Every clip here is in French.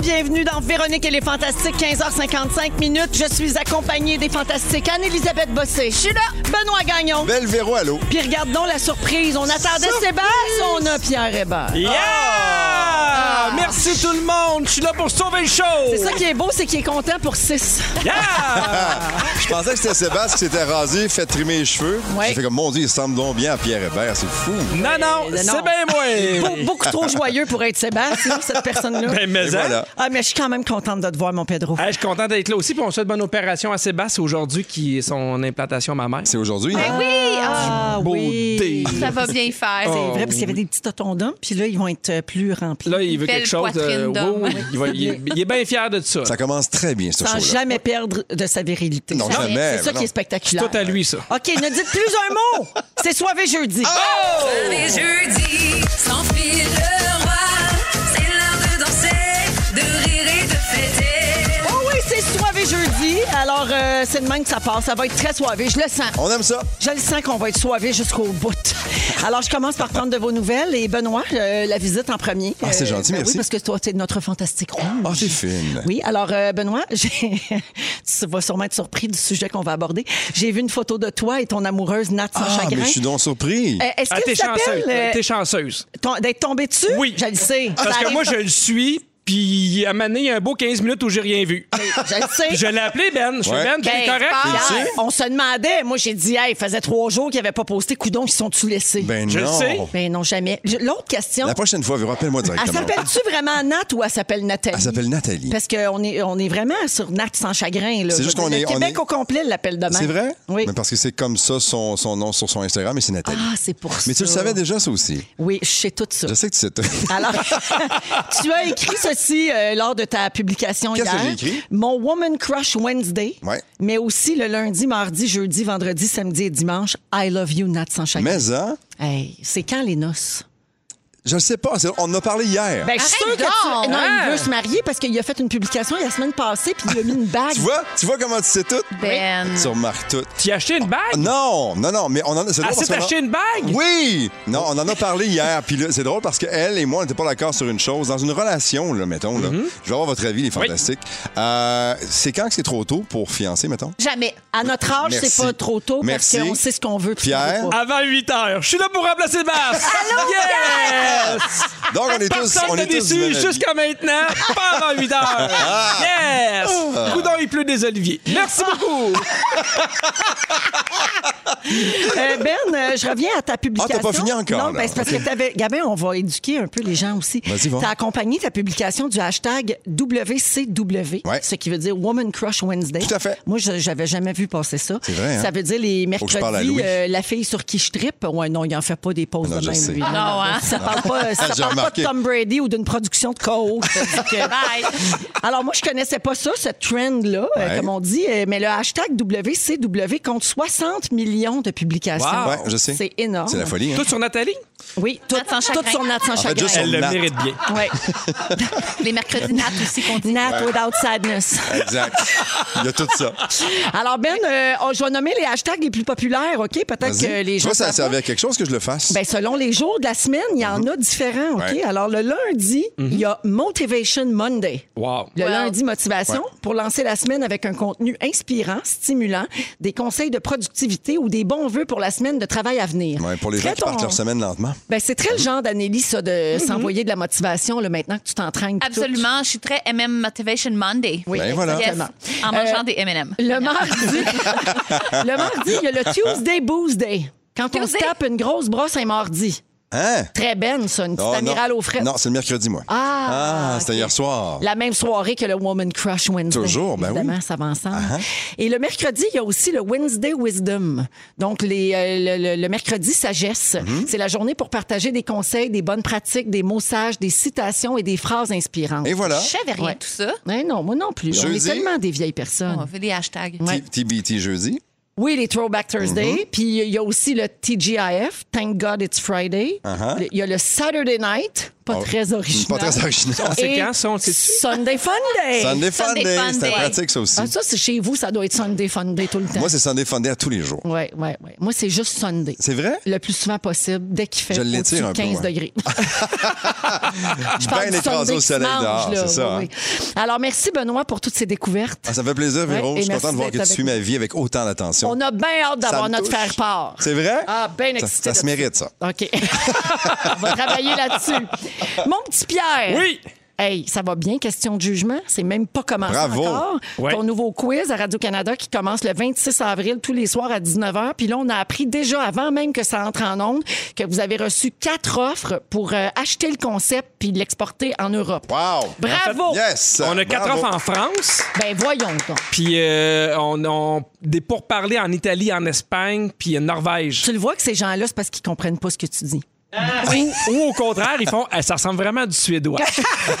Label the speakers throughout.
Speaker 1: bienvenue dans Véronique et les Fantastiques, 15h55 minutes. Je suis accompagnée des Fantastiques Anne-Elisabeth Bossé. Je suis là. Benoît Gagnon.
Speaker 2: Belle Véro, allô?
Speaker 1: Puis regarde donc la surprise. On attendait Sébastien, on a Pierre Hébert. Ah,
Speaker 3: Yeah! Merci tout le monde! Je suis là pour sauver le show!
Speaker 1: C'est ça qui est beau, c'est qu'il est content pour 6.
Speaker 3: Yeah!
Speaker 2: Je pensais que c'était Sébastien qui s'était rasé, fait trimer les cheveux.
Speaker 1: Ouais.
Speaker 2: J'ai fait comme, mon Dieu, il ressemble donc bien à Pierre Hébert, c'est fou.
Speaker 3: non, non,
Speaker 1: non.
Speaker 3: c'est bien moi!
Speaker 1: Beaucoup trop joyeux pour être Sébastien, cette personne-là.
Speaker 3: ben, mais
Speaker 2: Et
Speaker 3: hein.
Speaker 2: voilà.
Speaker 1: Ah, mais je suis quand même contente de te voir, mon Pedro.
Speaker 3: Hey, je suis content d'être là aussi, puis on souhaite bonne opération à Sébastien aujourd'hui qui est son implantation mammaire.
Speaker 2: C'est aujourd'hui.
Speaker 1: ben
Speaker 2: hein?
Speaker 4: Oui, ah,
Speaker 1: Ah
Speaker 3: Beau
Speaker 1: oui.
Speaker 3: dé.
Speaker 4: ça va bien faire.
Speaker 1: C'est vrai, parce qu'il y avait des petits totondums, puis là, ils vont être euh, plus remplis.
Speaker 3: Là, il veut
Speaker 4: Belle
Speaker 3: quelque chose.
Speaker 4: poitrine
Speaker 3: oui,
Speaker 4: d'homme.
Speaker 3: oui, il, va- il est- il est bien fier de ça.
Speaker 2: Ça commence très bien, ce
Speaker 1: sans
Speaker 2: show-là.
Speaker 1: jamais perdre de sa virilité.
Speaker 2: Non,
Speaker 1: Ça,
Speaker 2: jamais,
Speaker 1: C'est
Speaker 2: mais
Speaker 1: ça
Speaker 2: non.
Speaker 1: qui est spectaculaire.
Speaker 3: Tout à lui, ça.
Speaker 1: OK, ne dites plus un mot. C'est soivé jeudi.
Speaker 2: Ah!
Speaker 5: Les jeudis, sans fil le roi, c'est l'heure de danser, de rire et de fêter.
Speaker 1: Oh oui, c'est soivé jeudi. Alors, euh, c'est de même que ça passe. Ça va être très soivé. Je le sens.
Speaker 2: On aime ça.
Speaker 1: Je le sens qu'on va être soivé jusqu'au bout. Alors, je commence par prendre de vos nouvelles. Et Benoît, euh, la visite en premier.
Speaker 2: Ah, c'est gentil,
Speaker 1: ben
Speaker 2: merci.
Speaker 1: Oui, parce que toi, t'es notre fantastique rouge.
Speaker 2: Ah, t'es fine.
Speaker 1: Oui, alors, euh, Benoît, j'ai- tu vas sûrement être surpris du sujet qu'on va aborder. J'ai vu une photo de toi et ton amoureuse Nat sans
Speaker 2: Ah,
Speaker 1: chagrin.
Speaker 2: mais je suis donc surpris.
Speaker 1: Euh, Est-ce
Speaker 3: Ah,
Speaker 1: que
Speaker 3: t'es
Speaker 1: ça
Speaker 3: chanceuse.
Speaker 1: s'appelle euh,
Speaker 3: T'es chanceuse.
Speaker 1: ton- d'être tombé dessus?
Speaker 3: Oui.
Speaker 1: Je le sais.
Speaker 3: Parce
Speaker 1: Ça
Speaker 3: que
Speaker 1: arrive
Speaker 3: moi,
Speaker 1: pas-
Speaker 3: je le suis, puis à maner, il y a un beau 15 minutes où j'ai rien vu.
Speaker 1: Je le sais.
Speaker 3: Puis je l'ai appelé Ben. Je suis
Speaker 2: Ouais.
Speaker 3: Ben, tu es
Speaker 4: Ben,
Speaker 3: correct.
Speaker 4: parle.
Speaker 2: Tu
Speaker 1: Pierre,
Speaker 2: sais?
Speaker 1: on se demandait. Moi, j'ai dit, hey, il faisait trois jours qu'il n'avait pas posté. Coudon, ils sont-tu laissés?
Speaker 2: Ben
Speaker 3: Je le
Speaker 2: non.
Speaker 3: sais.
Speaker 1: Ben non, jamais. Je- L'autre question,
Speaker 2: La prochaine fois, Véro, appelle-moi
Speaker 1: elle
Speaker 2: directement.
Speaker 1: s'appelle-tu vraiment Nat ou elle s'appelle Nathalie?
Speaker 2: Elle s'appelle Nathalie.
Speaker 1: Parce qu'on est, on est vraiment sur Nat sans chagrin. là.
Speaker 2: C'est
Speaker 1: Je
Speaker 2: juste
Speaker 1: veux
Speaker 2: qu'on
Speaker 1: dire,
Speaker 2: est-
Speaker 1: Le
Speaker 2: on
Speaker 1: Québec
Speaker 2: est-
Speaker 1: au complet l'appelle demain.
Speaker 2: C'est vrai?
Speaker 1: Oui.
Speaker 2: Mais parce que c'est comme ça son, son nom sur son Instagram, et c'est Nathalie.
Speaker 1: Ah, c'est pour ça.
Speaker 2: mais tu le savais déjà, ça aussi.
Speaker 1: Oui, je sais tout ça.
Speaker 2: Je sais que tu sais tout.
Speaker 1: Alors, tu as écrit ceci euh, lors de ta publication
Speaker 2: Qu'est-ce
Speaker 1: hier.
Speaker 2: que j'ai écrit?
Speaker 1: Mon Woman Crush Wednesday.
Speaker 2: Ouais.
Speaker 1: Mais aussi le lundi, mardi, jeudi, vendredi, samedi et dimanche. I love you, Nat sans chagrin.
Speaker 2: mais, hein,
Speaker 1: Hey, c'est quand les noces?
Speaker 2: je le sais pas. c'est- On en a parlé hier.
Speaker 1: Ben, je suis sûre que tu...
Speaker 4: donc!
Speaker 1: Non,
Speaker 3: Hein?
Speaker 1: il
Speaker 2: Ah!
Speaker 1: veut se marier parce qu'il a fait une publication la semaine passée puis il a mis une bague.
Speaker 2: tu vois? Tu vois comment tu sais tout?
Speaker 4: Ben.
Speaker 2: Tu remarques tout.
Speaker 3: Tu as acheté une bague?
Speaker 2: Ah, Non, non, non, mais on en a. C'est
Speaker 3: Elle
Speaker 2: drôle parce
Speaker 3: s'est
Speaker 2: qu'on en-
Speaker 3: acheté une bague?
Speaker 2: Oui! Non, on en a parlé hier. Puis là, c'est drôle parce que elle et moi, on n'était pas d'accord sur une chose. Dans une relation, là, mettons, là,
Speaker 1: Mm-hmm.
Speaker 2: je vais avoir votre avis, les fantastiques. Euh, c'est quand que c'est trop tôt pour fiancer, mettons?
Speaker 4: Jamais.
Speaker 1: À notre âge,
Speaker 2: Merci.
Speaker 1: c'est pas trop tôt
Speaker 2: Merci.
Speaker 1: parce qu'on sait ce qu'on veut. puis ce qu'on
Speaker 2: Pierre?
Speaker 1: veut pas.
Speaker 3: Avant 8 heures. Je suis là pour remplacer Bass. Allô? Yes!
Speaker 1: Ah,
Speaker 2: Donc, on est tous.
Speaker 3: Personne
Speaker 2: On
Speaker 3: n'est
Speaker 2: est tous du
Speaker 3: déçu
Speaker 2: même avis.
Speaker 3: jusqu'à maintenant. Pas avant 8 heures.
Speaker 2: Ah.
Speaker 3: Yes! Coudon, il pleut des oliviers. Merci
Speaker 1: Ah!
Speaker 3: beaucoup.
Speaker 1: Euh, ben, euh, je reviens à ta publication.
Speaker 2: Ah, t'as pas fini encore,
Speaker 1: Non,
Speaker 2: là.
Speaker 1: ben, c'est parce que t'avais. Gabin, on va éduquer un peu les gens aussi.
Speaker 2: Vas-y, va.
Speaker 1: T'as accompagné ta publication du hashtag WCW,
Speaker 2: Ouais.
Speaker 1: ce qui veut dire Woman Crush Wednesday.
Speaker 2: Tout à fait.
Speaker 1: Moi, je- j'avais jamais vu passer ça.
Speaker 2: C'est vrai, hein?
Speaker 1: Ça veut dire les
Speaker 2: Faut que je parle à
Speaker 1: mercredis,
Speaker 2: Louis. Ah
Speaker 1: euh, la fille sur qui je trippe. Ouais, non, il en fait pas des pauses
Speaker 2: Non,
Speaker 1: de
Speaker 2: je
Speaker 1: même.
Speaker 2: sais.
Speaker 1: lui.
Speaker 2: Non,
Speaker 4: hein?
Speaker 1: Ça parle pas, ça
Speaker 2: J'ai
Speaker 1: parle pas
Speaker 2: remarqué.
Speaker 1: de Tom Brady ou d'une production de coach.
Speaker 4: Bye.
Speaker 1: Alors, moi, je connaissais pas ça, cette trend-là, euh,
Speaker 2: Ouais.
Speaker 1: comme on dit, euh, mais le hashtag WCW compte 60 millions de publications.
Speaker 3: Wow.
Speaker 2: Ouais, je sais.
Speaker 1: Ah, C'est énorme.
Speaker 2: C'est la folie, hein?
Speaker 3: Tout sur Nathalie?
Speaker 1: Oui, tout,
Speaker 4: Nat sans
Speaker 1: tout
Speaker 4: chagrin.
Speaker 1: son Nat sans
Speaker 2: fait,
Speaker 1: chagrin.
Speaker 2: juste son-
Speaker 3: Elle le
Speaker 2: Nat.
Speaker 3: mérite bien.
Speaker 1: Ouais.
Speaker 4: Les mercredis nattes aussi qu'on dit.
Speaker 1: Nat without sadness.
Speaker 2: Exact. Il y a tout ça.
Speaker 1: Alors, Ben, euh, oh, je vais nommer les hashtags les plus populaires, OK? Peut-être
Speaker 2: Vas-y.
Speaker 1: que les
Speaker 2: Tu
Speaker 1: gens.
Speaker 2: vois, ça
Speaker 1: savent
Speaker 2: servait à quelque chose que je le fasse.
Speaker 1: pas. Ben, selon les jours de la semaine, il y en a différents, OK?
Speaker 2: Ouais.
Speaker 1: Alors, le lundi, il y a
Speaker 4: Mm-hmm.
Speaker 1: Motivation Monday.
Speaker 3: Wow.
Speaker 1: Le
Speaker 4: Wow.
Speaker 1: lundi motivation pour lancer la semaine avec un contenu inspirant, stimulant, des conseils de productivité ou des bons vœux pour la semaine de travail à venir.
Speaker 2: Ouais, pour les
Speaker 1: Très
Speaker 2: gens qui partent
Speaker 1: ton-
Speaker 2: leur semaine lentement.
Speaker 1: Ben, c'est très le genre d'Anélie, ça, de s'envoyer de la motivation là, maintenant que tu t'entraînes. puis tout.
Speaker 4: Mm-hmm. Absolument, je suis très MM Motivation Monday.
Speaker 1: Oui, Euh,
Speaker 2: Ben voilà.
Speaker 4: Yes,
Speaker 1: exactement.
Speaker 4: en mangeant des M&M.
Speaker 1: Le mardi, le mardi, il y a le Tuesday Booze Day. Quand
Speaker 4: Tuesday.
Speaker 1: on se tape une grosse brosse un mardi.
Speaker 2: Hein?
Speaker 1: Très belle, ça, une petite
Speaker 2: Oh,
Speaker 1: amirale
Speaker 2: non.
Speaker 1: aux frais.
Speaker 2: Non, c'est le mercredi, moi.
Speaker 1: Ah,
Speaker 2: Ah, c'était hier soir.
Speaker 1: La même soirée que le Woman Crush Wednesday.
Speaker 2: Toujours, ben oui. Uh-huh.
Speaker 1: Évidemment, ça va ensemble. Et le mercredi, il y a aussi le Wednesday Wisdom. Donc, les, euh, le, le- le mercredi sagesse.
Speaker 2: Mm-hmm.
Speaker 1: C'est la journée pour partager des conseils, des bonnes pratiques, des mots sages, des citations et des phrases inspirantes.
Speaker 2: Et voilà.
Speaker 4: Je savais rien
Speaker 1: Ouais.
Speaker 4: de tout ça.
Speaker 1: Mais non, moi non plus. On est
Speaker 2: Jeudi.
Speaker 1: tellement des vieilles personnes.
Speaker 4: On fait des hashtags.
Speaker 2: T- TBT jeudi.
Speaker 1: Oui, les Throwback Thursday.
Speaker 2: Mm-hmm.
Speaker 1: Puis il y a aussi le TGIF, Thank God It's Friday.
Speaker 2: Uh-huh.
Speaker 1: Le- Il y a le Saturday Night, pas
Speaker 2: Oh.
Speaker 1: très original.
Speaker 2: Pas très original.
Speaker 3: C'est
Speaker 1: Et
Speaker 3: quand, ça, on le sait-tu?
Speaker 1: Sunday Fun Day.
Speaker 2: Sunday Fun
Speaker 4: Sunday
Speaker 2: Day,
Speaker 4: Fun
Speaker 2: c'était
Speaker 4: Day.
Speaker 2: pratique ça aussi.
Speaker 1: Ah, ça, c'est chez vous, ça doit être Sunday Fun Day tout le temps.
Speaker 2: Moi, c'est Sunday Fun Day à tous les jours.
Speaker 1: Ouais, ouais, ouais. Moi, c'est juste Sunday.
Speaker 2: C'est vrai?
Speaker 1: Le plus souvent possible, dès qu'il fait
Speaker 2: Je l'étire
Speaker 1: au-dessus de
Speaker 2: un peu,
Speaker 1: 15
Speaker 2: ouais.
Speaker 1: degrés.
Speaker 2: Je
Speaker 1: Je parle
Speaker 2: ben
Speaker 1: du
Speaker 2: écrasé
Speaker 1: Sunday
Speaker 2: au soleil
Speaker 1: dimanche,
Speaker 2: dehors,
Speaker 1: là.
Speaker 2: c'est ça.
Speaker 1: Oui,
Speaker 2: hein?
Speaker 1: oui. Alors, merci, Benoît, pour toutes ces découvertes.
Speaker 2: Ah, ça me fait plaisir, Véro.
Speaker 1: Ouais, et
Speaker 2: Je suis
Speaker 1: merci
Speaker 2: content de voir que tu
Speaker 1: d'être
Speaker 2: suis
Speaker 1: avec
Speaker 2: ma vie avec autant d'attention.
Speaker 1: On a bien hâte
Speaker 2: Ça
Speaker 1: d'avoir
Speaker 2: me
Speaker 1: notre
Speaker 2: touche.
Speaker 1: faire-part.
Speaker 2: C'est vrai?
Speaker 1: Ah, bien
Speaker 2: Ça,
Speaker 1: excité.
Speaker 2: ça se
Speaker 1: de-
Speaker 2: mérite, ça.
Speaker 1: OK. On va travailler là-dessus. Mon petit Pierre.
Speaker 3: Oui.
Speaker 1: Hey, ça va bien, question de jugement. C'est même pas commencé
Speaker 2: Bravo.
Speaker 1: encore.
Speaker 3: Ouais.
Speaker 1: Ton nouveau quiz à Radio-Canada qui commence le 26 avril tous les soirs à 19h. Puis là, on a appris déjà avant même que ça entre en onde que vous avez reçu quatre offres pour euh, acheter le concept puis l'exporter en Europe.
Speaker 2: Wow!
Speaker 1: Bravo!
Speaker 2: Yes!
Speaker 3: On a quatre
Speaker 2: Bravo.
Speaker 3: offres en France,
Speaker 1: Ben voyons donc.
Speaker 3: puis euh, on, on- des pourparlers en Italie, en Espagne, puis en Norvège.
Speaker 1: Tu le vois que ces gens-là, c'est parce qu'ils comprennent pas ce que tu dis.
Speaker 3: Ou, ou au contraire, ils font Eh, ça ressemble vraiment à du suédois.
Speaker 4: C'est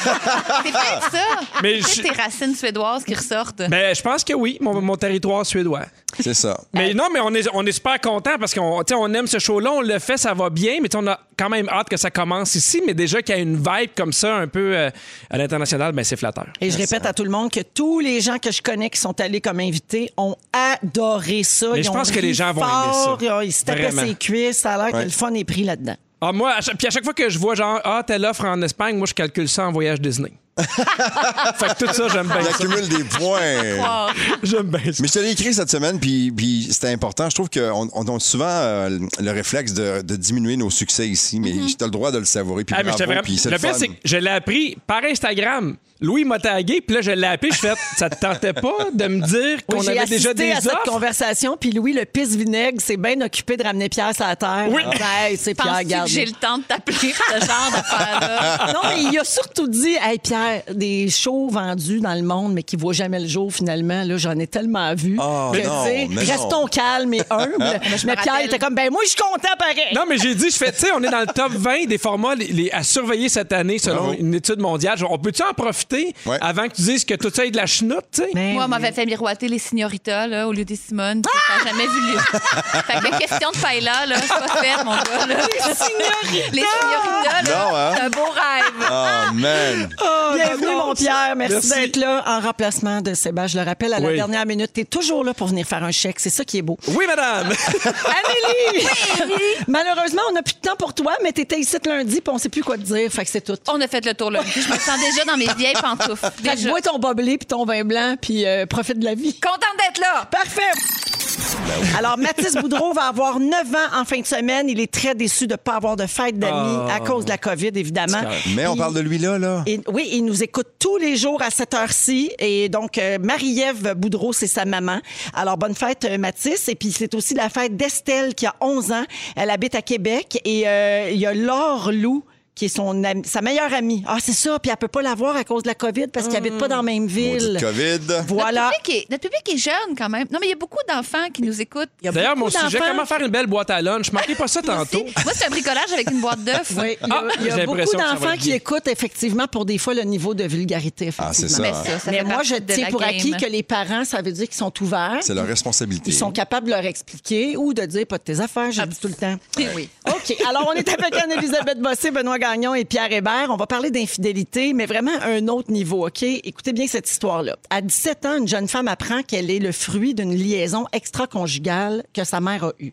Speaker 4: peut-être
Speaker 2: Ah!
Speaker 4: ça.
Speaker 3: Mais
Speaker 4: Peut-être
Speaker 3: je-
Speaker 4: tes racines suédoises qui ressortent.
Speaker 2: Ben,
Speaker 3: Mais Ben, je pense que oui, mon, mon territoire suédois.
Speaker 2: C'est ça.
Speaker 3: Mais non, mais on est, on est super content parce qu'on tu sais, on aime ce show-là, on le fait, ça va bien, mais tu sais, on a quand même hâte que ça commence ici. Mais déjà qu'il y a une vibe comme ça, un peu euh, à l'international, ben, c'est flatteur.
Speaker 1: Et je
Speaker 2: hein.
Speaker 1: répète à tout le monde que tous les gens que je connais qui sont allés comme invités ont adoré ça.
Speaker 3: Mais
Speaker 1: Ils
Speaker 3: je
Speaker 1: ont
Speaker 3: pense que
Speaker 1: ri
Speaker 3: les gens vont aimer
Speaker 1: fort,
Speaker 3: ça.
Speaker 1: Ils se tapaient
Speaker 3: Vraiment.
Speaker 1: ses cuisses. Ça a l'air
Speaker 2: Ouais.
Speaker 1: que le fun est pris là-dedans.
Speaker 3: Ah, moi, à chaque- puis à chaque fois que je vois genre, ah, telle offre en Espagne, moi, je calcule ça en voyage Disney. fait que tout ça, j'aime bien
Speaker 2: Il
Speaker 3: ça.
Speaker 2: accumule des points.
Speaker 4: Wow.
Speaker 3: J'aime bien ça.
Speaker 2: Mais je te l'ai écrit cette semaine, puis, puis c'était important. Je trouve qu'on on a souvent euh, le réflexe de, de diminuer nos succès ici, mais
Speaker 1: Mm-hmm.
Speaker 2: tu as le droit de le savourer. Puis
Speaker 3: Ah, mais
Speaker 2: bravo,
Speaker 3: j'étais vraiment-
Speaker 2: puis c'est
Speaker 3: Le
Speaker 2: le
Speaker 3: pire,
Speaker 2: fun.
Speaker 3: c'est que je l'ai appris par Instagram. Louis m'a tagué, puis là, je l'ai appelé. Je fais, ça te tentait pas de me dire qu'on
Speaker 1: Oui, J'ai
Speaker 3: avait déjà
Speaker 1: assisté
Speaker 3: des
Speaker 1: à cette
Speaker 3: offres?
Speaker 1: conversation, puis Louis, le pisse vinaigre, s'est bien occupé de ramener Pierre sur la terre.
Speaker 3: Oui.
Speaker 1: Ben, hey, c'est Pierre,
Speaker 4: Penses-tu
Speaker 1: regarde.
Speaker 4: que j'ai le temps de t'appeler pour ce genre d'affaires-là?
Speaker 1: Non, mais il a surtout dit, hey Pierre, des shows vendus dans le monde, mais qui voient jamais le jour finalement, là, j'en ai tellement vu.
Speaker 2: Ah,
Speaker 1: que,
Speaker 2: non,
Speaker 1: tu sais,
Speaker 2: mais non.
Speaker 1: restons calmes et humbles. mais Pierre
Speaker 4: rappelle.
Speaker 1: était comme, ben moi, je suis content pareil.
Speaker 3: Non, mais j'ai dit, je fais, tu sais, on est dans le top 20 des formats les- les- à surveiller cette année selon
Speaker 2: Bravo.
Speaker 3: une étude mondiale. Genre, on peut-tu en profiter
Speaker 2: Ouais.
Speaker 3: avant que tu dises que tout ça est de la chenoute, tu sais?
Speaker 1: Mais
Speaker 4: Moi, on
Speaker 1: oui.
Speaker 4: m'avait fait miroiter les signoritas là, au lieu des Simone. Je n'ai jamais vu les. fait que la question de paella, là, c'est pas faite, mon gars. Là. Les signoritas! Les signoritas, là,
Speaker 2: Non, hein?
Speaker 4: c'est un beau rêve.
Speaker 2: Oh, man!
Speaker 1: Bienvenue, mon Pierre. Merci,
Speaker 3: Ah, Merci.
Speaker 1: d'être là en remplacement de Sébastien. Je le rappelle, à la
Speaker 3: Oui.
Speaker 1: dernière minute, tu es toujours là pour venir faire un chèque. C'est ça qui est beau.
Speaker 3: Oui, madame!
Speaker 1: Amélie! Malheureusement, on n'a plus de temps pour toi, mais tu étais ici lundi puis on sait plus quoi te dire. Fait que c'est tout.
Speaker 4: On a fait le tour là. Je me sens déjà dans mes vieilles pantoufles.
Speaker 1: Fait que
Speaker 4: Déjà.
Speaker 1: bois ton boblé puis ton vin blanc puis euh, profite de la vie.
Speaker 4: Contente d'être là.
Speaker 1: Parfait! Alors, Mathis Boudreau va avoir 9 ans en fin de semaine. Il est très déçu de ne pas avoir de fête d'amis
Speaker 3: Ah.
Speaker 1: à cause de la COVID, évidemment.
Speaker 2: Oh. Mais on
Speaker 1: Ah! Il-
Speaker 2: parle de lui là, là.
Speaker 1: Et- oui, il nous écoute tous les jours à cette heure-ci. Et donc, euh, Marie-Ève Boudreau, c'est sa maman. Alors, bonne fête, euh, Mathis. Et puis, c'est aussi la fête d'Estelle, qui a 11 ans. Elle habite à Québec. Et euh, il y a Laure Lou qui est son ami- sa meilleure amie. Ah, c'est ça. Puis elle peut pas l'avoir à cause de la COVID parce qu'ils habitent pas dans la même
Speaker 2: Maudite
Speaker 1: ville.
Speaker 2: COVID.
Speaker 1: Voilà.
Speaker 4: Notre public, est, notre public est jeune quand même. Non, mais il y a beaucoup d'enfants qui nous écoutent.
Speaker 1: Il y a
Speaker 3: D'ailleurs, mon
Speaker 1: beaucoup
Speaker 3: sujet,
Speaker 1: d'enfants.
Speaker 3: comment faire une belle boîte à lunch? Manquez pas ça tantôt.
Speaker 4: Si. Moi, c'est un bricolage avec une boîte d'œufs.
Speaker 1: Oui, il y a,
Speaker 3: Ah,
Speaker 1: il y a
Speaker 3: j'ai
Speaker 1: beaucoup
Speaker 3: l'impression que ça va
Speaker 1: d'enfants
Speaker 3: être
Speaker 1: qui
Speaker 3: bien.
Speaker 1: écoutent effectivement pour des fois le niveau de vulgarité.
Speaker 2: Ah, c'est
Speaker 1: effectivement.
Speaker 2: ça.
Speaker 4: Mais
Speaker 2: hein.
Speaker 4: ça, ça
Speaker 1: Mais
Speaker 4: fait
Speaker 1: moi, je
Speaker 4: partie de
Speaker 1: tiens
Speaker 4: la
Speaker 1: pour
Speaker 4: game.
Speaker 1: acquis que les parents, ça veut dire qu'ils sont ouverts.
Speaker 2: C'est leur responsabilité.
Speaker 1: Ils sont capables de leur expliquer ou de dire pas de tes affaires, je le dis tout le temps.
Speaker 4: Oui.
Speaker 1: OK. Alors, on est avec Anne-Elisabeth Bossé, Benoît Gagnon et Pierre Hébert. On va parler d'infidélité, mais vraiment à un autre niveau, OK? Écoutez bien cette histoire-là. À 17 ans, une jeune femme apprend qu'elle est le fruit d'une liaison extra-conjugale que sa mère a eue.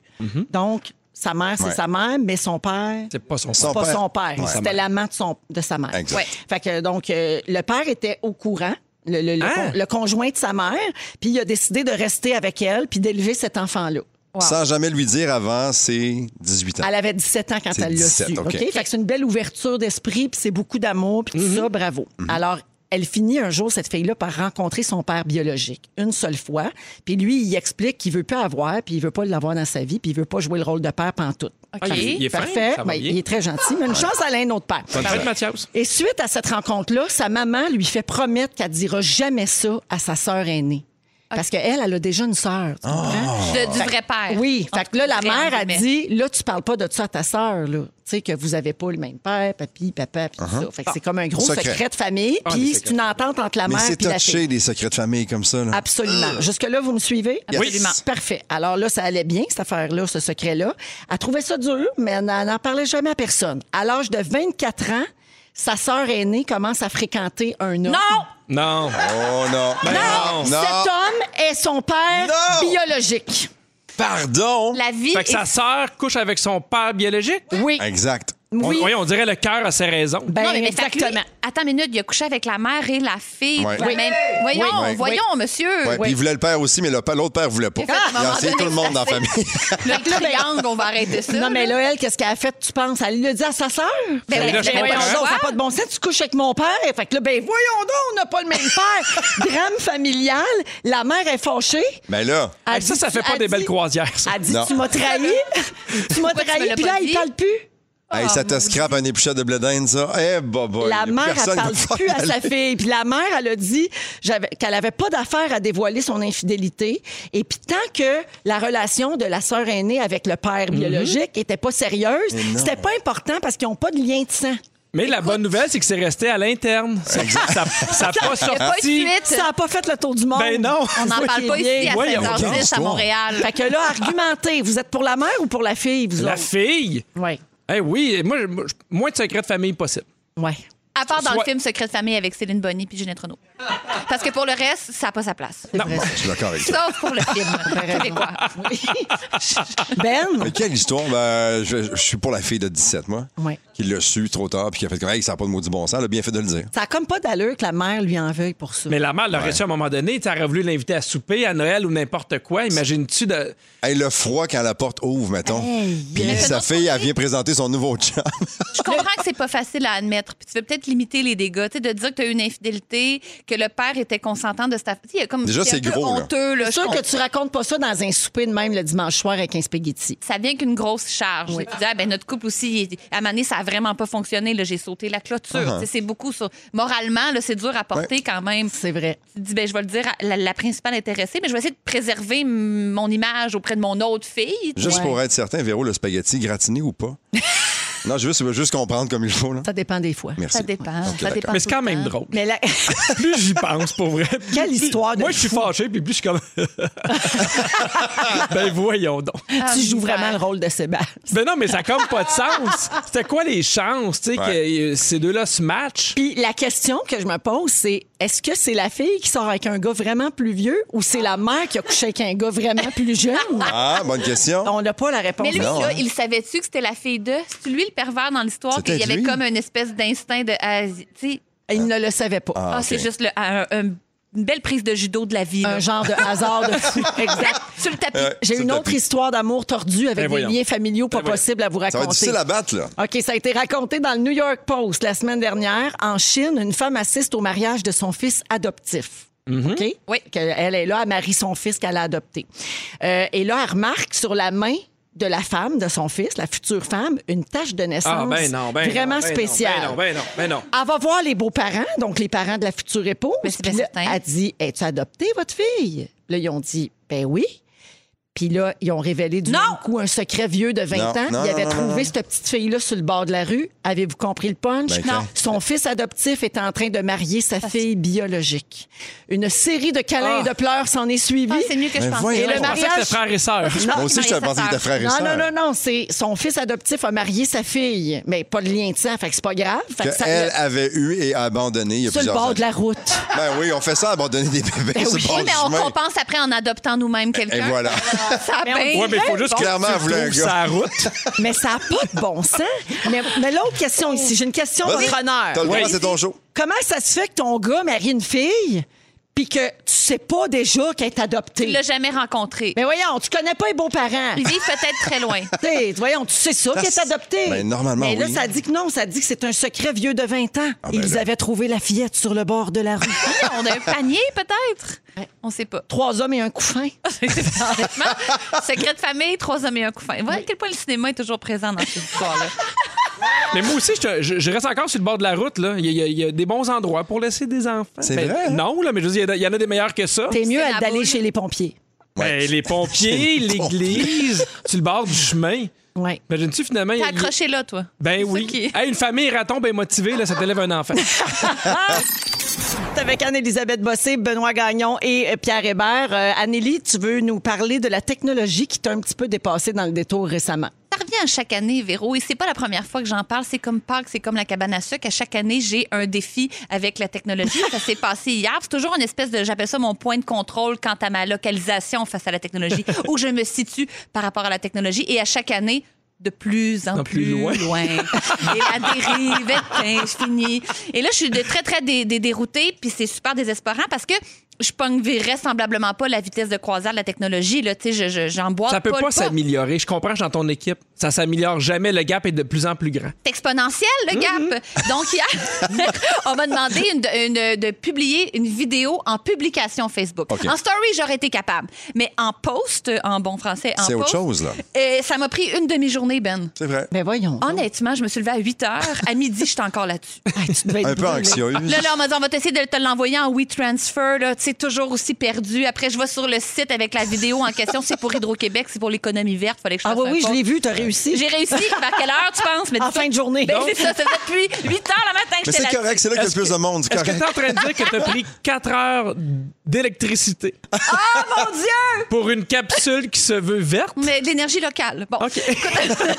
Speaker 1: Donc, sa mère, c'est
Speaker 2: Ouais.
Speaker 1: sa mère, mais son père,
Speaker 3: C'est pas son
Speaker 2: Son
Speaker 3: sens.
Speaker 1: pas
Speaker 2: père.
Speaker 1: son père.
Speaker 2: Ouais.
Speaker 1: C'était l'amant de, son- de sa mère.
Speaker 2: Exact.
Speaker 4: Ouais.
Speaker 1: Fait que, donc, euh, le père était au courant. Le, le- le
Speaker 3: Hein?
Speaker 1: con- le conjoint de sa mère, puis il a décidé de rester avec elle, puis d'élever cet enfant-là.
Speaker 2: Sans jamais lui dire avant ses 18 ans.
Speaker 1: Elle avait 17 ans quand
Speaker 2: C'est
Speaker 1: elle l'a
Speaker 2: 17,
Speaker 1: su.
Speaker 2: OK.
Speaker 1: OK? Fait que c'est une belle ouverture d'esprit, puis c'est beaucoup d'amour, puis tout
Speaker 3: Mm-hmm.
Speaker 1: ça, bravo. Alors, elle finit un jour, cette fille-là, par rencontrer son père biologique, une seule fois. Puis lui, il explique qu'il veut pas avoir, puis il veut pas l'avoir dans sa vie, puis il veut pas jouer le rôle de père pantoute.
Speaker 4: OK.
Speaker 3: Ah, il est fin,
Speaker 1: Parfait.
Speaker 3: ça va
Speaker 1: Ben,
Speaker 3: bien. Ah.
Speaker 1: il est très gentil, mais une chance, elle a un autre père.
Speaker 3: Bonne fête, Mathias.
Speaker 1: Et suite à cette rencontre-là, sa maman lui fait promettre qu'elle dira jamais ça à sa sœur aînée. Parce qu'elle, elle a déjà une sœur. tu comprends?
Speaker 4: De-
Speaker 3: Ah.
Speaker 4: du vrai Ah. père.
Speaker 1: Oui. Fait que là, la
Speaker 4: Entre
Speaker 1: mère a
Speaker 4: guillemets.
Speaker 1: dit là, tu parles pas de ça à ta sœur, là. Tu sais, que vous avez pas le même père, papi, papa, puis tout ça. Fait que c'est comme un gros secret,
Speaker 2: Secret.
Speaker 1: de famille,
Speaker 3: Ah, des
Speaker 1: puis
Speaker 3: secrets.
Speaker 1: c'est une entente entre la
Speaker 2: Mais
Speaker 1: mère
Speaker 2: c'est
Speaker 1: et la
Speaker 2: touché,
Speaker 1: fille.
Speaker 2: des secrets de famille comme ça. là.
Speaker 1: Absolument. Jusque-là, vous me suivez?
Speaker 2: Euh. Yes. Absolument.
Speaker 1: Parfait. Alors là, ça allait bien, cette affaire-là, ce secret-là. Elle trouvait ça dur, mais elle n'en n'en parlait jamais à personne. À l'âge de 24 ans, sa sœur aînée commence à fréquenter un homme.
Speaker 4: Non!
Speaker 3: Non.
Speaker 2: Oh non.
Speaker 1: Non! Cet homme est son père
Speaker 2: Non!
Speaker 1: biologique.
Speaker 2: Pardon!
Speaker 4: La vie
Speaker 3: Fait que sa
Speaker 4: est...
Speaker 3: sœur couche avec son père biologique.
Speaker 1: Oui.
Speaker 2: Exact.
Speaker 3: On-
Speaker 1: Oui.
Speaker 3: oui, On, dirait le cœur a ses raisons.
Speaker 1: Ben,
Speaker 4: non, mais, mais fait que lui-
Speaker 1: exactement.
Speaker 4: Attends une minute, il a couché avec la mère et la fille.
Speaker 2: Ouais.
Speaker 4: la
Speaker 2: Oui.
Speaker 4: même- Voyons,
Speaker 2: Oui.
Speaker 4: voyons, monsieur.
Speaker 2: Ouais, Puis il voulait le père aussi, mais le pa- l'autre père voulait pas.
Speaker 4: Il a fait,
Speaker 2: Il a
Speaker 4: maman,
Speaker 2: essayé tout le monde dans la famille.
Speaker 4: Le triangle, on va arrêter ça.
Speaker 1: ben, Non, mais là, elle, qu'est-ce qu'elle a fait, tu penses? Elle l'a dit à sa sœur?
Speaker 4: Ben,
Speaker 1: Fait
Speaker 3: là,
Speaker 1: que,
Speaker 3: je comprends.
Speaker 1: voyons donc, ça
Speaker 4: Ouais.
Speaker 1: n'a pas de bon sens, tu couches avec mon père. Fait que là, ben, voyons donc, on n'a pas le même père. Drame familial, la mère est fâchée.
Speaker 2: Mais là,
Speaker 1: Elle
Speaker 3: Hey, ça,
Speaker 1: dit-
Speaker 3: ça fait pas
Speaker 1: elle
Speaker 3: des
Speaker 1: dit-
Speaker 3: belles croisières, ça.
Speaker 1: Elle dit,
Speaker 2: Non.
Speaker 1: tu m'as trahi, tu m'as
Speaker 4: Pourquoi tu me
Speaker 1: trahi,
Speaker 4: l'as
Speaker 1: puis
Speaker 4: pas
Speaker 1: là, il
Speaker 4: dit?
Speaker 1: parle plus.
Speaker 2: hey, ça te
Speaker 4: mon
Speaker 2: scrape un épluchet de blé d'Inde, ça. Eh, bah, bah,
Speaker 1: Oh, la
Speaker 2: y a
Speaker 1: mère, elle
Speaker 2: personne qui
Speaker 1: parle
Speaker 2: va
Speaker 1: plus à
Speaker 2: faire
Speaker 1: sa
Speaker 2: aller.
Speaker 1: fille. Puis la mère, elle a dit j'avais- qu'elle avait pas d'affaire à dévoiler son infidélité. Et puis tant que la relation de la sœur aînée avec le père biologique était pas sérieuse, c'était pas important parce qu'ils ont pas de lien de sang.
Speaker 3: Mais la bonne nouvelle, c'est que c'est resté à l'interne. Ça n'a pas
Speaker 4: Il n'y a pas eu de
Speaker 3: sorti.
Speaker 4: suite.
Speaker 1: Ça a pas fait le tour du monde.
Speaker 3: Ben non.
Speaker 4: On n'en
Speaker 1: Oui,
Speaker 4: parle pas
Speaker 1: bien.
Speaker 4: ici à
Speaker 3: Ouais, il y a aucune
Speaker 4: 16h10 à
Speaker 2: histoire.
Speaker 4: Montréal.
Speaker 1: Fait que là, argumentez. Vous êtes pour la mère ou pour la fille, vous
Speaker 3: La
Speaker 1: autres?
Speaker 3: fille.
Speaker 1: Oui.
Speaker 3: Eh oui, moi, je- moi, je- moins de secrets de famille possible.
Speaker 1: Ouais.
Speaker 4: À part dans le
Speaker 3: Soit-
Speaker 4: film Secret de famille avec Céline Bonny puis Ginette Renault. Parce que pour le reste, ça n'a pas sa place.
Speaker 1: C'est vrai,
Speaker 2: Bon, je suis d'accord avec toi.
Speaker 4: Sauf pour le film québécois.
Speaker 1: Ben,
Speaker 2: Mais quelle histoire? Ben, je, je suis pour la fille de 17, moi.
Speaker 1: Ouais.
Speaker 2: Qui l'a su trop tard, puis qui a fait comme, hey, ça n'a pas de maudit bon sens. Elle a bien fait de le dire.
Speaker 1: ça a comme pas d'allure que la mère lui en veuille pour ça.
Speaker 3: Mais la mère l'aurait su à un moment donné. Tu sais, elle aurait voulu l'inviter à souper, à Noël ou n'importe quoi. Imagines-tu de.
Speaker 1: Ah,
Speaker 2: Hey, le froid quand la porte ouvre, mettons.
Speaker 1: Hey,
Speaker 2: puis
Speaker 4: yes.
Speaker 2: sa fille, elle vient présenter son nouveau chum.
Speaker 4: Je comprends que c'est pas facile à admettre. Puis tu veux peut-être limiter les dégâts. Tu sais, de dire que tu as eu une infidélité, que le père était consentant de ta... Tu sais, il y a comme.
Speaker 2: Déjà,
Speaker 4: un
Speaker 2: c'est
Speaker 4: peu
Speaker 2: gros, là.
Speaker 4: honteux, là. Je
Speaker 1: C'est sûr que
Speaker 4: comprends.
Speaker 1: tu racontes pas ça dans un souper de même le dimanche soir avec un spaghetti.
Speaker 4: ça vient qu'une grosse charge. Tu dis, ah, ben, notre couple aussi, il- à un moment donné, ça a vraiment pas fonctionné. là, J'ai sauté la clôture.
Speaker 2: Uh-huh.
Speaker 4: Tu sais, C'est beaucoup sur. Moralement, là, c'est dur à porter quand même.
Speaker 1: C'est vrai.
Speaker 4: Tu te dis, ben, je vais le dire à la, la principale intéressée, mais je vais essayer de préserver mm, mon image auprès de mon autre fille. tu sais.
Speaker 2: Juste pour être certain, Véro, le spaghetti gratiné ou pas? non, je veux, je veux juste comprendre comme il faut. Là.
Speaker 1: Ça dépend des fois.
Speaker 2: Merci.
Speaker 4: Ça dépend.
Speaker 2: Ok,
Speaker 4: ça
Speaker 2: d'accord.
Speaker 4: dépend
Speaker 3: Mais c'est
Speaker 4: tout
Speaker 3: quand
Speaker 4: le
Speaker 3: même
Speaker 4: temps.
Speaker 3: drôle.
Speaker 1: Mais la...
Speaker 3: Plus j'y pense, pour vrai.
Speaker 1: Quelle
Speaker 3: Plus-
Speaker 1: histoire de
Speaker 3: Moi, je suis
Speaker 1: fou.
Speaker 3: fâché, puis plus je suis comme. ben voyons donc.
Speaker 4: Ah,
Speaker 1: tu joues
Speaker 4: misère.
Speaker 1: vraiment le rôle de Sébastien.
Speaker 3: Ben non, mais ça a comme pas de sens. C'était quoi les chances, tu sais, que euh, ces deux-là se matchent?
Speaker 1: Puis la question que je me pose, c'est est-ce que c'est la fille qui sort avec un gars vraiment plus vieux ou c'est la mère qui a couché avec un gars vraiment plus jeune?
Speaker 2: Ah, bonne question.
Speaker 1: On n'a pas la réponse.
Speaker 4: Mais lui,
Speaker 2: Non,
Speaker 4: là,
Speaker 2: hein.
Speaker 4: il savait-tu que c'était la fille de. C'est lui le pervers dans l'histoire,
Speaker 2: C'était
Speaker 4: qu'il y avait
Speaker 2: lui.
Speaker 4: comme une espèce d'instinct de. ah, tu sais,
Speaker 1: Il ne le savait pas.
Speaker 4: ah,
Speaker 2: ok.
Speaker 4: c'est juste le- un- un- une belle prise de judo de la vie. là.
Speaker 1: Un genre de hasard de fou. Exact.
Speaker 4: Sur le tapis.
Speaker 2: Ouais,
Speaker 1: J'ai
Speaker 2: ça
Speaker 1: une
Speaker 2: t'a
Speaker 1: autre
Speaker 2: plu.
Speaker 1: histoire d'amour tordue
Speaker 3: Ben
Speaker 1: avec des
Speaker 3: voyons.
Speaker 1: liens familiaux pas
Speaker 3: Ben voyons.
Speaker 1: possibles à vous
Speaker 2: Ça va être
Speaker 1: raconter.
Speaker 2: difficile à battre, là.
Speaker 1: OK, ça a été raconté dans le New York Post la semaine dernière. En Chine, une femme assiste au mariage de son fils adoptif.
Speaker 3: Mm-hmm.
Speaker 1: OK?
Speaker 4: Oui.
Speaker 1: Elle est là, elle marie son fils qu'elle a adopté. Euh, et là, elle remarque sur la main de la femme, de son fils, la future femme, une tache de naissance
Speaker 3: Ah, ben non, ben non,
Speaker 1: vraiment
Speaker 3: ben non,
Speaker 1: spéciale.
Speaker 3: Ben non, ben non, ben non.
Speaker 1: Elle va voir les beaux-parents, donc les parents de la future épouse.
Speaker 4: Mais Ben, c'est
Speaker 1: Puis
Speaker 4: bien
Speaker 1: là,
Speaker 4: certain.
Speaker 1: Elle dit Es-tu adoptée, votre fille Là, ils ont dit Ben oui. Puis là, ils ont révélé du
Speaker 4: Non!
Speaker 1: même coup un secret vieux de 20
Speaker 2: Non,
Speaker 1: ans.
Speaker 2: non,
Speaker 1: ils avaient
Speaker 2: non, non,
Speaker 1: trouvé
Speaker 2: non.
Speaker 1: cette petite fille-là sur le bord de la rue. Avez-vous compris le punch?
Speaker 2: Ben, Non.
Speaker 1: Son fils adoptif est en train de marier sa fille biologique. Une série de câlins
Speaker 3: Ah.
Speaker 1: et de pleurs s'en est
Speaker 4: Ah,
Speaker 1: suivie.
Speaker 4: c'est mieux que je
Speaker 2: Ben
Speaker 4: pensais.
Speaker 2: voyons.
Speaker 1: Et le
Speaker 3: Je pensais que
Speaker 1: mariage-
Speaker 3: c'était frère et sœur.
Speaker 2: Moi aussi, je
Speaker 4: Marie,
Speaker 2: pensais
Speaker 4: sa
Speaker 2: qu'il était frère et
Speaker 1: Non,
Speaker 2: sœur.
Speaker 1: non, non, non, c'est son fils adoptif a marié sa fille, mais pas de lien de sang, fait que c'est pas grave. Fait que
Speaker 2: Que
Speaker 1: ça-
Speaker 2: elle avait eu et abandonné il y a
Speaker 1: sur le
Speaker 2: plusieurs
Speaker 1: bord
Speaker 2: années.
Speaker 1: de la route.
Speaker 2: Ben oui, on fait ça, abandonner des bébés sur le
Speaker 1: oui.
Speaker 2: bord
Speaker 4: Oui, mais
Speaker 2: du
Speaker 4: on
Speaker 2: chemin.
Speaker 4: compense après en adoptant nous-mêmes quelqu'un.
Speaker 2: Et voilà.
Speaker 4: Ça
Speaker 1: Mais on-
Speaker 4: paye.
Speaker 3: Ouais, mais il faut juste que
Speaker 2: Clairement, elle
Speaker 3: tu
Speaker 2: voulait un
Speaker 3: trouves
Speaker 2: gars.
Speaker 3: sa route.
Speaker 1: Mais ça n'a pas de bon sens. Mais, mais l'autre question ici, j'ai une question
Speaker 2: Vas-y.
Speaker 1: d'entrepreneur.
Speaker 2: T'as le droit,
Speaker 3: Oui.
Speaker 2: c'est ton show.
Speaker 1: Comment ça se fait que ton gars marie une fille puis que tu sais pas déjà qu'elle est
Speaker 4: Tu
Speaker 1: adoptée?
Speaker 4: l'as jamais rencontré.
Speaker 1: Mais voyons, tu connais pas les beaux-parents.
Speaker 4: Ils vivent peut-être très loin.
Speaker 1: T'sais, voyons, tu sais ça qu'elle est
Speaker 2: c'est-
Speaker 1: adoptée.
Speaker 2: Ben, normalement,
Speaker 1: Mais là,
Speaker 2: oui.
Speaker 1: ça dit que non, ça dit que c'est un secret vieux de 20 ans.
Speaker 2: Ah, ben
Speaker 1: Ils
Speaker 2: là.
Speaker 1: avaient trouvé la fillette sur le bord de la rue.
Speaker 4: On a un panier, peut-être. On sait pas.
Speaker 1: Trois hommes et un couffin.
Speaker 4: Ah, Honnêtement, secret de famille, trois hommes et un couffin. Voilà à quel point le cinéma est toujours présent dans cette histoire-là.
Speaker 3: Mais moi aussi, je, te- je- je reste encore sur le bord de la route. Là. Il, y a- il y a, il y a des bons endroits pour laisser des enfants.
Speaker 2: C'est
Speaker 3: Ben,
Speaker 2: vrai, hein?
Speaker 3: Non, là, mais je veux dire, il y en a- il y en a des meilleurs que ça.
Speaker 1: T'es mieux
Speaker 4: C'est la
Speaker 1: d'aller
Speaker 4: boule.
Speaker 1: chez les pompiers.
Speaker 3: Ben, les pompiers, l'église, sur le bord du chemin.
Speaker 1: Ouais.
Speaker 3: Imagines-tu finalement. il y
Speaker 4: T'es
Speaker 3: a-
Speaker 4: accroché là, toi.
Speaker 3: Ben
Speaker 4: C'est ça
Speaker 3: oui.
Speaker 4: qui- Oh,
Speaker 3: Hey, une famille raton bien motivée, là, ça t'élève un enfant.
Speaker 1: Avec Anne-Elisabeth Bossé, Benoît Gagnon et euh, Pierre Hébert. Euh, Annélie, tu veux nous parler de la technologie qui t'a un petit peu dépassée dans le détour récemment.
Speaker 4: Ça revient à chaque année, Véro, et c'est pas la première fois que j'en parle. C'est comme Pâques, c'est comme la cabane à sucre. À chaque année, j'ai un défi avec la technologie. ça s'est passé hier. C'est toujours une espèce de, j'appelle ça mon point de contrôle quant à ma localisation face à la technologie, où je me situe par rapport à la technologie. Et à chaque année, de plus en
Speaker 3: En plus
Speaker 4: plus,
Speaker 3: loin.
Speaker 4: loin. Et la dérive est finie. Et là, je suis de très, très dé- dé- déroutée, puis c'est super désespérant parce que je pogne vraisemblablement pas la vitesse de croisière de la technologie. Là, tu sais, je- je- j'emboîte
Speaker 3: ça peut
Speaker 4: pas le
Speaker 3: pas
Speaker 4: pas.
Speaker 3: s'améliorer. Je comprends, je suis dans ton équipe. Ça s'améliore jamais. Le gap est de plus en plus grand.
Speaker 4: C'est exponentiel, le gap.
Speaker 2: Mm-hmm.
Speaker 4: Donc, hier, on m'a demandé une- une- de publier une vidéo en publication Facebook.
Speaker 2: OK.
Speaker 4: En story, j'aurais été capable. Mais en post, en bon français, en
Speaker 2: C'est
Speaker 4: post,
Speaker 2: autre chose, là.
Speaker 4: euh, ça m'a pris une demi-journée, Ben.
Speaker 2: C'est vrai.
Speaker 1: Ben voyons.
Speaker 4: Honnêtement, je me suis levée à 8 heures. À midi, j'étais encore là-dessus.
Speaker 1: Hey, tu devais être
Speaker 2: Un peu
Speaker 1: brûlée.
Speaker 2: anxieuse.
Speaker 4: Là, là, on m'a dit, on va t'essayer de te l'envoyer en WeTransfer. là. Tu sais, toujours aussi perdu. Après, je vais sur le site avec la vidéo en question. C'est pour Hydro-Québec, c'est pour l'économie verte. Fallait que je
Speaker 1: Ah
Speaker 4: fasse
Speaker 1: oui,
Speaker 4: un
Speaker 1: oui, je
Speaker 4: post.
Speaker 1: l'ai vu, t'as réussi.
Speaker 4: J'ai réussi. Vers quelle heure, tu penses? Mais
Speaker 1: En
Speaker 4: dis ça-
Speaker 1: fin de journée.
Speaker 4: Ben, c'est ça, ça faisait depuis 8 heures le matin que
Speaker 2: Mais
Speaker 4: j'étais
Speaker 2: c'est
Speaker 4: là.
Speaker 2: correct, c'est là qu'il y a le
Speaker 3: Est-ce
Speaker 2: plus
Speaker 3: que-
Speaker 2: de monde. C'est
Speaker 3: Est-ce que
Speaker 2: correct.
Speaker 3: t'es en train de dire que t'as pris 4 heures d'électricité
Speaker 4: Ah, mon Dieu!
Speaker 3: pour une capsule qui se veut verte?
Speaker 4: Mais de l'énergie locale. Bon.
Speaker 3: OK.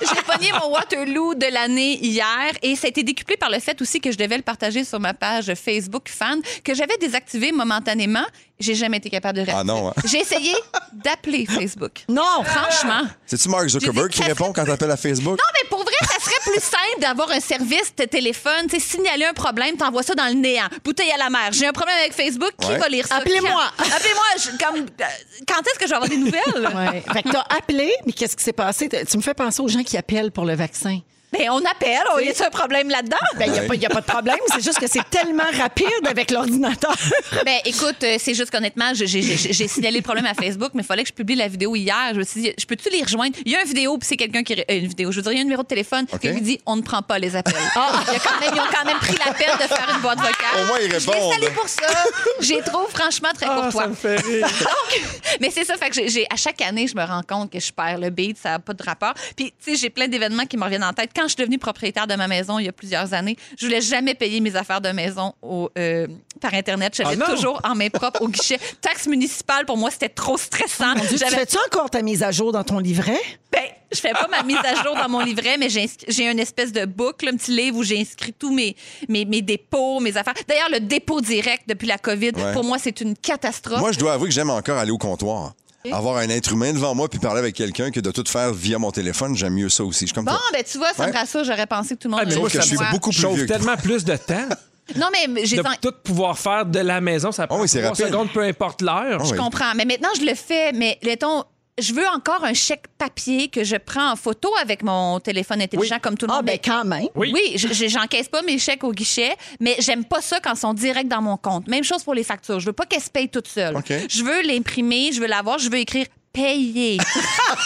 Speaker 4: J'ai pogné mon Waterloo de l'année hier et ça a été décuplé par le fait aussi que je devais le partager sur ma page Facebook fan que j'avais désactivé momentanément. J'ai jamais été capable de réactiver.
Speaker 2: Ah non, hein?
Speaker 4: J'ai essayé d'appeler Facebook.
Speaker 1: Non!
Speaker 4: Franchement.
Speaker 2: C'est-tu Mark
Speaker 4: J'ai
Speaker 2: Zuckerberg
Speaker 4: dit
Speaker 2: qui
Speaker 4: que ça
Speaker 2: répond quand t'appelles à Facebook?
Speaker 4: Non, mais pour vrai, ça serait plus simple d'avoir un service de téléphone. Tu sais, signaler un problème, t'envoies ça dans le néant. Bouteille à la mer. J'ai un problème avec Facebook. Qui
Speaker 2: Ouais.
Speaker 4: va lire ça?
Speaker 1: Appelez-moi.
Speaker 4: Quand? Appelez-moi. Je- comme, euh, quand est-ce que je vais avoir des nouvelles?
Speaker 1: Ouais. Fait que t'as appelé, mais qu'est-ce qui s'est passé? T'as- Tu me fais penser aux gens qui appellent pour le vaccin.
Speaker 4: Ben, on appelle. On y a un problème là-dedans?
Speaker 1: Ben, il n'y a,
Speaker 2: Ouais.
Speaker 1: pas- y a pas de problème, c'est juste que c'est tellement rapide avec l'ordinateur.
Speaker 4: Ben, écoute, euh, c'est juste qu'honnêtement, j'ai- j'ai- j'ai j'ai signalé le problème à Facebook, mais il fallait que je publie la vidéo hier. Je me suis dit, je peux-tu les rejoindre? Il y a une vidéo, puis c'est quelqu'un qui. ré- euh, Une vidéo, je veux dire, il y a un numéro de téléphone
Speaker 2: OK.
Speaker 4: qui lui dit, on ne prend pas les appels. Il y a quand même, ils ont quand même pris la peine de faire une boîte vocale.
Speaker 2: Au moins, ils
Speaker 4: Je vais
Speaker 2: répondent.
Speaker 4: saluer pour ça. J'ai trop, franchement, très
Speaker 3: Ah,
Speaker 4: courtois.
Speaker 3: ça me fait rire.
Speaker 4: Donc, mais c'est ça, fait que j'ai- j'ai- à chaque année, je me rends compte que je perds le beat, ça n'a pas de rapport. Puis, tu sais, j'ai plein d'événements qui me reviennent en tête. Quand je suis devenue propriétaire de ma maison il y a plusieurs années, je voulais jamais payer mes affaires de maison au, euh, par Internet. Je
Speaker 3: Ah
Speaker 4: l'avais
Speaker 3: non!
Speaker 4: toujours en main propre au guichet. Taxe municipale, pour moi, c'était trop stressant.
Speaker 3: Oh
Speaker 1: Tu
Speaker 4: J'avais-
Speaker 1: fais-tu encore ta mise à jour dans ton livret?
Speaker 4: ben, je fais pas ma mise à jour dans mon livret, mais j'ai inscrit- j'ai une espèce de boucle, un petit livre où j'ai inscrit tous mes, mes, mes dépôts, mes affaires. D'ailleurs, le dépôt direct depuis la COVID,
Speaker 2: Ouais.
Speaker 4: pour moi, c'est une catastrophe.
Speaker 2: Moi, je dois avouer que j'aime encore aller au comptoir. Avoir un être humain devant moi puis parler avec quelqu'un que de tout faire via mon téléphone, j'aime mieux ça aussi. Je suis comme
Speaker 4: Bon,
Speaker 2: toi.
Speaker 4: ben tu vois, ça me
Speaker 2: Ouais.
Speaker 4: rassure. J'aurais pensé que tout le monde.
Speaker 3: Ah, mais
Speaker 4: allait
Speaker 3: moi,
Speaker 4: le
Speaker 2: que je suis
Speaker 4: voir.
Speaker 2: beaucoup plus
Speaker 3: Chauffe
Speaker 2: vieux que
Speaker 3: tellement plus de temps
Speaker 4: Non, mais j'ai
Speaker 3: de
Speaker 4: vingt-
Speaker 3: tout pouvoir faire de la maison. Ça prend
Speaker 2: Ah oui, c'est
Speaker 3: 3
Speaker 2: rapide.
Speaker 3: secondes, peu importe l'heure.
Speaker 2: Ah oui.
Speaker 4: Je comprends. Mais maintenant, je le fais. Mais mettons, je veux encore un chèque papier que je prends en photo avec mon téléphone intelligent
Speaker 3: Oui.
Speaker 4: comme tout le
Speaker 1: Ah,
Speaker 4: monde.
Speaker 1: ben quand même.
Speaker 3: Oui.
Speaker 4: Oui, je- je- j'encaisse pas mes chèques au guichet, mais j'aime pas ça quand ils sont directs dans mon compte. Même chose pour les factures. Je veux pas qu'elles se payent toutes seules.
Speaker 2: OK.
Speaker 4: Je veux l'imprimer, je veux l'avoir, je veux écrire payer.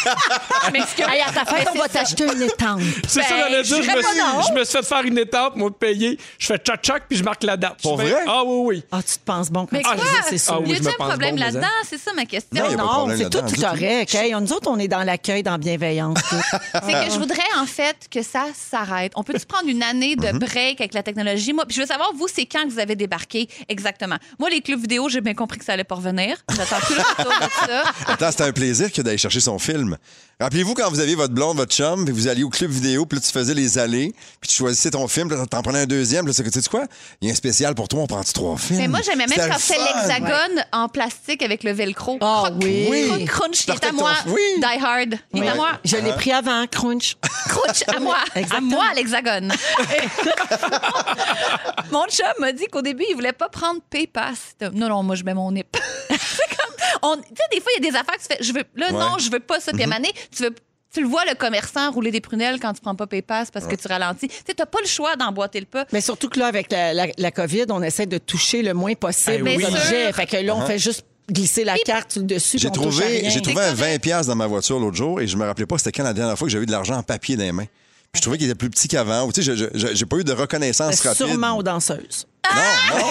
Speaker 4: mais ce que...
Speaker 1: Hey, à ta fête, on va t'acheter une étendre.
Speaker 3: C'est
Speaker 4: Ben,
Speaker 3: ça, j'allais
Speaker 4: je
Speaker 3: dire. Je
Speaker 4: dirais
Speaker 3: me,
Speaker 4: pas non.
Speaker 3: suis, je me suis fait faire une étape, moi, de payer. Je fais tchac-tchac, puis je marque la date.
Speaker 2: Pour
Speaker 3: Je fais,
Speaker 2: vrai?
Speaker 3: Ah oui, oui.
Speaker 1: Ah, tu te penses bon quand
Speaker 4: Mais
Speaker 1: tu
Speaker 4: quoi?
Speaker 1: dis ça, c'est sûr.
Speaker 3: Ah
Speaker 4: Il y
Speaker 3: oui,
Speaker 4: a
Speaker 3: je
Speaker 4: t
Speaker 3: me
Speaker 4: un
Speaker 3: pense
Speaker 4: problème
Speaker 3: bon, mais hein.
Speaker 4: là-dedans? C'est ça ma question.
Speaker 2: Non, il y a pas de
Speaker 1: Non,
Speaker 2: problème
Speaker 1: c'est tout,
Speaker 2: là-dedans, du
Speaker 1: tout
Speaker 2: tout.
Speaker 1: correct. Hey, nous autres, on est dans l'accueil, dans la bienveillance. tout.
Speaker 4: C'est
Speaker 2: Euh,
Speaker 4: que je voudrais, en fait, que ça s'arrête. On peut-tu prendre une année de
Speaker 2: Mhm.
Speaker 4: break avec la technologie? Moi, puis je veux savoir, vous, c'est quand que vous avez débarqué exactement? Moi, les clubs vidéo, j'ai bien compris que ça allait pas revenir. J'attends plus le retour de ça.
Speaker 2: Attends, c'était un plaisir que d'aller chercher son film. Rappelez-vous quand vous aviez votre blonde, votre chum, puis vous alliez au club vidéo, puis là, tu faisais les allées, puis tu choisissais ton film, puis là, t'en prenais un deuxième, puis là, c'est que, tu sais quoi? Il y a un spécial pour toi, on prend-tu trois films?
Speaker 4: Mais moi, j'aimais même
Speaker 2: C'était
Speaker 4: quand
Speaker 2: le
Speaker 4: c'était
Speaker 2: fun.
Speaker 4: l'hexagone en plastique avec le velcro.
Speaker 1: Ah
Speaker 4: Croc,
Speaker 1: oui.
Speaker 4: croc, Crunch, il est
Speaker 2: Parfait,
Speaker 4: à moi.
Speaker 2: ton- oui.
Speaker 4: Die Hard, il est à moi.
Speaker 1: Je
Speaker 2: Hein?
Speaker 1: l'ai pris avant, crunch.
Speaker 4: Crunch, à moi. À
Speaker 1: Exactement.
Speaker 4: moi, l'hexagone. mon chum m'a dit qu'au début, il voulait pas prendre PayPass. C'était, Non, non, moi, je mets mon NIP. C'est comme- on- Tu sais, des fois, il y a des affaires que tu fais. Je veux, là,
Speaker 2: Ouais. Mhm.
Speaker 4: non, je veux pas ça. Puis à un moment donné, tu veux. Tu le vois, le commerçant rouler des prunelles quand tu prends pas PayPass parce que tu ralentis. Tu sais, t'as pas le choix d'emboîter le pas.
Speaker 1: Mais surtout que là, avec la, la- la COVID, on essaie de toucher le moins possible les
Speaker 3: Eh
Speaker 4: oui.
Speaker 1: objets.
Speaker 4: Sûr.
Speaker 1: Fait que là, on fait juste glisser la carte sur le dessus.
Speaker 2: Uh-huh. J'ai
Speaker 1: puis on touche à
Speaker 2: trouvé,
Speaker 1: rien.
Speaker 2: j'ai trouvé
Speaker 4: C'est
Speaker 2: un
Speaker 4: correct.
Speaker 2: 20$ piastres dans ma voiture l'autre jour et je me rappelais pas c'était quand la dernière fois que j'avais eu de l'argent en papier dans les mains. Puis je trouvais qu'il était plus petit qu'avant. Ou, tu sais, je- je- je- j'ai pas eu de reconnaissance rapide.
Speaker 1: Sûrement aux danseuses.
Speaker 2: Non, non.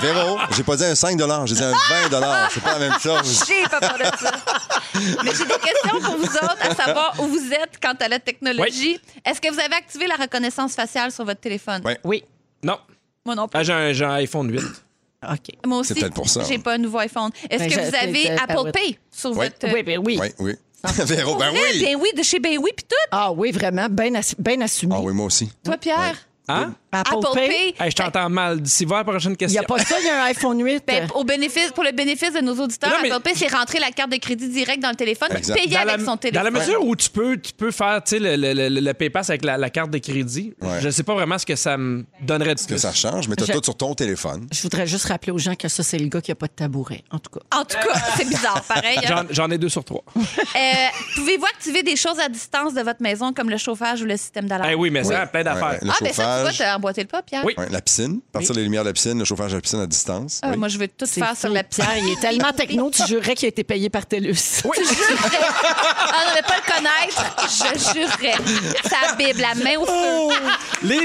Speaker 2: Véro, j'ai pas dit un 5 j'ai dit un 20 C'est pas la même chose.
Speaker 4: J'ai pas peur de ça. Mais j'ai des questions pour vous autres, à savoir où vous êtes quant à la technologie. Est-ce que vous avez activé la reconnaissance faciale sur votre téléphone?
Speaker 2: Ouais.
Speaker 1: Oui.
Speaker 3: Non.
Speaker 4: Moi non plus.
Speaker 3: Ah, j'ai un, j'ai un iPhone 8.
Speaker 1: OK.
Speaker 4: Moi aussi,
Speaker 2: C'est peut-être pour ça.
Speaker 4: j'ai pas un nouveau iPhone. Est-ce
Speaker 1: Ben,
Speaker 4: que
Speaker 1: je-
Speaker 4: vous
Speaker 1: t'es-
Speaker 4: avez
Speaker 1: t'es-
Speaker 4: Apple
Speaker 1: tabarouette.
Speaker 4: Pay sur
Speaker 2: Ouais.
Speaker 4: votre...
Speaker 1: Oui, ben oui.
Speaker 2: Euh, Oui, oui. Véro, ben
Speaker 4: Pour vrai,
Speaker 2: oui.
Speaker 4: Bien oui, de chez Ben oui, puis tout.
Speaker 1: Ah oui, vraiment, bien bien assumé.
Speaker 2: Ah oui, moi aussi.
Speaker 4: Toi, Pierre,
Speaker 3: Hein?
Speaker 1: Apple,
Speaker 4: Apple
Speaker 1: Pay,
Speaker 4: Pay.
Speaker 3: Hey, je t'entends mal. D'ici vers la
Speaker 1: il
Speaker 3: prochaine
Speaker 1: n'y
Speaker 3: question.
Speaker 1: a pas ça, il y a un iPhone 8.
Speaker 4: Ben, au bénéfice, pour le bénéfice de nos auditeurs,
Speaker 3: Non, mais-
Speaker 4: Apple Pay, c'est rentrer la carte de crédit direct dans le téléphone puis
Speaker 2: Exact.
Speaker 4: payer
Speaker 3: dans la,
Speaker 4: avec son
Speaker 3: dans
Speaker 4: téléphone.
Speaker 3: la mesure où tu peux, tu peux faire tu sais, le, le, le, le PayPass avec la, la carte de crédit,
Speaker 2: Ouais.
Speaker 3: je sais pas vraiment ce que ça me donnerait de
Speaker 2: Que
Speaker 3: plus.
Speaker 2: ça change, mais t'as
Speaker 1: Je-
Speaker 2: tout sur ton téléphone.
Speaker 1: Je voudrais juste rappeler aux gens que ça, c'est le gars qui n'a pas de tabouret, en tout cas.
Speaker 4: En tout cas, c'est bizarre, pareil. hein.
Speaker 3: J'en- J'en ai deux sur trois.
Speaker 4: Euh, Pouvez-vous activer des choses à distance de votre maison, comme le chauffage ou le système d'alarme?
Speaker 3: Eh oui, mais ça, plein d'affaires.
Speaker 2: Ouais, ouais, le
Speaker 4: ah, ben ça, tu vois,
Speaker 2: chauffage.
Speaker 4: t'as emboîté le pas, Pierre.
Speaker 3: Oui.
Speaker 2: ouais, la piscine, partir des lumières de la piscine, le chauffage de la piscine à distance.
Speaker 4: Ah,
Speaker 2: oui.
Speaker 4: Moi, je veux tout
Speaker 1: C'est
Speaker 4: faire sur
Speaker 1: fou.
Speaker 4: la
Speaker 1: Pierre, il est tellement techno, tu jurerais qu'il a été payé par TELUS.
Speaker 4: Je jurerais. Ah non, mais pas le connaître. Je jurerais. Ça bible la main au feu.
Speaker 3: Les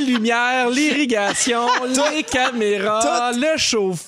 Speaker 3: lumières, l'irrigation, les caméras, le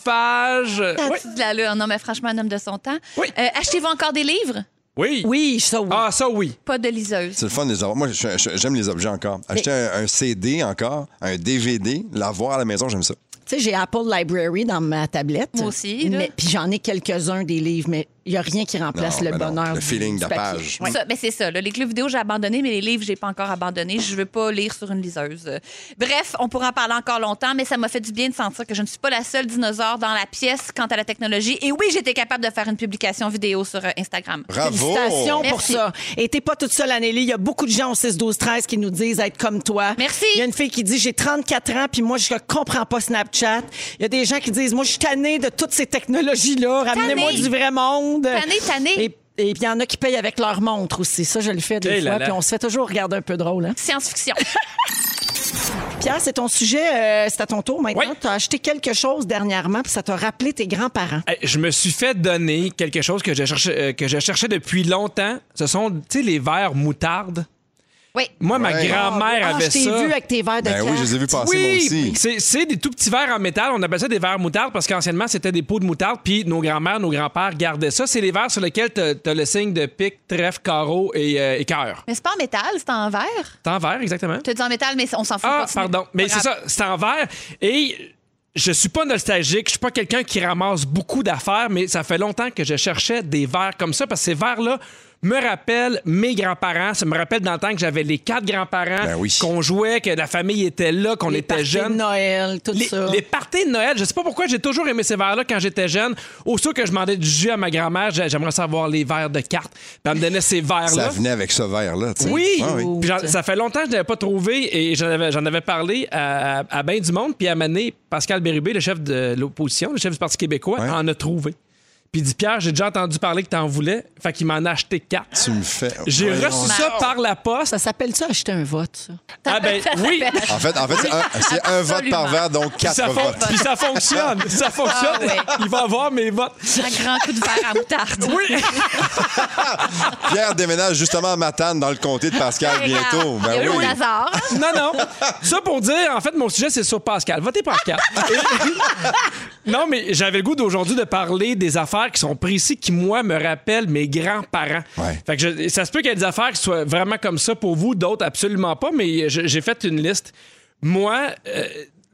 Speaker 3: chauffage.
Speaker 4: T'as-tu
Speaker 3: Oui.
Speaker 4: de l'allure? Non, mais franchement, un homme de son temps.
Speaker 3: Oui.
Speaker 4: Euh, Achetez-vous encore des livres?
Speaker 3: Oui.
Speaker 1: Oui, ça, oui.
Speaker 3: Ah, ça, oui.
Speaker 4: Pas de liseuse.
Speaker 2: C'est le fun de les avoir. Moi, je- je- j'aime les objets encore. Acheter un, un CD encore, un DVD, l'avoir à la maison, j'aime ça.
Speaker 1: Tu sais, j'ai Apple Library dans ma tablette.
Speaker 4: Moi aussi, là.
Speaker 1: Mais- Puis j'en ai quelques-uns des livres, mais il n'y a rien qui remplace le
Speaker 2: Non, ben non,
Speaker 1: bonheur.
Speaker 2: le
Speaker 1: du-
Speaker 2: feeling
Speaker 1: du
Speaker 2: de la
Speaker 1: papier.
Speaker 2: page.
Speaker 1: Ouais.
Speaker 4: Ça, mais Ben, c'est ça. là. Les clubs vidéo, j'ai abandonné, mais les livres, j'ai pas encore abandonné. Je veux pas lire sur une liseuse. Euh, Bref, on pourra en parler encore longtemps, mais ça m'a fait du bien de sentir que je ne suis pas la seule dinosaure dans la pièce quant à la technologie. Et oui, j'étais capable de faire une publication vidéo sur euh, Instagram.
Speaker 2: Bravo!
Speaker 1: Félicitations
Speaker 4: Oh.
Speaker 1: pour
Speaker 4: Merci.
Speaker 1: ça. Et t'es pas toute seule, Anneli. Il y a beaucoup de gens au 6, 12, 13 qui nous disent être comme toi.
Speaker 4: Merci.
Speaker 1: Il y a une fille qui dit j'ai 34 ans puis moi je comprends pas Snapchat. Il y a des gens qui disent moi je suis tannée de toutes ces technologies là, ramenez-moi
Speaker 4: Tannée.
Speaker 1: du vrai monde.
Speaker 4: Tannée, tannée.
Speaker 1: Et et puis il y en a qui payent avec leur montre aussi. Ça je le fais des
Speaker 3: Eh là
Speaker 1: fois
Speaker 3: là.
Speaker 1: puis on se fait toujours regarder un peu drôle hein.
Speaker 4: Science-fiction.
Speaker 1: Pierre, c'est ton sujet, euh, c'est à ton tour maintenant.
Speaker 3: Oui.
Speaker 1: Tu as acheté quelque chose dernièrement puis ça t'a rappelé tes grands-parents.
Speaker 3: Hey, Eh, Je me suis fait donner quelque chose que je cherchais, euh, que je cherchais depuis longtemps. Ce sont, tu sais, les verres moutarde.
Speaker 4: Oui.
Speaker 3: Moi, ma
Speaker 2: Ouais.
Speaker 3: grand-mère
Speaker 1: Ah,
Speaker 3: avait
Speaker 1: je t'ai
Speaker 3: ça.
Speaker 1: vu avec tes verres de
Speaker 2: Ben oui,
Speaker 1: Pierre.
Speaker 2: je les ai vus passer, moi
Speaker 3: Oui,
Speaker 2: aussi.
Speaker 3: c'est c'est des tout petits verres en métal. On appelle ça des verres moutarde parce qu'anciennement, c'était des pots de moutarde. Puis nos grands-mères, nos grands-pères gardaient ça. C'est les verres sur lesquels tu as le signe de pique, trèfle, carreau et, euh, et cœur.
Speaker 4: Mais c'est pas en métal, c'est en verre.
Speaker 3: C'est en verre, exactement.
Speaker 4: Tu dit en métal, mais on s'en fout.
Speaker 3: Ah,
Speaker 4: continue.
Speaker 3: pardon. Mais
Speaker 4: Pas
Speaker 3: c'est
Speaker 4: grave.
Speaker 3: ça, c'est en verre. Et je suis pas nostalgique, je suis pas quelqu'un qui ramasse beaucoup d'affaires, mais ça fait longtemps que je cherchais des verres comme ça parce que ces verres-là me rappellent mes grands-parents, ça me rappelle dans le temps que j'avais les quatre grands-parents,
Speaker 2: Ben oui.
Speaker 3: qu'on jouait, que la famille était là, qu'on
Speaker 1: Les
Speaker 3: était
Speaker 1: parties de
Speaker 3: jeunes.
Speaker 1: Noël, tout
Speaker 3: Les,
Speaker 1: ça.
Speaker 3: les parties de Noël, je sais pas pourquoi j'ai toujours aimé ces verres-là quand j'étais jeune. Aussitôt que je demandais du jus à ma grand-mère, j'ai- j'aimerais savoir les verres de cartes. Puis elle me donnait ces
Speaker 2: Ça
Speaker 3: verres-là.
Speaker 2: venait avec ce verre-là, tu sais.
Speaker 3: Oui,
Speaker 2: Ah oui.
Speaker 3: Puis j'en- ça fait longtemps que je ne l'avais pas trouvé et j'en avais, j'en avais parlé à, à, à bien du monde. Puis à Mané, Pascal Bérubé, le chef de l'opposition, le chef du Parti québécois,
Speaker 2: Ouais.
Speaker 3: en a trouvé. Puis il dit Pierre, j'ai déjà entendu parler que t'en voulais. Fait qu'il m'en a aché quatre.
Speaker 2: Tu me fais.
Speaker 3: J'ai
Speaker 2: Voyons.
Speaker 3: reçu ça par la poste.
Speaker 1: Ça s'appelle ça acheter un vote, ça?
Speaker 3: Ah ben oui.
Speaker 2: En fait, en fait c'est un, c'est un vote par
Speaker 4: Absolument.
Speaker 2: verre, donc
Speaker 3: Puis
Speaker 2: quatre
Speaker 3: ça, fon-
Speaker 2: votes.
Speaker 3: puis ça fonctionne. Ça fonctionne.
Speaker 4: Ah ouais.
Speaker 3: Il va avoir mes votes.
Speaker 4: Un grand coup de verre à moutarde.
Speaker 3: Oui.
Speaker 2: Pierre déménage justement à Matane dans le comté de Pascal bientôt.
Speaker 4: Il y a eu
Speaker 2: Ben oui.
Speaker 4: un hasard.
Speaker 3: Non, non. Ça pour dire, en fait, mon sujet, c'est sur Pascal. Votez Pascal. Et- non, mais j'avais le goût d'aujourd'hui de parler des affaires qui sont précises, qui, moi, me rappellent mes grands-parents.
Speaker 2: Ouais.
Speaker 3: Fait que je- ça se peut qu'il y ait des affaires qui soient vraiment comme ça pour vous, d'autres absolument pas, mais je- j'ai fait une liste. Moi, euh,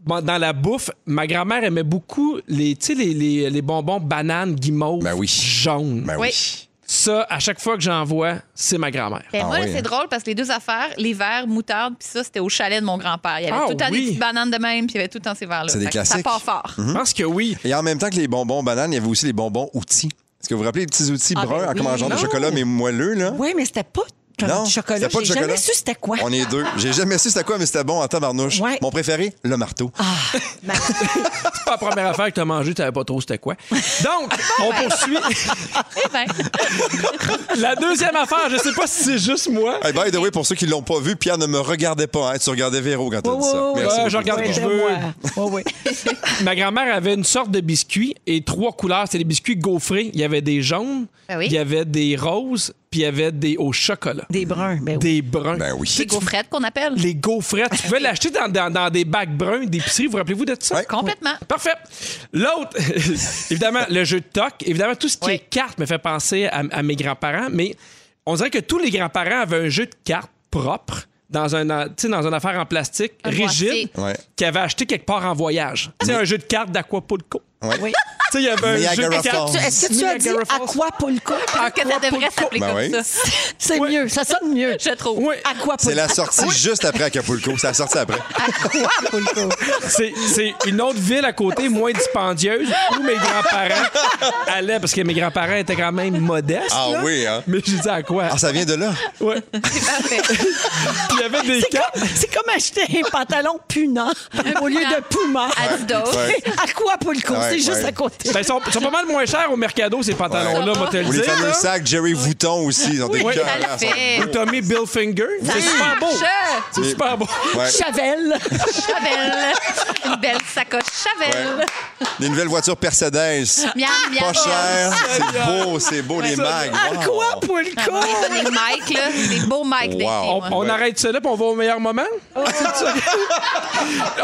Speaker 3: bon, dans la bouffe, ma grand-mère aimait beaucoup les, tu sais, les, les, les bonbons bananes, guimauves,
Speaker 2: Ben oui.
Speaker 3: jaunes.
Speaker 2: Ben oui.
Speaker 3: Ça, à chaque fois que j'en vois, c'est ma grand-mère.
Speaker 4: Ben
Speaker 2: Ah
Speaker 4: moi, là,
Speaker 2: oui,
Speaker 4: c'est
Speaker 2: hein.
Speaker 4: drôle parce que les deux affaires, les verres, moutarde, puis ça, c'était au chalet de mon grand-père. Il y avait
Speaker 3: Ah
Speaker 4: tout le temps
Speaker 3: oui.
Speaker 4: des petites bananes de même, puis il y avait tout le temps ces verres-là.
Speaker 2: C'est des
Speaker 4: Fait que Ça
Speaker 2: classiques.
Speaker 4: part fort.
Speaker 2: Mhm.
Speaker 3: Je pense que oui.
Speaker 2: Et en même temps que les bonbons bananes, il y avait aussi les bonbons outils. Est-ce que vous vous rappelez les petits outils
Speaker 1: Ah,
Speaker 2: bruns
Speaker 1: ben oui.
Speaker 2: comme un genre de
Speaker 1: Non.
Speaker 2: chocolat mais moelleux, là?
Speaker 1: Oui, mais c'était pas comme
Speaker 2: Non,
Speaker 1: du chocolat.
Speaker 2: c'était pas du
Speaker 1: J'ai
Speaker 2: chocolat.
Speaker 1: jamais su c'était quoi.
Speaker 2: On est deux. J'ai jamais su c'était quoi, mais c'était bon en tabarnouche.
Speaker 1: Ouais. Ah,
Speaker 2: Mon préféré, le marteau.
Speaker 1: Ma-
Speaker 3: pas la première affaire que t'as mangé, tu savais pas trop c'était quoi. Donc, on poursuit.
Speaker 4: Eh ben,
Speaker 3: La deuxième affaire, je sais pas si c'est juste moi.
Speaker 2: Hey, by the way, pour ceux qui l'ont pas vu, Pierre ne me regardait pas. hein. Tu regardais Véro quand t'as
Speaker 1: Oui,
Speaker 2: dit ça.
Speaker 1: oui, oui.
Speaker 2: Merci
Speaker 3: Ouais,
Speaker 2: beaucoup.
Speaker 3: je regarde
Speaker 1: Ouais,
Speaker 3: que je
Speaker 1: de
Speaker 3: veux.
Speaker 1: moi. Ouais, ouais.
Speaker 3: Ma grand-mère avait une sorte de biscuit et trois couleurs. C'était des biscuits gaufrés. Il y avait des jaunes,
Speaker 4: Ah oui.
Speaker 3: il y avait des roses, puis puis il y avait des au chocolat.
Speaker 1: Des bruns, ben oui.
Speaker 3: Des bruns.
Speaker 2: Ben oui.
Speaker 3: Tu sais,
Speaker 4: Les
Speaker 3: tu-
Speaker 4: gaufrettes qu'on appelle.
Speaker 3: Les gaufrettes. Tu pouvais l'acheter dans, dans- dans des bacs bruns d'épicerie. Vous vous rappelez-vous de ça?
Speaker 2: Ouais.
Speaker 4: Complètement.
Speaker 3: Parfait. L'autre, évidemment, le jeu de toc. Évidemment, tout ce qui
Speaker 4: Oui.
Speaker 3: est cartes me fait penser à, à mes grands-parents, mais on dirait que tous les grands-parents avaient un jeu de cartes propre dans un en- tu sais, dans une affaire en plastique
Speaker 4: Un
Speaker 3: rigide
Speaker 4: boîtier.
Speaker 2: Ouais.
Speaker 3: qu'ils avaient acheté quelque part en voyage. Tu sais, un jeu de cartes d'Aquapulco.
Speaker 2: Ouais.
Speaker 1: Oui.
Speaker 3: Tu sais, il y avait un
Speaker 2: Niagara
Speaker 3: jeu de
Speaker 2: Falls.
Speaker 3: cartes.
Speaker 1: Tu- Est-ce que tu as dit
Speaker 3: Niagara Falls.
Speaker 1: à quoi Polka?
Speaker 4: Ah, que ça devrait s'appeler
Speaker 2: Ben
Speaker 4: comme
Speaker 2: oui.
Speaker 4: ça.
Speaker 1: C'est
Speaker 3: Ouais.
Speaker 1: mieux, ça sonne mieux.
Speaker 4: Je trouve.
Speaker 3: Oui.
Speaker 1: À quoi
Speaker 2: C'est la
Speaker 1: Polka?
Speaker 2: sortie juste après Acapulco. C'est la sortie après.
Speaker 3: C'est c'est une autre ville à côté, moins dispendieuse, où mes grands-parents allaient, parce que mes grands-parents étaient quand même modestes.
Speaker 2: Ah
Speaker 3: là.
Speaker 2: oui, hein?
Speaker 3: Mais je dis à quoi?
Speaker 2: Ah, ça vient de là.
Speaker 3: Ouais.
Speaker 4: C'est parfait.
Speaker 3: Il y avait des
Speaker 1: C'est
Speaker 3: cartes.
Speaker 1: comme, c'est comme acheter un pantalon punant au lieu de puma.
Speaker 4: Adidas.
Speaker 2: Ouais.
Speaker 1: À quoi Polka?
Speaker 2: Ouais,
Speaker 1: c'est juste
Speaker 2: ouais.
Speaker 1: à côté.
Speaker 3: Ben, ils, sont, ils sont pas mal moins chers au Mercado, ces pantalons-là, moi, te le
Speaker 2: Ou les
Speaker 3: dire,
Speaker 2: fameux
Speaker 3: là.
Speaker 2: sacs Jerry Vouton aussi. Ils ont des
Speaker 3: Oui.
Speaker 2: cœurs.
Speaker 4: Ça
Speaker 2: là,
Speaker 4: le
Speaker 2: ils sont
Speaker 4: fait.
Speaker 3: Ou Tommy Billfinger. C'est super beau.
Speaker 4: Je-
Speaker 3: C'est super beau.
Speaker 2: Ouais.
Speaker 1: Chavel.
Speaker 4: Chavel. Une belle sacoche Chavel.
Speaker 2: Ouais. Les nouvelles voitures Mercedes.
Speaker 4: Miam, miam.
Speaker 2: Pas cher. C'est
Speaker 3: Seigneur.
Speaker 2: beau, c'est beau, les
Speaker 3: ça,
Speaker 2: mags.
Speaker 1: À
Speaker 2: Wow.
Speaker 1: quoi Polka?
Speaker 4: Ah, Des mics, là. Des beaux mics d'été,
Speaker 2: Wow.
Speaker 3: On,
Speaker 4: moi.
Speaker 3: on
Speaker 2: Ouais.
Speaker 3: arrête ça là, puis on va au meilleur moment. C'est ça?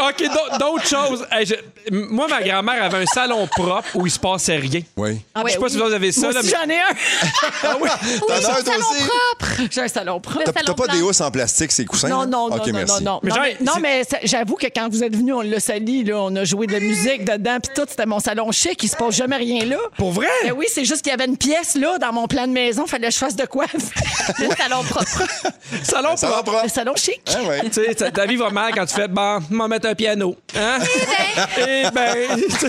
Speaker 3: OK, d'au- d'autres choses. Hey, je- m- moi, ma grand-mère avait un salon propre où il se passait rien.
Speaker 2: Oui.
Speaker 1: Ah,
Speaker 3: Je sais
Speaker 1: ben
Speaker 3: pas
Speaker 1: oui.
Speaker 3: si vous avez ça,
Speaker 1: Moi
Speaker 3: là,
Speaker 1: aussi,
Speaker 3: mais-
Speaker 1: j'en ai un.
Speaker 3: Ah oui.
Speaker 2: T'en as
Speaker 4: Son
Speaker 2: un, toi
Speaker 4: salon
Speaker 2: aussi?
Speaker 4: propre.
Speaker 1: J'ai un salon propre.
Speaker 4: Le
Speaker 2: T'as
Speaker 4: salon
Speaker 2: t'as pas des
Speaker 4: blanc.
Speaker 2: hausses en plastique, c'est coussins?
Speaker 1: Non,
Speaker 2: hein?
Speaker 1: non, non, non,
Speaker 2: Ok,
Speaker 1: non,
Speaker 2: merci.
Speaker 1: non.
Speaker 3: Mais
Speaker 1: Non,
Speaker 3: genre,
Speaker 1: mais, non,
Speaker 3: c'est-
Speaker 1: mais ça- j'avoue que quand vous êtes venus, on l'a sali, là, on a joué de la musique dedans, puis tout, c'était mon salon chic, il se passe jamais rien là.
Speaker 3: Pour vrai?
Speaker 1: Ben oui, c'est juste qu'il y avait une pièce, là, dans mon plan de maison, fallait que je fasse de quoi?
Speaker 4: Le salon propre.
Speaker 3: Salon
Speaker 2: Ça va
Speaker 3: propre.
Speaker 2: propre.
Speaker 1: Le salon chic.
Speaker 2: Hein, ouais.
Speaker 3: Tu sais, ta- ta vie va mal quand tu fais, bon, m'en mettre un piano. Hein? Eh ben,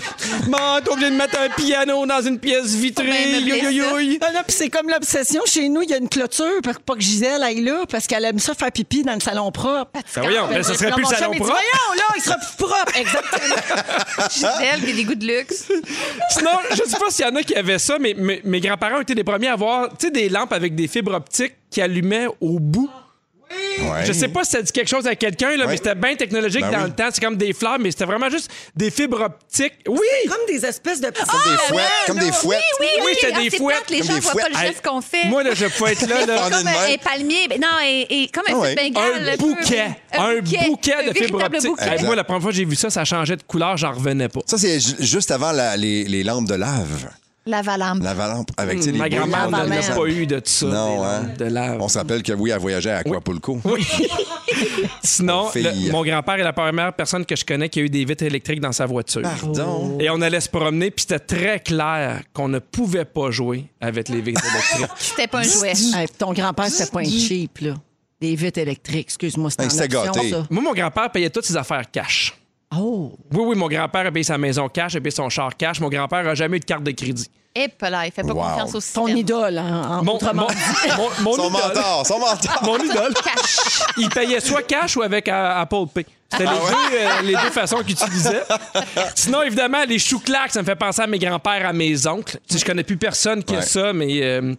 Speaker 3: bon, t'es obligé de mettre un piano dans une pièce vitrée.
Speaker 4: Faut bien
Speaker 3: Yo,
Speaker 4: meubler
Speaker 3: yo, yo,
Speaker 4: ça.
Speaker 3: yo.
Speaker 1: Ah non, puis c'est comme l'obsession. Chez nous, il y a une clôture pour pas que Gisèle aille là, parce qu'elle aime ça faire pipi dans le salon propre.
Speaker 3: Ben voyons, ben, ce serait
Speaker 1: Là,
Speaker 3: plus
Speaker 1: mon
Speaker 3: le
Speaker 1: chum,
Speaker 3: salon
Speaker 1: il dit,
Speaker 3: propre.
Speaker 1: Voyons, là, il sera plus propre. Exactement.
Speaker 4: Gisèle, qui a des goûts de luxe.
Speaker 3: Sinon, je sais pas s'il y en a qui avaient ça, mais mes, mes grands-parents étaient les premiers à avoir, tu sais, des lampes avec des fibres optiques qui allumaient au bout.
Speaker 2: Ouais.
Speaker 3: Je sais pas si ça dit quelque chose à quelqu'un, là,
Speaker 2: Ouais.
Speaker 3: mais c'était bien technologique
Speaker 2: Ben
Speaker 3: dans
Speaker 2: oui.
Speaker 3: le temps. C'est comme des fleurs, mais c'était vraiment juste des fibres optiques. Oui!
Speaker 1: comme des espèces de petits.
Speaker 2: Comme des fouettes. Comme des fouettes.
Speaker 4: Oui,
Speaker 3: Oui,
Speaker 4: oui,
Speaker 3: t'as
Speaker 4: ah,
Speaker 3: des
Speaker 4: c'est
Speaker 3: fouettes.
Speaker 4: plate, Les
Speaker 2: Comme
Speaker 4: gens
Speaker 2: des
Speaker 4: voient pas le
Speaker 2: fouettes.
Speaker 4: geste qu'on fait.
Speaker 3: Moi, là, je peux être là, là.
Speaker 2: Pendant-
Speaker 4: comme
Speaker 2: de
Speaker 4: un,
Speaker 2: même.
Speaker 4: un palmier. Ben Non, et, et comme un
Speaker 2: Ah ouais.
Speaker 4: petit bengal,
Speaker 3: Un
Speaker 4: peu-
Speaker 3: bouquet, un bouquet,
Speaker 4: un
Speaker 3: de fibres
Speaker 4: véritable
Speaker 3: optiques.
Speaker 4: bouquet.
Speaker 3: Hey,
Speaker 2: Exact.
Speaker 3: moi, la première fois que j'ai vu ça, ça changeait de couleur, j'en revenais pas.
Speaker 2: Ça, c'est ju- juste avant la- les, les lampes de lave.
Speaker 4: La valampe.
Speaker 2: La valampe avec tu sais, les
Speaker 3: Ma
Speaker 2: boules
Speaker 3: grand-mère
Speaker 2: dans
Speaker 1: la
Speaker 2: le
Speaker 3: n'a
Speaker 2: sang.
Speaker 3: pas eu de ça. des
Speaker 2: Non, hein?
Speaker 3: lampes De lave.
Speaker 2: On se rappelle que oui, elle voyageait à Acapulco.
Speaker 3: Oui. Sinon,
Speaker 2: Fille.
Speaker 3: le- mon grand-père est la première personne que je connais qui a eu des vitres électriques dans sa voiture.
Speaker 4: Bah,
Speaker 2: Pardon.
Speaker 3: Et on allait se promener, puis c'était très clair qu'on ne pouvait pas jouer avec les vitres électriques.
Speaker 4: C'était pas un jouet.
Speaker 1: Ah, Hey, puis ton grand-père, c'était pas un cheap, là. Des vitres électriques, excuse-moi, c'était
Speaker 2: Hey,
Speaker 1: en
Speaker 2: c'était
Speaker 1: option,
Speaker 2: gâté.
Speaker 1: ça.
Speaker 3: Moi, mon grand-père payait toutes ses affaires cash.
Speaker 1: Oh,
Speaker 3: Oui, oui, mon grand-père a payé sa maison cash, a payé son char cash. Mon grand-père n'a jamais eu de carte de crédit.
Speaker 4: Et là, il fait pas
Speaker 2: Wow.
Speaker 4: confiance au système.
Speaker 1: ton idole, hein, en-
Speaker 3: Mon,
Speaker 1: autrement
Speaker 3: mon-
Speaker 1: dit.
Speaker 3: mon- mon
Speaker 2: Son
Speaker 3: idole-
Speaker 2: mentor, son mentor.
Speaker 3: Mon idole.
Speaker 4: Cash.
Speaker 3: Il payait soit cash ou avec euh, Apple Pay. C'était
Speaker 2: Ah
Speaker 3: les, deux, euh, les deux façons qu'il utilisait. Sinon, évidemment, les chouclacs, ça me fait penser à mes grands-pères, à mes oncles. Tu sais, je connais plus personne qui a
Speaker 2: Ouais.
Speaker 3: ça, mais euh,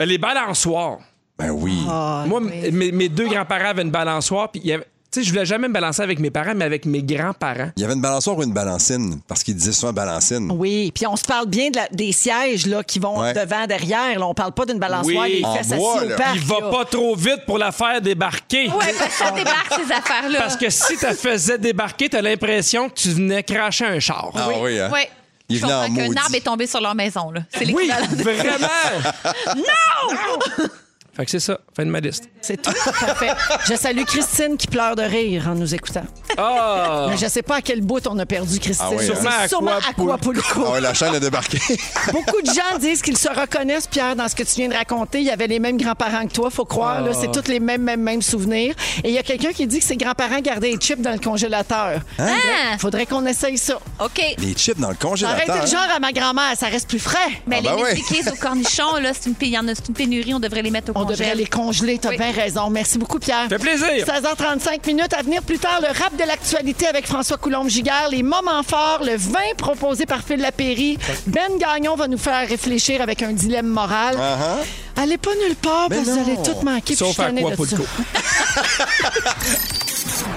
Speaker 3: les balançoires.
Speaker 2: Ben oui.
Speaker 1: Ah.
Speaker 3: Moi, m- mes, mes deux grands-parents avaient une balançoire, puis il y avait- Tu sais, je voulais jamais me balancer avec mes parents, mais avec mes grands-parents.
Speaker 2: Il y avait une balançoire ou une balancine, parce qu'il disait souvent balancine.
Speaker 1: Oui, puis on se parle bien de la- des sièges là, qui vont
Speaker 2: Ouais.
Speaker 1: devant, derrière. Là, on parle pas d'une balançoire,
Speaker 3: Oui.
Speaker 1: des
Speaker 2: En
Speaker 1: fesses
Speaker 2: bois,
Speaker 1: assis
Speaker 2: là.
Speaker 1: au parc.
Speaker 3: Il va
Speaker 1: là.
Speaker 3: pas trop vite pour la faire débarquer.
Speaker 4: Ouais, parce que ça débarque ces affaires-là.
Speaker 3: Parce que si tu faisais débarquer, t'as l'impression que tu venais cracher un char.
Speaker 2: Ah oui, hein?
Speaker 4: Ouais.
Speaker 2: Il
Speaker 4: Je
Speaker 2: venait en
Speaker 4: comprends qu'un
Speaker 2: maudit.
Speaker 4: arbre est tombé sur leur maison, là. C'est
Speaker 3: Oui,
Speaker 4: l'équivalent. de-
Speaker 3: vraiment! non! Fait que c'est ça, fin de ma liste.
Speaker 1: C'est tout. Parfait. Je salue Christine qui pleure de rire en nous écoutant.
Speaker 3: Ah!
Speaker 1: Mais je sais pas à quel bout on a perdu Christine.
Speaker 2: Ah oui,
Speaker 1: C'est
Speaker 2: hein?
Speaker 1: sûrement à
Speaker 3: Aquapulco.
Speaker 1: Aquapulco.
Speaker 2: Ah ouais, la chaîne a débarqué.
Speaker 1: Beaucoup de gens disent qu'ils se reconnaissent, Pierre, dans ce que tu viens de raconter. Il y avait les mêmes grands-parents que toi, faut croire. là.
Speaker 3: Ah.
Speaker 1: C'est tous les mêmes, mêmes, mêmes souvenirs. Et il y a quelqu'un qui dit que ses grands-parents gardaient les chips dans le congélateur.
Speaker 3: Hein?
Speaker 4: Ah,
Speaker 1: Faudrait qu'on essaye ça.
Speaker 4: OK.
Speaker 2: Les chips dans le
Speaker 1: Ça aurait été
Speaker 2: congélateur. hein?
Speaker 1: le
Speaker 3: hein?
Speaker 1: genre à ma grand-mère, ça reste plus frais.
Speaker 4: Mais
Speaker 2: Ah ben
Speaker 4: les
Speaker 2: ouais.
Speaker 4: Mickey au cornichon, là, c'est une, pé- il y en a- c'est une pénurie, on devrait les mettre au
Speaker 1: Ah. On
Speaker 4: congé.
Speaker 1: devrait les congeler, t'as
Speaker 4: Oui.
Speaker 1: bien raison. Merci beaucoup, Pierre.
Speaker 3: Fait plaisir.
Speaker 1: 16h35 minutes à venir plus tard, le rap de l'actualité avec François Coulombe-Giguère, les moments forts, le vin proposé par Phil Lapéry. Ben Gagnon va nous faire réfléchir avec un dilemme moral.
Speaker 2: Uh-huh.
Speaker 1: Allez pas nulle part parce que vous
Speaker 2: Ben non.
Speaker 1: allez tout manquer. puis je
Speaker 3: Sauf
Speaker 1: suis
Speaker 3: à
Speaker 1: tannée de ça.
Speaker 3: Aquapulco.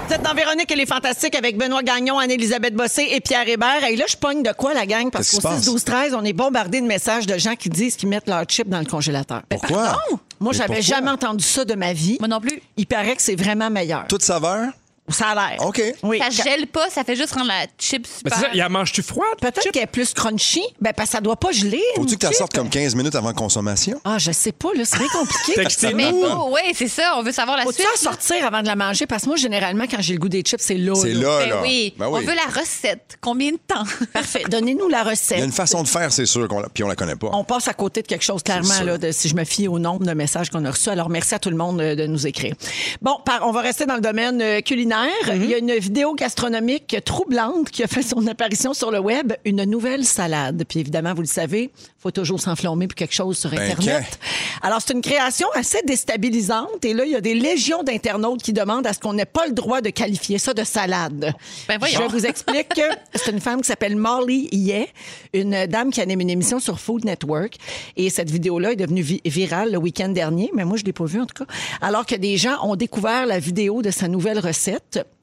Speaker 1: Vous êtes dans Véronique, elle est fantastique avec Benoît Gagnon, Anne-Elisabeth Bossé et Pierre Hébert. Et là, je pogne de quoi, la gang? Parce
Speaker 2: Qu'est-ce
Speaker 1: qu'au
Speaker 2: qui se passe?
Speaker 1: 6-12-13, on est bombardé de messages de gens qui disent qu'ils mettent leur chip dans le congélateur. Ben, ah
Speaker 2: Pourquoi?
Speaker 1: Moi,
Speaker 2: Mais
Speaker 1: j'avais
Speaker 2: pourquoi?
Speaker 1: jamais entendu ça de ma vie.
Speaker 4: Moi non plus.
Speaker 1: Il paraît que c'est vraiment meilleur.
Speaker 2: Toute saveur?
Speaker 1: Ça a l'air.
Speaker 2: OK.
Speaker 1: Oui.
Speaker 4: Ça gèle pas, ça fait juste rendre la chip
Speaker 3: Mais
Speaker 4: super.
Speaker 3: c'est ça, il la manges-tu froide?
Speaker 1: Peut-être
Speaker 3: Chip?
Speaker 1: qu'elle est plus crunchy. Ben, parce que ça doit pas geler.
Speaker 2: Faut-tu
Speaker 1: une
Speaker 2: que tu
Speaker 1: chip?
Speaker 2: sortes comme 15 minutes avant consommation?
Speaker 1: Ah, je sais pas, là. C'est bien compliqué.
Speaker 3: Textez-nous.
Speaker 4: mais oh, oui, c'est ça, on veut savoir la
Speaker 1: Faut-tu
Speaker 4: suite.
Speaker 1: en sortir avant de la manger? Parce que moi, généralement, quand j'ai le goût des chips, c'est là.
Speaker 2: C'est
Speaker 1: Oh là.
Speaker 2: là,
Speaker 4: Ben
Speaker 2: là.
Speaker 4: oui.
Speaker 2: Ben
Speaker 4: on veut la recette. Combien de temps?
Speaker 1: Parfait. Donnez-nous la recette.
Speaker 2: Il y a une façon de faire, c'est sûr, qu'on la- puis on la connaît pas.
Speaker 1: on passe à côté de quelque chose clairement
Speaker 2: sûr.
Speaker 1: là, de- si je me fie au nombre de messages qu'on a reçus. Alors merci à tout le monde euh, de nous écrire. Bon, par- on va rester dans le domaine euh, culinaire. Il y a une vidéo gastronomique troublante qui a fait son apparition sur le web, une nouvelle salade. Puis évidemment, vous le savez, faut toujours s'enflammer pour quelque chose sur
Speaker 2: Ben,
Speaker 1: internet. Alors c'est une création assez déstabilisante et là il y a des légions d'internautes qui demandent à ce qu'on n'ait pas le droit de qualifier ça de salade.
Speaker 4: Ben, voyons.
Speaker 1: Je vous explique que c'est une femme qui s'appelle Molly Yeh, une dame qui anime une émission sur Food Network. Et cette vidéo-là est devenue vi- virale le week-end dernier, mais moi, je ne l'ai pas vue en tout cas. Alors que des gens ont découvert la vidéo de sa nouvelle recette.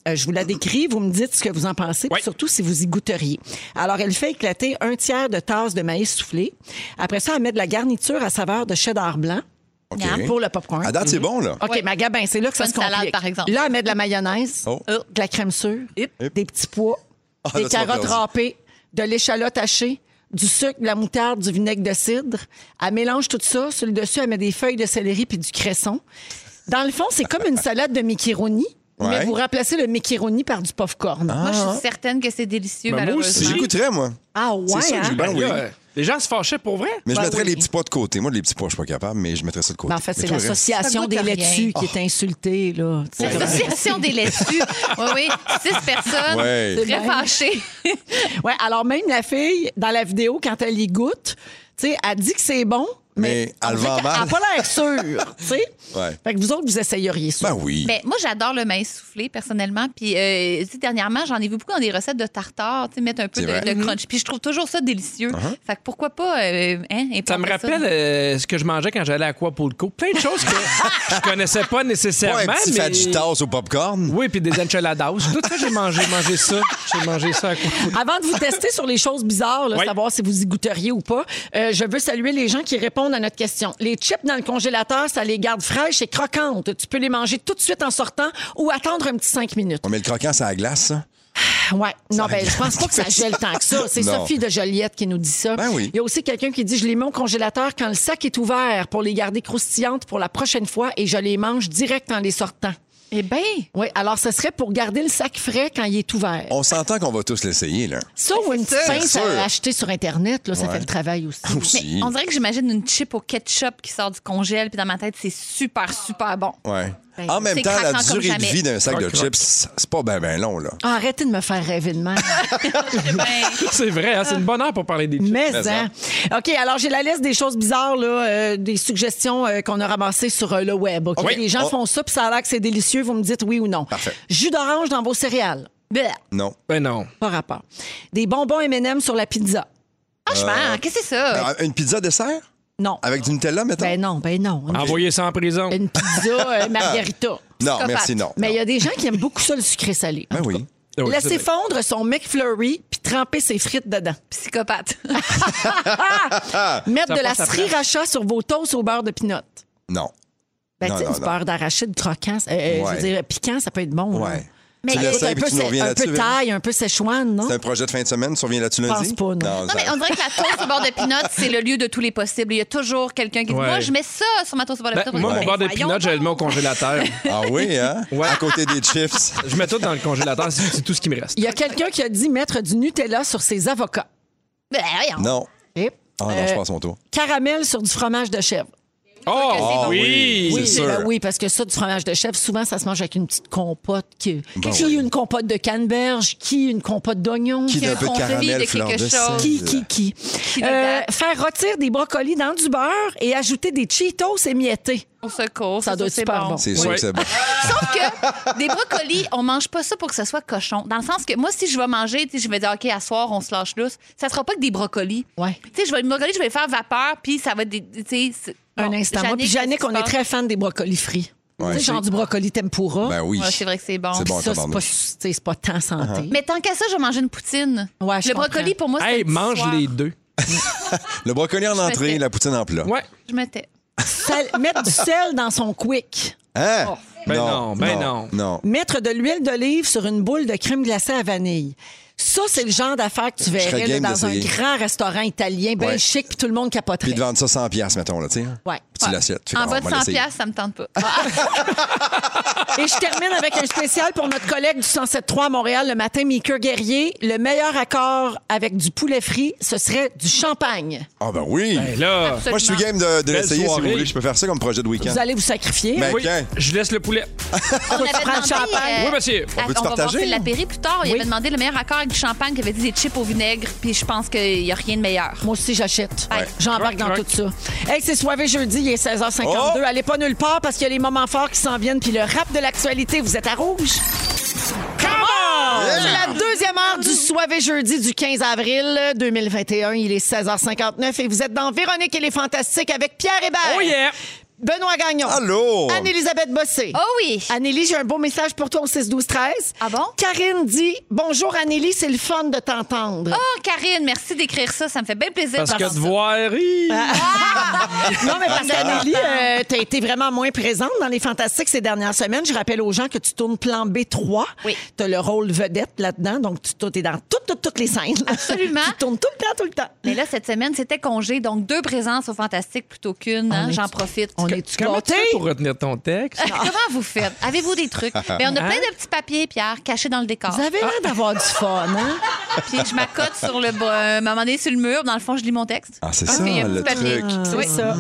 Speaker 1: Euh, je vous la décris, vous me dites ce que vous en pensez, puis
Speaker 3: Ouais.
Speaker 1: surtout si vous y goûteriez. Alors, elle fait éclater un tiers de tasse de maïs soufflé. Après ça, elle met de la garniture à saveur de cheddar blanc
Speaker 2: OK.
Speaker 4: Miam.
Speaker 1: pour le popcorn.
Speaker 2: À date, c'est bon, là.
Speaker 1: OK,
Speaker 4: Ouais.
Speaker 1: ma gabin, c'est là que ça
Speaker 4: Bonne
Speaker 1: se complique.
Speaker 4: salade, par exemple.
Speaker 1: Là, elle met de la mayonnaise,
Speaker 2: Oh.
Speaker 1: euh, de la crème sûre,
Speaker 2: Hip.
Speaker 1: des petits pois,
Speaker 2: Ah,
Speaker 1: des
Speaker 2: là, tu m'as
Speaker 1: carottes
Speaker 2: perdu.
Speaker 1: râpées, de l'échalote hachée, du sucre, de la moutarde, du vinaigre de cidre. Elle mélange tout ça. Sur le dessus, elle met des feuilles de céleri puis du cresson. Dans le fond, c'est comme une salade de macaroni, mais
Speaker 2: Ouais. Ah.
Speaker 1: vous remplacez le macaroni par du popcorn.
Speaker 4: Moi, je suis certaine que c'est délicieux,
Speaker 3: Ben, moi aussi.
Speaker 4: malheureusement.
Speaker 2: J'écouterais, moi.
Speaker 1: Ah ouais,
Speaker 2: C'est ça que
Speaker 1: hein?
Speaker 2: j'ai ben oui.
Speaker 3: Là, euh, Les gens se fâchaient pour vrai?
Speaker 2: Mais je
Speaker 1: Ben
Speaker 2: mettrais
Speaker 1: oui.
Speaker 2: les petits pois de côté. Moi, les petits pois, je suis pas capable, mais je mettrais ça de côté.
Speaker 1: Ben, en fait,
Speaker 2: Mais Ah.
Speaker 1: c'est
Speaker 2: tout le reste-
Speaker 1: l'association
Speaker 4: Ça
Speaker 1: des
Speaker 4: goûte rien.
Speaker 1: laitues qui est insultée, là. Tu sais.
Speaker 4: L'association des laitues. Oui, oui. Six personnes.
Speaker 2: Ouais.
Speaker 4: Très fâchées.
Speaker 1: Ouais, alors même la fille, dans la vidéo, quand elle y goûte, tu sais, elle dit que c'est bon, mais,
Speaker 2: Mais
Speaker 1: on
Speaker 2: elle
Speaker 1: dirait
Speaker 2: vend
Speaker 1: qu'elle-
Speaker 2: mal.
Speaker 1: elle a pas l'air sûre, tu sais.
Speaker 2: Ah. Ouais.
Speaker 1: Fait que vous autres, vous essayeriez ça.
Speaker 2: Ben oui.
Speaker 4: Ben, moi, j'adore le maïs soufflé, personnellement. Puis, euh, tu sais, dernièrement, j'en ai vu beaucoup dans des recettes de tartare, tu sais, mettre un peu
Speaker 2: C'est
Speaker 4: de,
Speaker 2: vrai. Mm-hmm. Uh-huh.
Speaker 4: de crunch. Puis, je trouve toujours ça délicieux. Fait que pourquoi pas, euh, hein,
Speaker 3: Ça me rappelle euh, ce que je mangeais quand j'allais à Aquapulco. Plein de choses que je connaissais pas nécessairement.
Speaker 2: Pas un petit
Speaker 3: mais...
Speaker 2: fajitas au popcorn.
Speaker 3: Oui, puis des enchiladas. Tout ça, j'ai mangé, mangé ça. J'ai mangé ça à Aquapulco.
Speaker 1: Avant de vous tester sur les choses bizarres, là,
Speaker 3: Oui.
Speaker 1: savoir si vous y goûteriez ou pas, euh, je veux saluer les gens qui répondent à notre question. Les chips dans le congélateur, ça les garde fraîches et croquantes. Tu peux les manger tout de suite en sortant ou attendre un petit cinq minutes.
Speaker 2: On met le croquant sur la glace, ça.
Speaker 1: Ouais. Non, ben, je pense pas que ça gèle tant que ça. C'est
Speaker 2: Non.
Speaker 1: Sophie de Joliette qui nous dit ça.
Speaker 2: Ben oui.
Speaker 1: Il y a aussi quelqu'un qui dit Je les mets au congélateur quand le sac est ouvert pour les garder croustillantes pour la prochaine fois et je les mange direct en les sortant.
Speaker 4: Eh bien,
Speaker 1: Oui, alors ce serait pour garder le sac frais quand il est ouvert.
Speaker 2: On s'entend qu'on va tous l'essayer, là.
Speaker 1: Ça ou une petite
Speaker 2: sûr.
Speaker 1: pince
Speaker 2: Oh, C'est sûr.
Speaker 1: à acheter sur Internet, là, ça
Speaker 2: Ouais.
Speaker 1: fait le travail aussi.
Speaker 2: Aussi.
Speaker 4: on dirait que j'imagine une chip au ketchup qui sort du congèle, puis dans ma tête, c'est super, super bon.
Speaker 2: Ouais.
Speaker 1: Ben,
Speaker 2: en même
Speaker 4: c'est
Speaker 2: temps, la
Speaker 4: craquant comme
Speaker 2: durée de
Speaker 4: jamais.
Speaker 2: vie d'un sac de
Speaker 3: Croque,
Speaker 2: chips, c'est pas bien ben long, là.
Speaker 1: Ah, Arrêtez de me faire rêver de même.
Speaker 4: Eh ben,
Speaker 3: C'est vrai, hein, c'est une bonne heure pour parler des chips.
Speaker 1: Mais, hein. OK, alors j'ai la liste des choses bizarres, là, euh, des suggestions euh, qu'on a ramassées sur euh, le web. OK?
Speaker 2: Oui.
Speaker 1: Les gens
Speaker 2: Oh.
Speaker 1: font ça, puis ça a l'air que c'est délicieux. Vous me dites oui ou non.
Speaker 2: Parfait.
Speaker 1: Jus d'orange dans vos céréales.
Speaker 4: bleh.
Speaker 2: Non.
Speaker 3: Ben non.
Speaker 1: Pas rapport. Des bonbons M&M sur la pizza.
Speaker 4: Franchement, qu'est-ce que c'est ça?
Speaker 1: Ben,
Speaker 2: Euh, une pizza dessert?
Speaker 1: Non.
Speaker 2: Avec du Nutella, mettons?
Speaker 1: Ben non, ben non.
Speaker 2: Ah.
Speaker 3: Envoyez ça en prison.
Speaker 1: Une pizza euh, margarita.
Speaker 2: non,
Speaker 4: psychopathe.
Speaker 2: merci, non.
Speaker 1: Mais il y
Speaker 2: non.
Speaker 1: a des gens qui aiment beaucoup ça, le sucré salé.
Speaker 2: Ben oui.
Speaker 3: Ah oui,
Speaker 1: Laissez
Speaker 3: c'est-
Speaker 1: fondre son McFlurry puis tremper ses frites dedans. Ah!
Speaker 4: Psychopathe.
Speaker 1: Mettre
Speaker 3: Ça
Speaker 1: de la
Speaker 3: prend sa place.
Speaker 1: sriracha sur vos toasts au beurre de pinot.
Speaker 2: Non.
Speaker 1: Ben,
Speaker 2: Non,
Speaker 1: tu sais,
Speaker 2: non,
Speaker 1: du
Speaker 2: non.
Speaker 1: beurre d'arachide croquant, euh, euh, je
Speaker 2: Ouais.
Speaker 1: veux dire, piquant, ça peut être bon. là. Ben,
Speaker 2: Ouais.
Speaker 4: Mais
Speaker 2: tu
Speaker 4: il y a
Speaker 2: l'essayes
Speaker 1: Un
Speaker 2: puis
Speaker 1: peu,
Speaker 2: tu nous
Speaker 1: c'est-
Speaker 2: reviens
Speaker 1: un peu
Speaker 2: là-dessus. hein?
Speaker 1: taille, un peu séchoine, non?
Speaker 2: C'est un projet de fin de semaine, tu reviens là-dessus
Speaker 1: Pense
Speaker 2: lundi?
Speaker 1: pas, non.
Speaker 4: Non, mais on dirait que la toast au bord de pinot, c'est le lieu de tous les possibles. Il y a toujours quelqu'un qui dit
Speaker 3: Ouais.
Speaker 4: Moi, je mets ça sur ma toast au bord de
Speaker 3: Ben,
Speaker 4: pinot.
Speaker 3: moi, mon
Speaker 4: Ben,
Speaker 3: beurre de
Speaker 4: voyons
Speaker 3: peanut, je le mets au
Speaker 4: donc.
Speaker 3: congélateur.
Speaker 2: Ah oui, hein? À côté des chips.
Speaker 3: je mets tout dans le congélateur, c'est c'est tout ce qui me reste.
Speaker 1: Il y a quelqu'un qui a dit mettre du Nutella sur ses avocats.
Speaker 4: Ben, voyons.
Speaker 2: Non.
Speaker 1: Et,
Speaker 2: Ah non,
Speaker 4: Euh,
Speaker 2: je passe mon tour.
Speaker 1: Caramel sur du fromage de chèvre.
Speaker 3: Oh,
Speaker 2: Ah
Speaker 3: oui!
Speaker 2: oui, c'est sûr.
Speaker 1: ben oui, parce que ça, du fromage de chèvre, souvent, ça se mange avec une petite compote. Qui,
Speaker 2: Bon,
Speaker 1: qui
Speaker 2: oui.
Speaker 1: une compote de canneberge, qui une compote d'oignon.
Speaker 2: Qui
Speaker 4: Qu'un
Speaker 2: d'un peu de
Speaker 4: confit de
Speaker 2: caramel, fleur
Speaker 4: quelque
Speaker 2: de sel.
Speaker 4: chose.
Speaker 1: Qui, qui, qui?
Speaker 4: Qui
Speaker 1: Euh,
Speaker 4: date?
Speaker 1: faire rôtir des brocolis dans du beurre et ajouter des Cheetos émiettés.
Speaker 4: Au secours.
Speaker 1: Ça doit être
Speaker 4: c'est
Speaker 1: super bon.
Speaker 2: C'est sûr
Speaker 3: Ouais.
Speaker 2: que c'est bon.
Speaker 4: Sauf que des brocolis, on mange pas ça pour que ça soit cochon. Dans le sens que moi, si je vais manger, tu sais, je vais dire, OK, à soir, on se lâche lousse. Ça sera pas que des brocolis.
Speaker 1: Ouais.
Speaker 4: Tu sais, je vais, le brocoli, je vais le faire vapeur, puis ça va être des. tu sais, c'est-
Speaker 1: Un
Speaker 4: bon,
Speaker 1: instant. Moi, puis Jannick,
Speaker 4: qu'est-ce qui
Speaker 1: on est
Speaker 4: se passe?
Speaker 1: très fan des brocolis frits.
Speaker 2: Ouais.
Speaker 1: Tu sais, genre du brocoli tempura.
Speaker 2: Ben oui.
Speaker 4: Ouais, c'est vrai que c'est bon.
Speaker 2: C'est bon,
Speaker 1: ça, c'est pas,
Speaker 2: tabarnak.
Speaker 1: tu sais, c'est pas tant santé.
Speaker 4: Mais tant qu'à ça, je vais manger une poutine.
Speaker 1: Ouais, je
Speaker 4: le brocoli,
Speaker 1: comprends.
Speaker 4: pour moi, c'est.
Speaker 3: Hey,
Speaker 4: le petit
Speaker 3: mange
Speaker 4: soir.
Speaker 3: les deux.
Speaker 2: Le brocoli en
Speaker 4: Je
Speaker 2: entrée,
Speaker 4: mettais.
Speaker 2: la poutine en plat.
Speaker 3: Ouais.
Speaker 4: Je mettais.
Speaker 1: Sal- mettre du sel dans son quick.
Speaker 2: Hein?
Speaker 3: Ben non, ben non.
Speaker 2: Non.
Speaker 1: Mettre de l'huile d'olive sur une boule de crème glacée à vanille. Ça, c'est le genre d'affaires que tu verrais
Speaker 2: serais
Speaker 1: là,
Speaker 2: game
Speaker 1: dans un
Speaker 2: d'essayer.
Speaker 1: grand restaurant italien, bien
Speaker 2: Ouais.
Speaker 1: chic, puis tout le monde capoterait.
Speaker 2: Puis de vendre ça 100 piastres, mettons, là, tu sais. hein?
Speaker 1: Ouais.
Speaker 2: Petite assiette. Fait
Speaker 4: En
Speaker 2: qu'on
Speaker 4: bas de
Speaker 2: Ah, va
Speaker 4: 100
Speaker 2: l'essayer.
Speaker 4: piastres, ça me tente pas.
Speaker 1: Et je termine avec un spécial pour notre collègue du 107.3 à Montréal le matin, Mika Guerrier. Le meilleur accord avec du poulet frit, ce serait du champagne.
Speaker 2: Ah ben oui.
Speaker 3: Ben là,
Speaker 4: Absolument.
Speaker 2: Moi, je suis game de, de
Speaker 3: Belle
Speaker 2: l'essayer, si vous
Speaker 3: soirée.
Speaker 2: voulez. Je peux faire ça comme projet de week-end.
Speaker 1: Vous allez vous sacrifier.
Speaker 2: Ben,
Speaker 3: oui,
Speaker 2: tiens.
Speaker 3: je laisse le poulet.
Speaker 4: On avait
Speaker 1: prends le
Speaker 4: demandé, euh,
Speaker 1: champagne.
Speaker 3: Oui, monsieur.
Speaker 4: à-
Speaker 2: On peut-tu
Speaker 4: va voir
Speaker 2: partager,
Speaker 4: c'est
Speaker 2: là?
Speaker 4: l'apéri plus tard. Il
Speaker 1: Oui.
Speaker 4: avait demandé le meilleur accord avec du champagne qui avait dit des chips au vinaigre, puis je pense qu'il n'y a rien de meilleur.
Speaker 1: Moi aussi, j'achète.
Speaker 4: Ouais.
Speaker 1: J'embarque dans
Speaker 3: Croc,
Speaker 1: tout ça. Hey, c'est soirée jeudi, il est 16h52.
Speaker 2: Oh!
Speaker 1: Allez pas nulle part parce qu'il y a les moments forts qui s'en viennent puis le rap de l'actualité. Vous êtes à rouge? Come on! C'est la deuxième heure du soirée jeudi du 15 avril 2021. Il est 16h59 et vous êtes dans Véronique et les Fantastiques avec Pierre Hébert.
Speaker 3: Oh yeah!
Speaker 1: Benoît Gagnon.
Speaker 2: Allô?
Speaker 1: Anne-Élisabeth Bossé.
Speaker 4: Oh oui!
Speaker 1: Annélie, j'ai un beau message pour toi au 6-12-13.
Speaker 4: Ah bon?
Speaker 1: Karine dit Bonjour Annélie, c'est le fun de t'entendre.
Speaker 4: Oh, Karine, merci d'écrire ça. Ça me fait bien plaisir.
Speaker 3: Parce que
Speaker 4: d'entendre
Speaker 3: de
Speaker 4: ça.
Speaker 3: voir. hi.
Speaker 1: Non, mais parce qu'Anélie, euh, t'as été vraiment moins présente dans les fantastiques ces dernières semaines. Je rappelle aux gens que tu tournes plan B3.
Speaker 4: Oui.
Speaker 1: T'as le rôle vedette là-dedans, donc tu t'es dans toutes, toutes, toutes les scènes.
Speaker 4: Absolument.
Speaker 1: tu tournes tout le temps, tout le temps.
Speaker 4: Mais là, cette semaine, c'était congé, donc deux présences au Fantastique plutôt qu'une. hein.
Speaker 1: est-
Speaker 4: J'en profite.
Speaker 1: On est-tu
Speaker 3: Comment tu
Speaker 1: gâtés?
Speaker 3: fais pour retenir ton texte?
Speaker 4: Comment vous faites? Avez-vous des trucs? Mais on a plein de petits papiers, Pierre, cachés dans le décor.
Speaker 1: Vous avez l'air d'avoir du fun, hein?
Speaker 4: Puis je m'accote sur le bas- euh, à un moment donné sur le mur. Dans le fond, je lis mon texte.
Speaker 2: Ah, c'est
Speaker 4: Parce
Speaker 2: ça,
Speaker 4: qu'il y a un
Speaker 2: le
Speaker 4: petit papier. Ah,
Speaker 2: truc.
Speaker 1: C'est
Speaker 4: Oui.
Speaker 1: ça.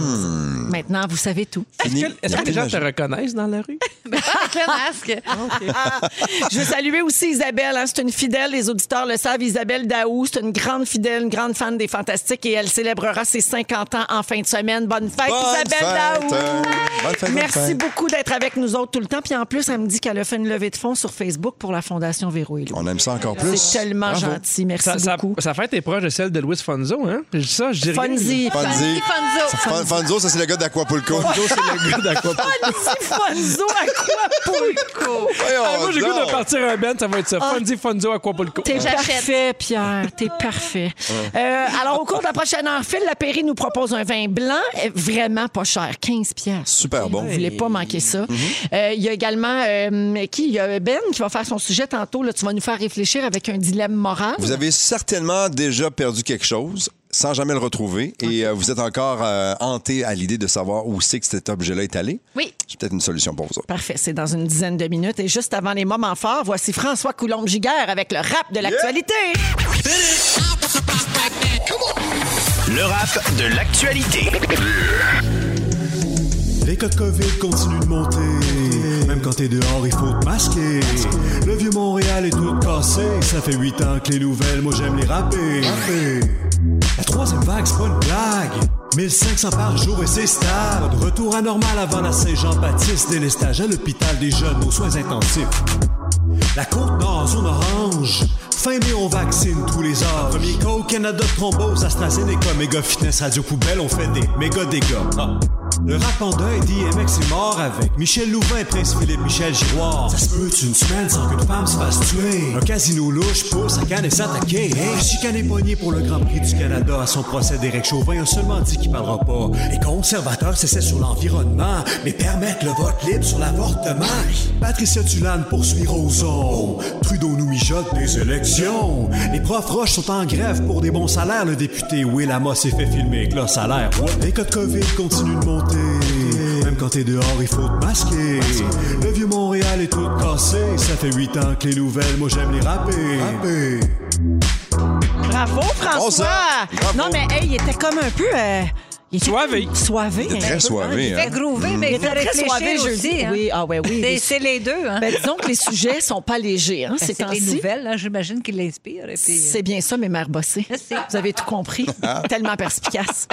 Speaker 1: Maintenant, vous savez tout.
Speaker 2: Fini.
Speaker 3: Est-ce que-
Speaker 2: Il y
Speaker 3: Est-ce
Speaker 2: a
Speaker 3: que les
Speaker 2: plus
Speaker 3: gens te
Speaker 2: de magie.
Speaker 3: reconnaissent dans la rue?
Speaker 4: Mais pas avec le masque.
Speaker 1: Je veux saluer aussi Isabelle. hein. C'est une fidèle, les auditeurs le savent. Isabelle Daou, c'est une grande fidèle, une grande fan des Fantastiques et elle célébrera ses 50 ans en fin de semaine. Bonne fête,
Speaker 2: Bonne
Speaker 1: Isabelle
Speaker 2: fête,
Speaker 1: Daou!
Speaker 2: euh, bonne fête, bonne
Speaker 1: Merci
Speaker 2: fête.
Speaker 1: beaucoup d'être avec nous autres tout le temps. Puis en plus, elle me dit qu'elle a fait une levée de fonds sur Facebook pour la Fondation Véro et Lou.
Speaker 2: On aime ça encore
Speaker 1: C'est
Speaker 2: plus.
Speaker 1: tellement gentil. Merci
Speaker 3: Ça, ça,
Speaker 1: beaucoup.
Speaker 3: sa fête est proche de celle de Louis Fonzo, hein? Je dis ça, je dis rien.
Speaker 1: Fonzie.
Speaker 2: Fonzie.
Speaker 4: Fonzie, Fonzo.
Speaker 2: Fon- Fonzo, ça, c'est le gars d'Aquapulco. Fonzo, c'est le gars d'Aquapulco.
Speaker 1: Fonzie, Fonzo, à quoi Poulco?
Speaker 3: Ah, moi, j'ai le
Speaker 2: Oh,
Speaker 3: goût de partir un band, ça va être ça. Fonzie, Fonzo, Aquapulco.
Speaker 1: T'es
Speaker 4: J'achète.
Speaker 1: parfait, Pierre. T'es parfait. Euh, alors, au cours de la prochaine heure, Phil Lapéry nous propose un vin blanc euh, vraiment pas cher, 15 pièces.
Speaker 2: Super bon.
Speaker 1: Vous voulez pas manquer ça. Euh,
Speaker 2: Mm-hmm.
Speaker 1: Il y a également euh, qui? Il y a Ben qui va faire son sujet tantôt. Là, tu vas nous faire réfléchir avec un dilemme moral.
Speaker 2: Vous avez certainement déjà perdu quelque chose sans jamais le retrouver et euh, vous êtes encore euh, hanté à l'idée de savoir où c'est que cet objet-là est allé.
Speaker 4: Oui.
Speaker 2: J'ai peut-être une solution pour vous autres.
Speaker 1: Parfait, c'est dans une dizaine de minutes. Et juste avant les moments forts, voici François Coulombe-Giguère avec le rap de l'actualité.
Speaker 6: Le rap de l'actualité.
Speaker 7: Les cas de COVID continuent de monter. Même quand t'es dehors, il faut te masquer. Le vieux Montréal est tout cassé. Ça fait huit ans que les nouvelles, moi j'aime les rapper. La troisième vague, c'est pas une blague. 1500 par jour et c'est stable. Retour à normal avant la Saint-Jean-Baptiste. Délestage à l'hôpital des jeunes aux soins intensifs. La côte nord, zone orange. Fin mai, on vaccine tous les heures. Premier cas au Canada de thrombose, AstraZeneca, méga fitness, radio poubelle, on fait des méga dégâts. Ah. Le rap en deuil, DMX est mort avec Michel Louvain, Prince Philippe, Michel Giroir. Ça se peut une semaine sans qu'une femme se fasse tuer. Un casino louche pousse à Cannes et s'attaquer. Hey. Chicane est poignée pour le Grand Prix du Canada à son procès d'Éric Chauvin. On a seulement dit qu'il parlera pas. Les conservateurs cessaient sur l'environnement, mais permettent le vote libre sur l'avortement. Patricia Tulane poursuit Roson. Trudeau nous mijote des élections. Les profs roches sont en grève pour des bons salaires. Le député Will Amos s'est fait filmer avec leur salaire. Ouais. Les cas de COVID continuent de monter. Même quand t'es dehors, il faut te masquer. Le vieux Montréal est tout cassé. Ça fait huit ans que les nouvelles, moi j'aime les rapper.
Speaker 1: Bravo, François!
Speaker 2: Bonsoir. Bravo.
Speaker 1: Non, mais hey, il était comme un peu... euh, il était
Speaker 3: Soivé.
Speaker 1: comme Soivé.
Speaker 2: Il est très
Speaker 1: un peu,
Speaker 2: soivé,
Speaker 1: hein.
Speaker 2: hein.
Speaker 8: Fait groover, mais
Speaker 1: Il
Speaker 8: il faut
Speaker 1: était très soivé
Speaker 8: réfléchir
Speaker 1: jeudi.
Speaker 8: aussi. hein.
Speaker 1: Oui, ah ouais, oui.
Speaker 8: C'est-
Speaker 1: Les-
Speaker 8: C'est les deux. Hein.
Speaker 1: Ben, disons que les sujets sont pas légers, hein, ces
Speaker 8: c'est les
Speaker 1: temps-ci.
Speaker 8: nouvelles, euh, hein, j'imagine qu'ils l'inspirent. et puis-
Speaker 1: C'est bien ça, mes mères bossées.
Speaker 8: Merci.
Speaker 1: Vous avez tout compris.
Speaker 2: Ah.
Speaker 1: Tellement perspicace.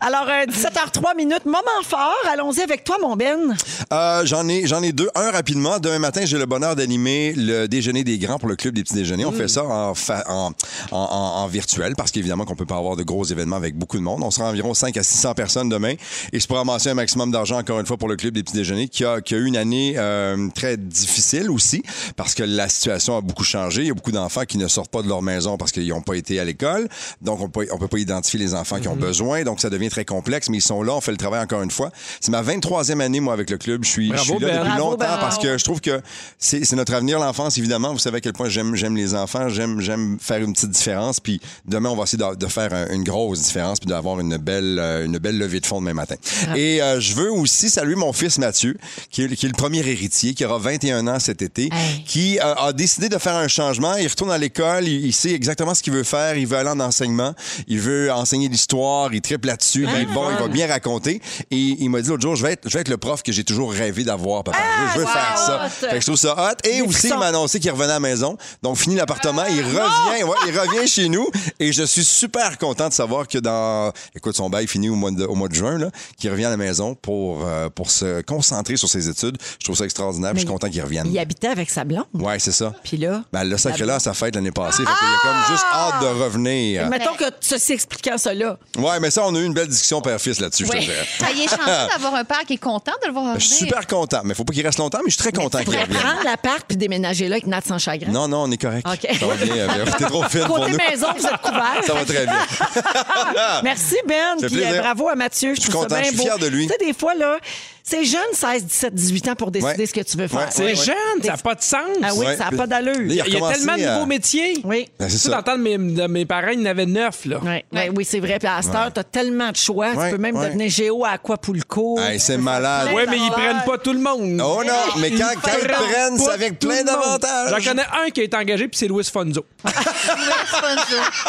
Speaker 1: Alors, euh, 17h03 minutes, moment fort. Allons-y avec toi, mon Ben.
Speaker 2: Euh, j'en ai, j'en ai deux. Un rapidement. Demain matin, j'ai le bonheur d'animer le déjeuner des grands pour le club des petits déjeuners. On fait ça en, fa- en, en- en- en virtuel parce qu'évidemment qu'on peut pas avoir de gros événements avec beaucoup de monde. On sera environ 5 à 6 600 personnes demain. Et c'est pour amasser un maximum d'argent, encore une fois, pour le club des petits déjeuners, qui a, qui a eu une année euh, très difficile aussi, parce que la situation a beaucoup changé. Il y a beaucoup d'enfants qui ne sortent pas de leur maison parce qu'ils n'ont pas été à l'école. Donc, on ne peut pas identifier les enfants
Speaker 3: Mm-hmm.
Speaker 2: qui ont besoin. Donc, ça devient très complexe, mais ils sont là. On fait le travail encore une fois. C'est ma 23e année, moi, avec le club. Je suis, je
Speaker 3: Bravo,
Speaker 2: suis là
Speaker 3: Ben.
Speaker 2: depuis
Speaker 3: Bravo,
Speaker 2: longtemps
Speaker 1: Ben.
Speaker 2: parce que je trouve que c'est c'est notre avenir, l'enfance, évidemment. Vous savez à quel point j'aime j'aime les enfants, j'aime j'aime faire une petite différence. Puis demain, on va essayer de, de faire un- une grosse différence puis d'avoir une belle euh, une belle levée de fonds demain matin. Et euh, je veux aussi saluer mon fils Mathieu, qui est, qui est le premier héritier, qui aura 21 ans cet été,
Speaker 1: Hey.
Speaker 2: qui euh, a décidé de faire un changement. Il retourne à l'école, il, il sait exactement ce qu'il veut faire. Il veut aller en enseignement, il veut enseigner l'histoire, il triple là-dessus,
Speaker 1: Ah,
Speaker 2: il va être bon, il va bien raconter. Et il m'a dit l'autre jour, je vais être, je vais être le prof que j'ai toujours rêvé d'avoir, papa. Je- je veux
Speaker 1: wow!
Speaker 2: faire ça. Fait que je trouve ça hot. Et aussi,
Speaker 1: frissons.
Speaker 2: il m'a annoncé qu'il revenait à la maison. Donc, fini l'appartement,
Speaker 1: Ah,
Speaker 2: il revient, ouais, il revient chez nous. Et je suis super content de savoir que dans, écoute, son bail finit au mois de, au mois de juin, là, qu'il revient à la maison pour, euh, pour se concentrer sur ses études. Je trouve ça extraordinaire. puis Je suis content qu'il revienne.
Speaker 1: Il habitait avec sa blonde.
Speaker 2: Ouais, c'est ça.
Speaker 1: Puis là.
Speaker 2: Ben, elle l'a sacré là à sa fête l'année passée. Fait qu'il a comme juste
Speaker 1: Ah!
Speaker 2: hâte de revenir.
Speaker 1: Mettons que ceci expliquant cela.
Speaker 2: Ouais, mais ça, on a eu une belle discussion père-fils là-dessus,
Speaker 8: euh,
Speaker 2: je te dirais.
Speaker 4: Ah, il est chanceux d'avoir un père qui est content de le voir
Speaker 2: Je suis
Speaker 4: revenir.
Speaker 2: Ben, super content, mais faut pas qu'il reste longtemps, mais je suis très content qu'il
Speaker 1: Pourrait
Speaker 2: revienne.
Speaker 1: prendre l'appart puis déménager là avec Nat sans chagrin.
Speaker 2: Non, non, on est correct.
Speaker 1: OK.
Speaker 2: Ça va bien, Ève. T'es trop fine pour
Speaker 1: Côté
Speaker 2: nous.
Speaker 1: maison, vous êtes couverts.
Speaker 2: Ça va très bien.
Speaker 1: Merci Ben,
Speaker 2: Ah! Ça fait
Speaker 1: puis euh,
Speaker 2: plaisir.
Speaker 1: bravo à Mathieu, je
Speaker 2: suis
Speaker 1: trouve ça
Speaker 2: content,
Speaker 1: bien
Speaker 2: je suis
Speaker 1: beau.
Speaker 2: fier de lui.
Speaker 1: Tu sais des fois là, c'est jeune 16, 17, 18 ans pour décider
Speaker 2: Ouais.
Speaker 1: ce que tu veux faire.
Speaker 2: Ouais.
Speaker 3: C'est jeune, ça n'a pas de sens.
Speaker 1: Ah oui,
Speaker 2: Ouais.
Speaker 1: ça n'a pas d'allure.
Speaker 2: Il a
Speaker 3: Il y a
Speaker 2: recommencé euh,
Speaker 3: tellement de
Speaker 2: à-
Speaker 3: nouveaux métiers.
Speaker 1: Oui.
Speaker 2: Ben,
Speaker 3: Tu
Speaker 2: c'est
Speaker 3: sais,
Speaker 2: ça.
Speaker 3: dans le temps de mes, de mes parents, ils en avaient neuf, là.
Speaker 1: Ouais, ouais, oui, c'est vrai. Puis à cette heure, t'as tellement de choix.
Speaker 2: Ouais,
Speaker 1: tu peux même
Speaker 2: ouais.
Speaker 1: devenir géo à Aquapulco.
Speaker 2: Hey, c'est Ah, malade.
Speaker 3: Ouais, mais ils prennent pas tout le monde.
Speaker 2: Oh non, mais quand, quand ils
Speaker 3: Prennent
Speaker 2: prennent, c'est
Speaker 3: pas
Speaker 2: avec
Speaker 3: tout
Speaker 2: plein
Speaker 3: le monde.
Speaker 2: d'avantages.
Speaker 3: J'en connais un qui est engagé, puis c'est Louis Fonzo.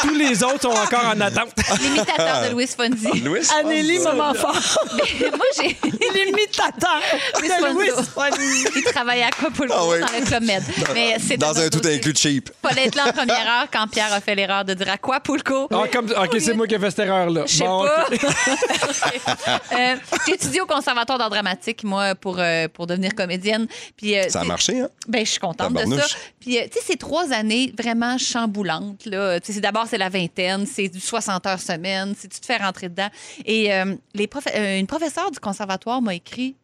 Speaker 3: Tous les autres sont encore en attente.
Speaker 4: L'imitateur de Louis Fonzi.
Speaker 2: Louis?
Speaker 3: Ah,
Speaker 1: Anélie, moment fort.
Speaker 4: Moi, j'ai.
Speaker 1: L'imitateur
Speaker 4: Louis
Speaker 1: de Louis
Speaker 4: Fonzo.
Speaker 1: Fonzi.
Speaker 4: Il travaillait à Acapulco
Speaker 2: Ah oui.
Speaker 4: dans le Club Med. Mais c'est
Speaker 2: Dans un
Speaker 4: autre
Speaker 2: tout
Speaker 4: dossier.
Speaker 2: inclus cheap.
Speaker 4: Paul Etlan en première heure quand Pierre a fait l'erreur de dire Aquapulco.
Speaker 3: Ah, comme, OK, c'est moi qui ai fait cette erreur-là.
Speaker 4: Je sais
Speaker 3: Bon,
Speaker 4: pas.
Speaker 3: OK.
Speaker 4: Euh, j'ai étudié au conservatoire d'art dramatique, moi, pour, euh, pour devenir comédienne. Puis, euh,
Speaker 2: Ça a
Speaker 4: c'est-
Speaker 2: marché, hein?
Speaker 4: Ben, je suis contente de ça.
Speaker 2: Tabarnouche.
Speaker 4: Puis, euh, tu sais, c'est trois années vraiment chamboulantes. Là. Tu sais, c'est- D'abord, c'est la vingtaine, c'est du 60 heures semaine, c'est tu te fais rentrer dedans. Et euh, les prof... euh, une professeure du conservatoire m'a écrit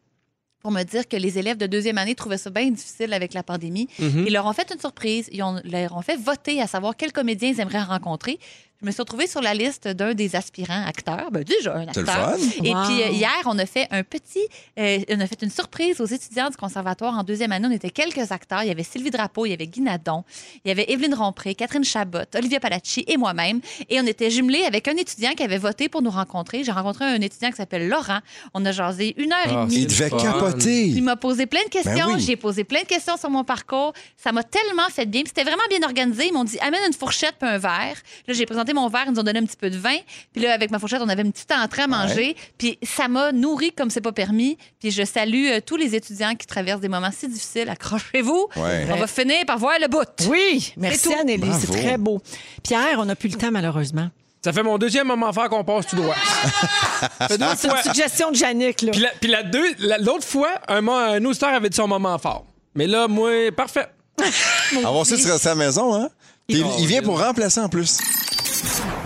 Speaker 4: pour me dire que les élèves de deuxième année trouvaient ça bien difficile avec la pandémie.
Speaker 2: Mm-hmm.
Speaker 4: Ils leur ont fait une surprise. Ils ont- leur ont fait voter à savoir quels comédiens ils aimeraient rencontrer. Je me suis retrouvée sur la liste d'un des aspirants acteurs. Ben, déjà, un
Speaker 2: C'est le
Speaker 4: acteur.
Speaker 2: fun.
Speaker 4: Et
Speaker 1: Wow.
Speaker 4: puis euh, hier, on a fait un petit, euh, on a fait une surprise aux étudiants du conservatoire en deuxième année. On était quelques acteurs. Il y avait Sylvie Drapeau, il y avait Guy Nadon, il y avait Evelyne Rompré, Catherine Chabot, Olivia Palacci et moi-même. Et on était jumelés avec un étudiant qui avait voté pour nous rencontrer. J'ai rencontré un étudiant qui s'appelle Laurent. On a jasé une heure
Speaker 3: Ah,
Speaker 4: et
Speaker 3: c'est
Speaker 4: demie.
Speaker 2: Il devait
Speaker 3: fun.
Speaker 4: Il
Speaker 2: capoter.
Speaker 4: m'a posé plein de questions.
Speaker 2: Ben oui.
Speaker 4: J'ai posé plein de questions sur mon parcours. Ça m'a tellement fait bien. Puis C'était vraiment bien organisé. Ils m'ont dit amène une fourchette puis un verre. Là, j'ai présenté mon verre. Ils nous ont donné un petit peu de vin. Puis là, avec ma fourchette, on avait une petite entrée à manger. Puis ça m'a nourri comme c'est pas permis. Puis je salue euh, tous les étudiants qui traversent des moments si difficiles. Accrochez-vous.
Speaker 2: Ouais.
Speaker 4: On va finir par voir le bout.
Speaker 1: Oui, merci
Speaker 4: tout.
Speaker 1: Anélie, c'est
Speaker 2: Bravo.
Speaker 1: très beau. Pierre, on n'a plus le temps malheureusement.
Speaker 3: Ça fait mon deuxième moment fort qu'on passe tout droit. Ça fait deux
Speaker 1: C'est une
Speaker 3: fois.
Speaker 1: suggestion de Yannick là.
Speaker 3: Puis la- puis la deux- la- l'autre fois, un, mo- un auditeur avait dit son moment fort. Mais là, moi, parfait.
Speaker 2: On va essayer de rester à la maison, hein? Puis il, il vient pour remplacer en plus.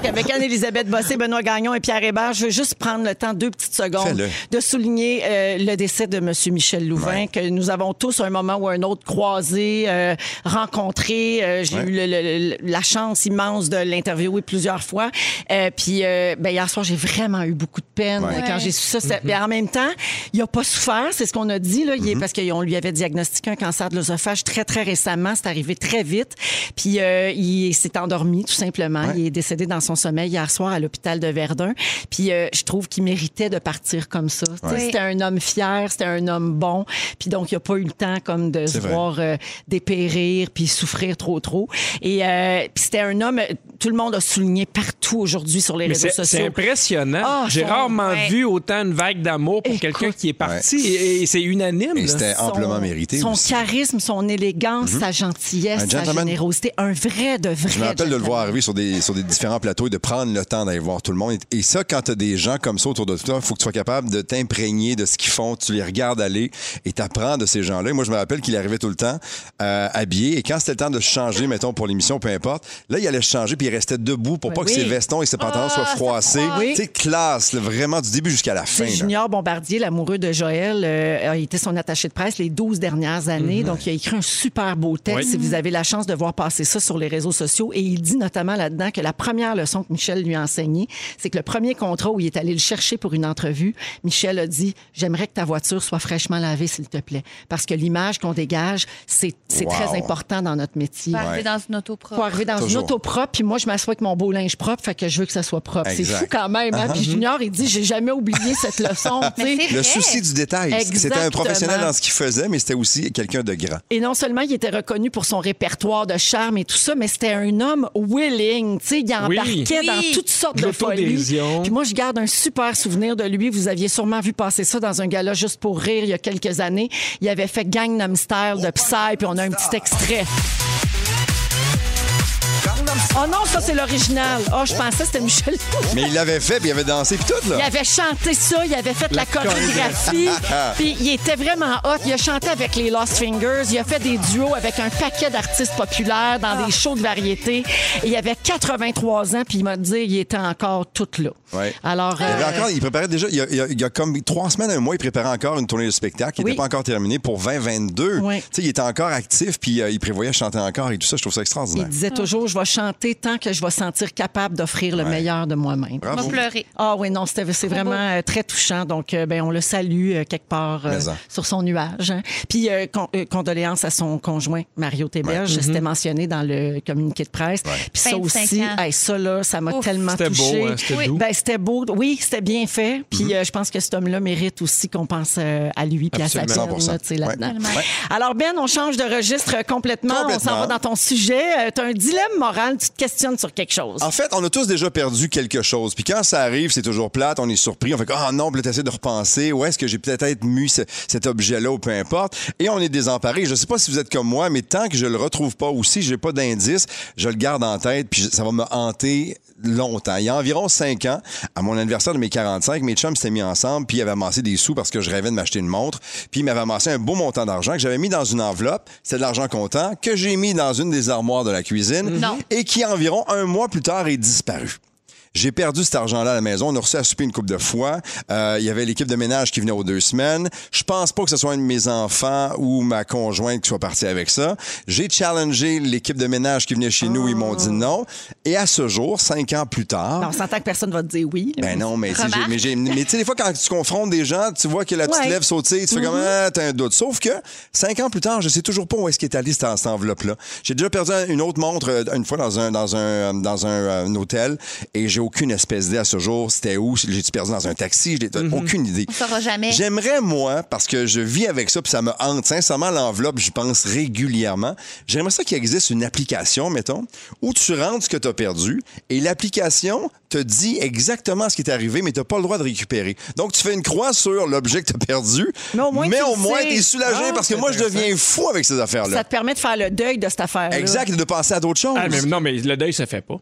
Speaker 1: Avec Anne-Élisabeth Bossé, Benoît Gagnon et Pierre Hébert, je veux juste prendre le temps, deux petites secondes,
Speaker 2: Fais-le.
Speaker 1: de souligner euh, le décès de M. Michel Louvain, que nous avons tous, à un moment ou à un autre, croisé, euh, rencontré. Euh, J'ai
Speaker 2: Ouais.
Speaker 1: eu le- le- le- la chance immense de l'interviewer plusieurs fois. Euh, puis euh, ben, hier soir, j'ai vraiment eu beaucoup de peine
Speaker 2: Ouais.
Speaker 1: quand j'ai su ça. c'est- puis en même temps, il n'a pas souffert, c'est ce qu'on a dit, là, il
Speaker 3: Mhm.
Speaker 1: est- parce qu'on lui avait diagnostiqué un cancer de l'œsophage très, très récemment. C'est arrivé très vite. Puis euh, il s'est endormi, tout simplement. Il est décédé dans son sommeil hier soir à l'hôpital de Verdun. Puis euh, je trouve qu'il méritait de partir comme ça. Tu sais,
Speaker 4: Ouais.
Speaker 1: C'était un homme fier, c'était un homme bon. Puis donc, il n'a pas eu le temps comme de se
Speaker 2: vrai.
Speaker 1: voir euh, dépérir puis souffrir trop, trop. Et euh, puis c'était un homme, tout le monde a souligné partout aujourd'hui sur les
Speaker 3: Mais
Speaker 1: réseaux
Speaker 3: c'est c'est
Speaker 1: sociaux.
Speaker 3: impressionnant.
Speaker 1: Ah,
Speaker 3: J'ai
Speaker 1: son-
Speaker 3: rarement
Speaker 4: ouais.
Speaker 3: vu autant une vague d'amour pour
Speaker 1: Écoute.
Speaker 3: quelqu'un qui est parti. Et, et c'est unanime.
Speaker 2: Et
Speaker 3: là.
Speaker 2: c'était amplement mérité.
Speaker 1: Son
Speaker 2: aussi.
Speaker 1: charisme, son élégance, sa
Speaker 2: Un
Speaker 1: gentillesse, sa
Speaker 2: gentleman.
Speaker 1: générosité, un vrai de vrai.
Speaker 2: Je me rappelle de le
Speaker 1: gentleman.
Speaker 2: voir arriver sur des, sur des différents plateaux et de prendre le temps d'aller voir tout le monde. Et ça, quand tu as des gens comme ça autour de toi, il faut que tu sois capable de t'imprégner de ce qu'ils font. Tu les regardes aller et tu apprends de ces gens-là. Et Moi, je me rappelle qu'il arrivait tout le temps euh, habillé. Et quand c'était le temps de se changer, mettons, pour l'émission, peu importe, là, il allait se changer puis il restait debout pour pas
Speaker 1: Ben oui. Ah,
Speaker 2: que ses vestons et ses pantalons soient froissés.
Speaker 1: Oui.
Speaker 2: Tu sais, classe, là, vraiment du début jusqu'à la fin.
Speaker 1: C'est
Speaker 2: là.
Speaker 1: Junior Bombardier, l'amoureux de Joël, euh, a été son attaché de presse les 12 dernières
Speaker 2: Mhm.
Speaker 1: années. Donc, il a écrit un super beau texte.
Speaker 3: Oui.
Speaker 1: Si vous avez la chance de voir passer ça sur les réseaux sociaux, et il dit notamment là-dedans que la première leçon que Michel lui a enseignée, c'est que le premier contrat où il est allé le chercher pour une entrevue, Michel a dit J'aimerais que ta voiture soit fraîchement lavée, s'il te plaît. Parce que l'image qu'on dégage, c'est c'est
Speaker 2: Wow.
Speaker 1: très important dans notre métier.
Speaker 4: Faut arriver dans une auto
Speaker 1: Faut
Speaker 4: propre.
Speaker 1: arriver dans
Speaker 2: Toujours.
Speaker 1: une auto propre, puis moi, je m'assois avec mon beau linge propre, fait que je veux que ça soit propre. C'est
Speaker 2: Exact.
Speaker 1: fou quand même. Hein? Puis Junior, il dit J'ai jamais oublié cette leçon. tu
Speaker 4: Mais
Speaker 1: sais.
Speaker 4: c'est
Speaker 2: Le
Speaker 4: vrai.
Speaker 2: souci du détail. C'était un
Speaker 1: Exactement.
Speaker 2: professionnel dans ce qu'il faisait, mais c'était aussi quelqu'un de grand.
Speaker 1: Et non seulement il était reconnu pour son répertoire de charme et tout ça, mais c'était un homme willing. Tu sais, il
Speaker 3: Oui.
Speaker 1: embarquait
Speaker 4: Oui.
Speaker 1: dans toutes sortes de folies.
Speaker 3: L'autodérision.
Speaker 1: Puis moi, je garde un super souvenir de lui. Vous aviez sûrement vu passer ça dans un gala juste pour rire il y a quelques années. Il avait fait Gangnam Style de Psy, puis on a un petit extrait. Oh non, ça c'est l'original. Oh, je pensais que c'était Michel.
Speaker 2: Mais il l'avait fait, puis il avait dansé, puis tout,
Speaker 1: Il
Speaker 2: là.
Speaker 1: avait chanté ça, il avait fait la, chorégraphie, puis il était vraiment hot. Il a chanté avec les Lost Fingers, il a fait des duos avec un paquet d'artistes populaires dans
Speaker 2: Ah.
Speaker 1: des shows de variété. Et il avait 83 ans, puis il m'a dit il était encore tout là.
Speaker 2: Ouais.
Speaker 1: Alors,
Speaker 2: Il, avait
Speaker 1: euh,
Speaker 2: encore, il préparait déjà, il y, a, il y a- il y a comme trois semaines, un mois, il préparait encore une tournée de spectacle qui n'était
Speaker 1: Oui.
Speaker 2: pas encore terminée pour 2022.
Speaker 1: Oui.
Speaker 2: Tu sais, il était encore actif, puis euh, il prévoyait chanter encore et tout ça. Je trouve ça extraordinaire.
Speaker 1: il disait toujours je vais chanter tant que je vais sentir capable d'offrir le meilleur de moi-même.
Speaker 4: On va
Speaker 2: Bravo.
Speaker 4: pleurer.
Speaker 1: Ah oui, non, c'était- c'est vraiment euh, très touchant. Donc, euh, ben, on le salue euh, quelque part euh,
Speaker 2: Mais en.
Speaker 1: sur son nuage. hein. Puis, euh, con- euh, condoléances à son conjoint, Mario Théberge.
Speaker 2: Mm-hmm.
Speaker 1: C'était mentionné dans le communiqué de presse. Puis ça
Speaker 4: 25
Speaker 1: aussi,
Speaker 4: ans.
Speaker 1: hey, ça là, ça m'a
Speaker 4: Ouf.
Speaker 1: tellement
Speaker 3: C'était beau,
Speaker 1: touchée.
Speaker 3: hein, c'était
Speaker 4: Oui.
Speaker 3: doux.
Speaker 1: Ben, c'était beau. Oui, c'était bien fait. Puis
Speaker 2: Mm-hmm.
Speaker 1: euh, je pense que cet homme-là mérite aussi qu'on pense euh, à lui puis à sa
Speaker 2: Absolument.
Speaker 1: peine, là, tu sais,
Speaker 2: 100%.
Speaker 1: là-dedans.
Speaker 2: Ouais. Ouais.
Speaker 1: Alors, Ben, on change de registre euh, complètement.
Speaker 2: Complètement.
Speaker 1: On s'en va dans ton sujet. tu as un dilemme moral. Tu te questionnes sur quelque chose.
Speaker 2: En fait, on a tous déjà perdu quelque chose. Puis quand ça arrive, c'est toujours plate, on est surpris, on fait ah non, puis là, t'essaies de repenser, où est-ce que j'ai peut-être mu ce- cet objet-là ou peu importe. Et on est désemparé. Je sais pas si vous êtes comme moi, mais tant que je le retrouve pas ou si j'ai pas d'indice, je le garde en tête puis je- ça va me hanter longtemps. Il y a environ cinq ans, à mon anniversaire de mes 45, mes chums s'étaient mis ensemble puis ils avaient amassé des sous parce que je rêvais de m'acheter une montre. Puis ils m'avaient amassé un beau montant d'argent que j'avais mis dans une enveloppe. C'était de l'argent comptant que j'ai mis dans une des armoires de la cuisine
Speaker 4: Non.
Speaker 2: et qui, environ un mois plus tard, est disparu. J'ai perdu cet argent-là à la maison. On a reçu à souper une coupe de fois. Euh, Il y avait l'équipe de ménage qui venait aux deux semaines. Je pense pas que ce soit un de mes enfants ou ma conjointe qui soit partie avec ça. J'ai challengé l'équipe de ménage qui venait chez nous. Ils m'ont dit non. Et à ce jour, cinq ans plus tard,
Speaker 1: Alors, Ben, on s'entend que personne va te dire oui. là.
Speaker 2: ben non, mais tu sais,
Speaker 4: euh, Remarque.
Speaker 2: j'ai- mais j'ai- mais tu sais, des fois, quand tu confrontes des gens, tu vois que la petite
Speaker 1: Ouais.
Speaker 2: lèvre sautille, tu fais comme,
Speaker 4: Mm-hmm.
Speaker 2: ah, t'as un doute. Sauf que, cinq ans plus tard, je sais toujours pas où est-ce qu'est allée cette, cette enveloppe-là. J'ai déjà perdu un- une autre montre euh, une fois dans un, dans un, euh, dans un, euh, un hôtel et j'ai aucune espèce d'idée à ce jour. C'était où? J'ai-tu perdu dans un taxi? J'ai aucune idée.
Speaker 4: Mm-hmm. On saura jamais.
Speaker 2: J'aimerais, moi, parce que je vis avec ça, puis ça me hante sincèrement l'enveloppe, j'y pense régulièrement. J'aimerais ça qu'il existe une application, mettons, où tu rentres ce que tu as perdu et l'application te dit exactement ce qui est arrivé, mais tu pas le droit de récupérer. Donc, tu fais une croix sur l'objet que tu as perdu,
Speaker 1: Mais au moins, tu le sais.
Speaker 2: tu es soulagé
Speaker 1: Ah,
Speaker 2: parce que moi, je deviens fou avec ces
Speaker 1: Ça
Speaker 2: affaires-là.
Speaker 1: te permet de faire le deuil de cette affaire.
Speaker 2: Exact, et de penser à d'autres choses.
Speaker 3: Ah, mais non, mais le deuil se fait pas.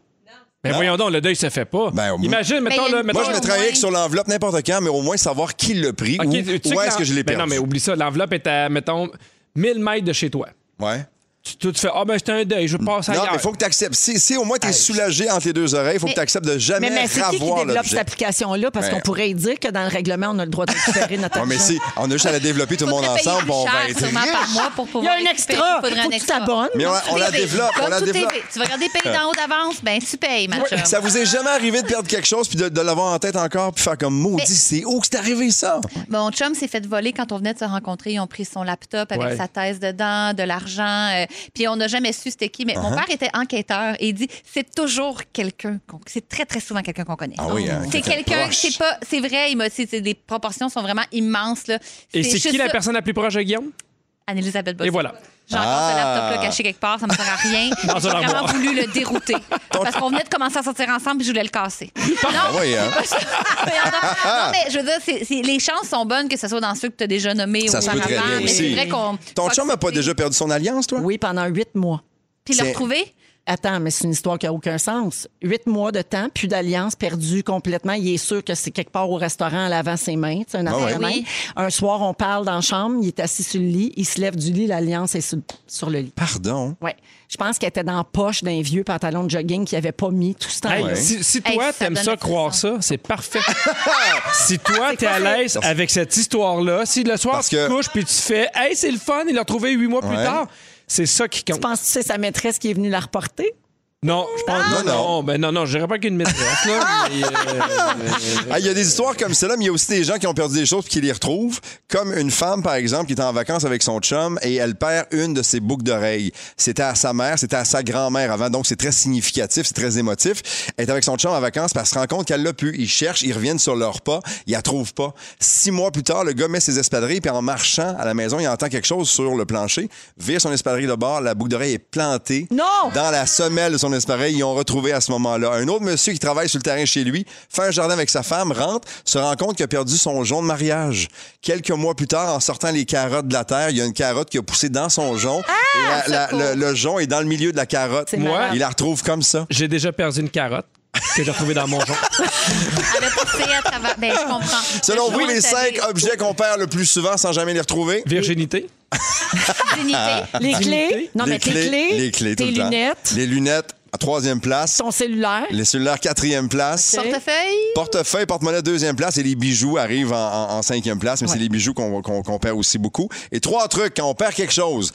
Speaker 3: Mais voyons donc, le deuil se fait pas.
Speaker 2: Ben, au moins-
Speaker 3: Imagine,
Speaker 4: il y
Speaker 3: mettons,
Speaker 4: a
Speaker 3: là,
Speaker 4: une-
Speaker 3: mettons,
Speaker 2: moi, je
Speaker 4: au
Speaker 2: mettrais un
Speaker 4: moins.
Speaker 2: X sur l'enveloppe n'importe quand, mais au moins savoir qui le pris
Speaker 3: OK, tu sais
Speaker 2: ou où est-ce
Speaker 3: l'en-
Speaker 2: que je l'ai
Speaker 3: Ben
Speaker 2: perdu.
Speaker 3: non, mais oublie ça. L'enveloppe est à, mettons, 1000 mètres de chez toi.
Speaker 2: Ouais.
Speaker 3: Tu, tu te fais, ah, ben, c'était un deuil, je passe
Speaker 2: Non,
Speaker 3: ailleurs.
Speaker 2: mais il faut que tu acceptes. Si, si au moins tu es soulagé entre les deux oreilles, faut que
Speaker 4: Mais-
Speaker 2: tu acceptes de jamais
Speaker 1: Mais, mais c'est qui qui
Speaker 2: revoir
Speaker 1: développe cette
Speaker 2: l'objet.
Speaker 1: application-là? Parce
Speaker 2: Ben-
Speaker 1: qu'on pourrait dire que dans le règlement, on a le droit de récupérer notre
Speaker 2: Ouais,
Speaker 1: argent.
Speaker 2: mais si, on a juste à la développer tout le monde
Speaker 4: Faudrait payer
Speaker 2: ensemble, ben,
Speaker 4: plus
Speaker 2: puis on va
Speaker 4: cher,
Speaker 2: être
Speaker 4: sûrement, par
Speaker 2: riche.
Speaker 4: mois pour
Speaker 1: Il y a
Speaker 4: pouvoir
Speaker 1: un
Speaker 4: récupérer.
Speaker 1: extra.
Speaker 4: Faudrait
Speaker 1: Faut
Speaker 4: un
Speaker 1: que tu
Speaker 4: extra.
Speaker 1: t'abonnes.
Speaker 2: Mais on, on la
Speaker 4: Tout est-
Speaker 2: développe, on
Speaker 4: comme
Speaker 2: la
Speaker 4: tout est-
Speaker 2: développe.
Speaker 4: Tu vas regarder payer d'en haut d'avance, ben tu payes, ma chum.
Speaker 2: Ça vous est jamais arrivé de perdre quelque chose puis de, de l'avoir en tête encore puis faire comme maudit,
Speaker 4: Mais-
Speaker 2: c'est où que c'est arrivé ça?
Speaker 4: Mon chum s'est fait voler quand on venait de se rencontrer. Ils ont pris son laptop avec
Speaker 3: Ouais.
Speaker 4: sa thèse dedans, de l'argent. euh, puis on n'a jamais su c'était qui. Mais
Speaker 2: Uh-huh.
Speaker 4: mon père était enquêteur et il dit c'est toujours quelqu'un qu'on. C'est très, très souvent quelqu'un qu'on connaît.
Speaker 2: Ah oui, hein,
Speaker 4: C'est quelqu'un,
Speaker 2: proche.
Speaker 4: c'est pas. C'est vrai, il m'a- c'est- c'est- les proportions sont vraiment immenses. Là.
Speaker 3: Et c'est
Speaker 4: juste
Speaker 3: qui la
Speaker 4: ça.
Speaker 3: personne la plus proche de Guillaume?
Speaker 4: Anne-Elisabeth Bossy.
Speaker 3: Et voilà.
Speaker 4: J'ai encore
Speaker 2: Ah.
Speaker 4: ce laptop-là caché quelque part, ça me sert à rien. J'ai
Speaker 3: un
Speaker 4: vraiment
Speaker 3: armoire.
Speaker 4: voulu le dérouter. parce qu'on venait de commencer à sortir ensemble puis je voulais le casser.
Speaker 2: Ah oui, hein?
Speaker 4: non, mais je veux dire, c'est- c'est- les chances sont bonnes que ce soit dans ceux que tu as déjà nommés
Speaker 2: Ça se peut très bien
Speaker 4: auparavant. Mais
Speaker 2: aussi.
Speaker 4: c'est vrai qu'on.
Speaker 2: Ton
Speaker 4: faut
Speaker 2: chum n'a pas
Speaker 4: accepter.
Speaker 2: déjà perdu son alliance, toi?
Speaker 1: Oui, pendant huit mois.
Speaker 4: Puis le
Speaker 2: C'est-
Speaker 4: retrouver?
Speaker 1: Attends, mais c'est une histoire qui a aucun sens. Huit mois de temps, plus d'alliance, perdu complètement. Il est sûr que c'est quelque part au restaurant à l'avant ses mains. tu sais, un affaire
Speaker 2: ouais.
Speaker 1: de même.
Speaker 4: Oui.
Speaker 1: Un soir, on parle dans la chambre, il est assis sur le lit, il se lève du lit, l'alliance est sur, sur le lit.
Speaker 2: Pardon.
Speaker 1: Ouais. Je pense qu'elle était dans la poche d'un vieux pantalon de jogging qu'il avait pas mis tout ce temps.
Speaker 3: Hey,
Speaker 2: Ouais.
Speaker 3: si, si
Speaker 4: Hey,
Speaker 3: toi,
Speaker 4: ça
Speaker 3: t'aimes
Speaker 4: donne
Speaker 3: ça
Speaker 4: le
Speaker 3: croire ça, c'est parfait.
Speaker 1: Ah!
Speaker 3: si toi, t'es à l'aise avec cette histoire-là, si le soir,
Speaker 2: Parce
Speaker 3: tu
Speaker 2: que-
Speaker 3: couches puis tu fais « Hey, c'est le fun, il l'a retrouvé huit mois plus
Speaker 2: Ouais.
Speaker 3: tard », c'est ça qui
Speaker 1: Tu
Speaker 3: compte.
Speaker 1: penses que c'est sa maîtresse qui est venue la reporter?
Speaker 3: Non, je pense...
Speaker 2: Ah. Non,
Speaker 3: Non,
Speaker 2: non.
Speaker 3: non, ben non, non, je dirais pas qu'une maîtresse, là,
Speaker 4: Ah!
Speaker 3: mais, euh,
Speaker 2: Ah, Il y a des histoires comme celle-là, mais il y a aussi des gens qui ont perdu des choses puis qui les retrouvent. Comme une femme, par exemple, qui est en vacances avec son chum et elle perd une de ses boucles d'oreilles. C'était à sa mère, c'était à sa grand-mère avant, donc c'est très significatif, c'est très émotif. Elle est avec son chum en vacances parce qu'elle se rend compte qu'elle l'a pu. Ils cherchent, ils reviennent sur leur pas, ils la trouvent pas. Six mois plus tard, le gars met ses espadrilles puis en marchant à la maison, il entend quelque chose sur le plancher, vire son espadrille de bord, la boucle d'oreille est plantée
Speaker 1: Non!
Speaker 2: dans la semelle de son espadrille, ils ont retrouvé à ce moment-là. Un autre monsieur qui travaille sur le terrain chez lui fait un jardin avec sa femme, rentre, se rend compte qu'il a perdu son jonc de mariage. Quelques mois plus tard, en sortant les carottes de la terre, il y a une carotte qui a poussé dans son jonc.
Speaker 1: Ah,
Speaker 2: et la- la- le, le jonc est dans le milieu de la carotte.
Speaker 1: Moi,
Speaker 3: malade.
Speaker 2: Il la retrouve comme ça.
Speaker 3: j'ai déjà perdu une carotte que j'ai retrouvée dans mon jonc.
Speaker 4: Avec poussé à travers. Ben, je comprends.
Speaker 2: Selon
Speaker 4: Le
Speaker 2: vous,
Speaker 4: joint
Speaker 2: les
Speaker 4: salé,
Speaker 2: cinq objets qu'on perd le plus souvent sans jamais les retrouver?
Speaker 3: Virginité.
Speaker 2: Ah.
Speaker 4: dignité.
Speaker 1: Les clés?
Speaker 3: Dignité.
Speaker 1: Non, mais tes clés,
Speaker 2: les clés, tout
Speaker 1: tes
Speaker 2: le temps.
Speaker 1: lunettes,
Speaker 2: Les lunettes, à troisième place.
Speaker 1: ton cellulaire.
Speaker 2: Les cellulaires, quatrième place.
Speaker 1: Ok.
Speaker 4: Portefeuille.
Speaker 2: Portefeuille, porte-monnaie, deuxième place et les bijoux arrivent en, en- en cinquième place, mais c'est les bijoux qu'on qu'on- qu'on perd aussi beaucoup. Et trois trucs, quand on perd quelque chose,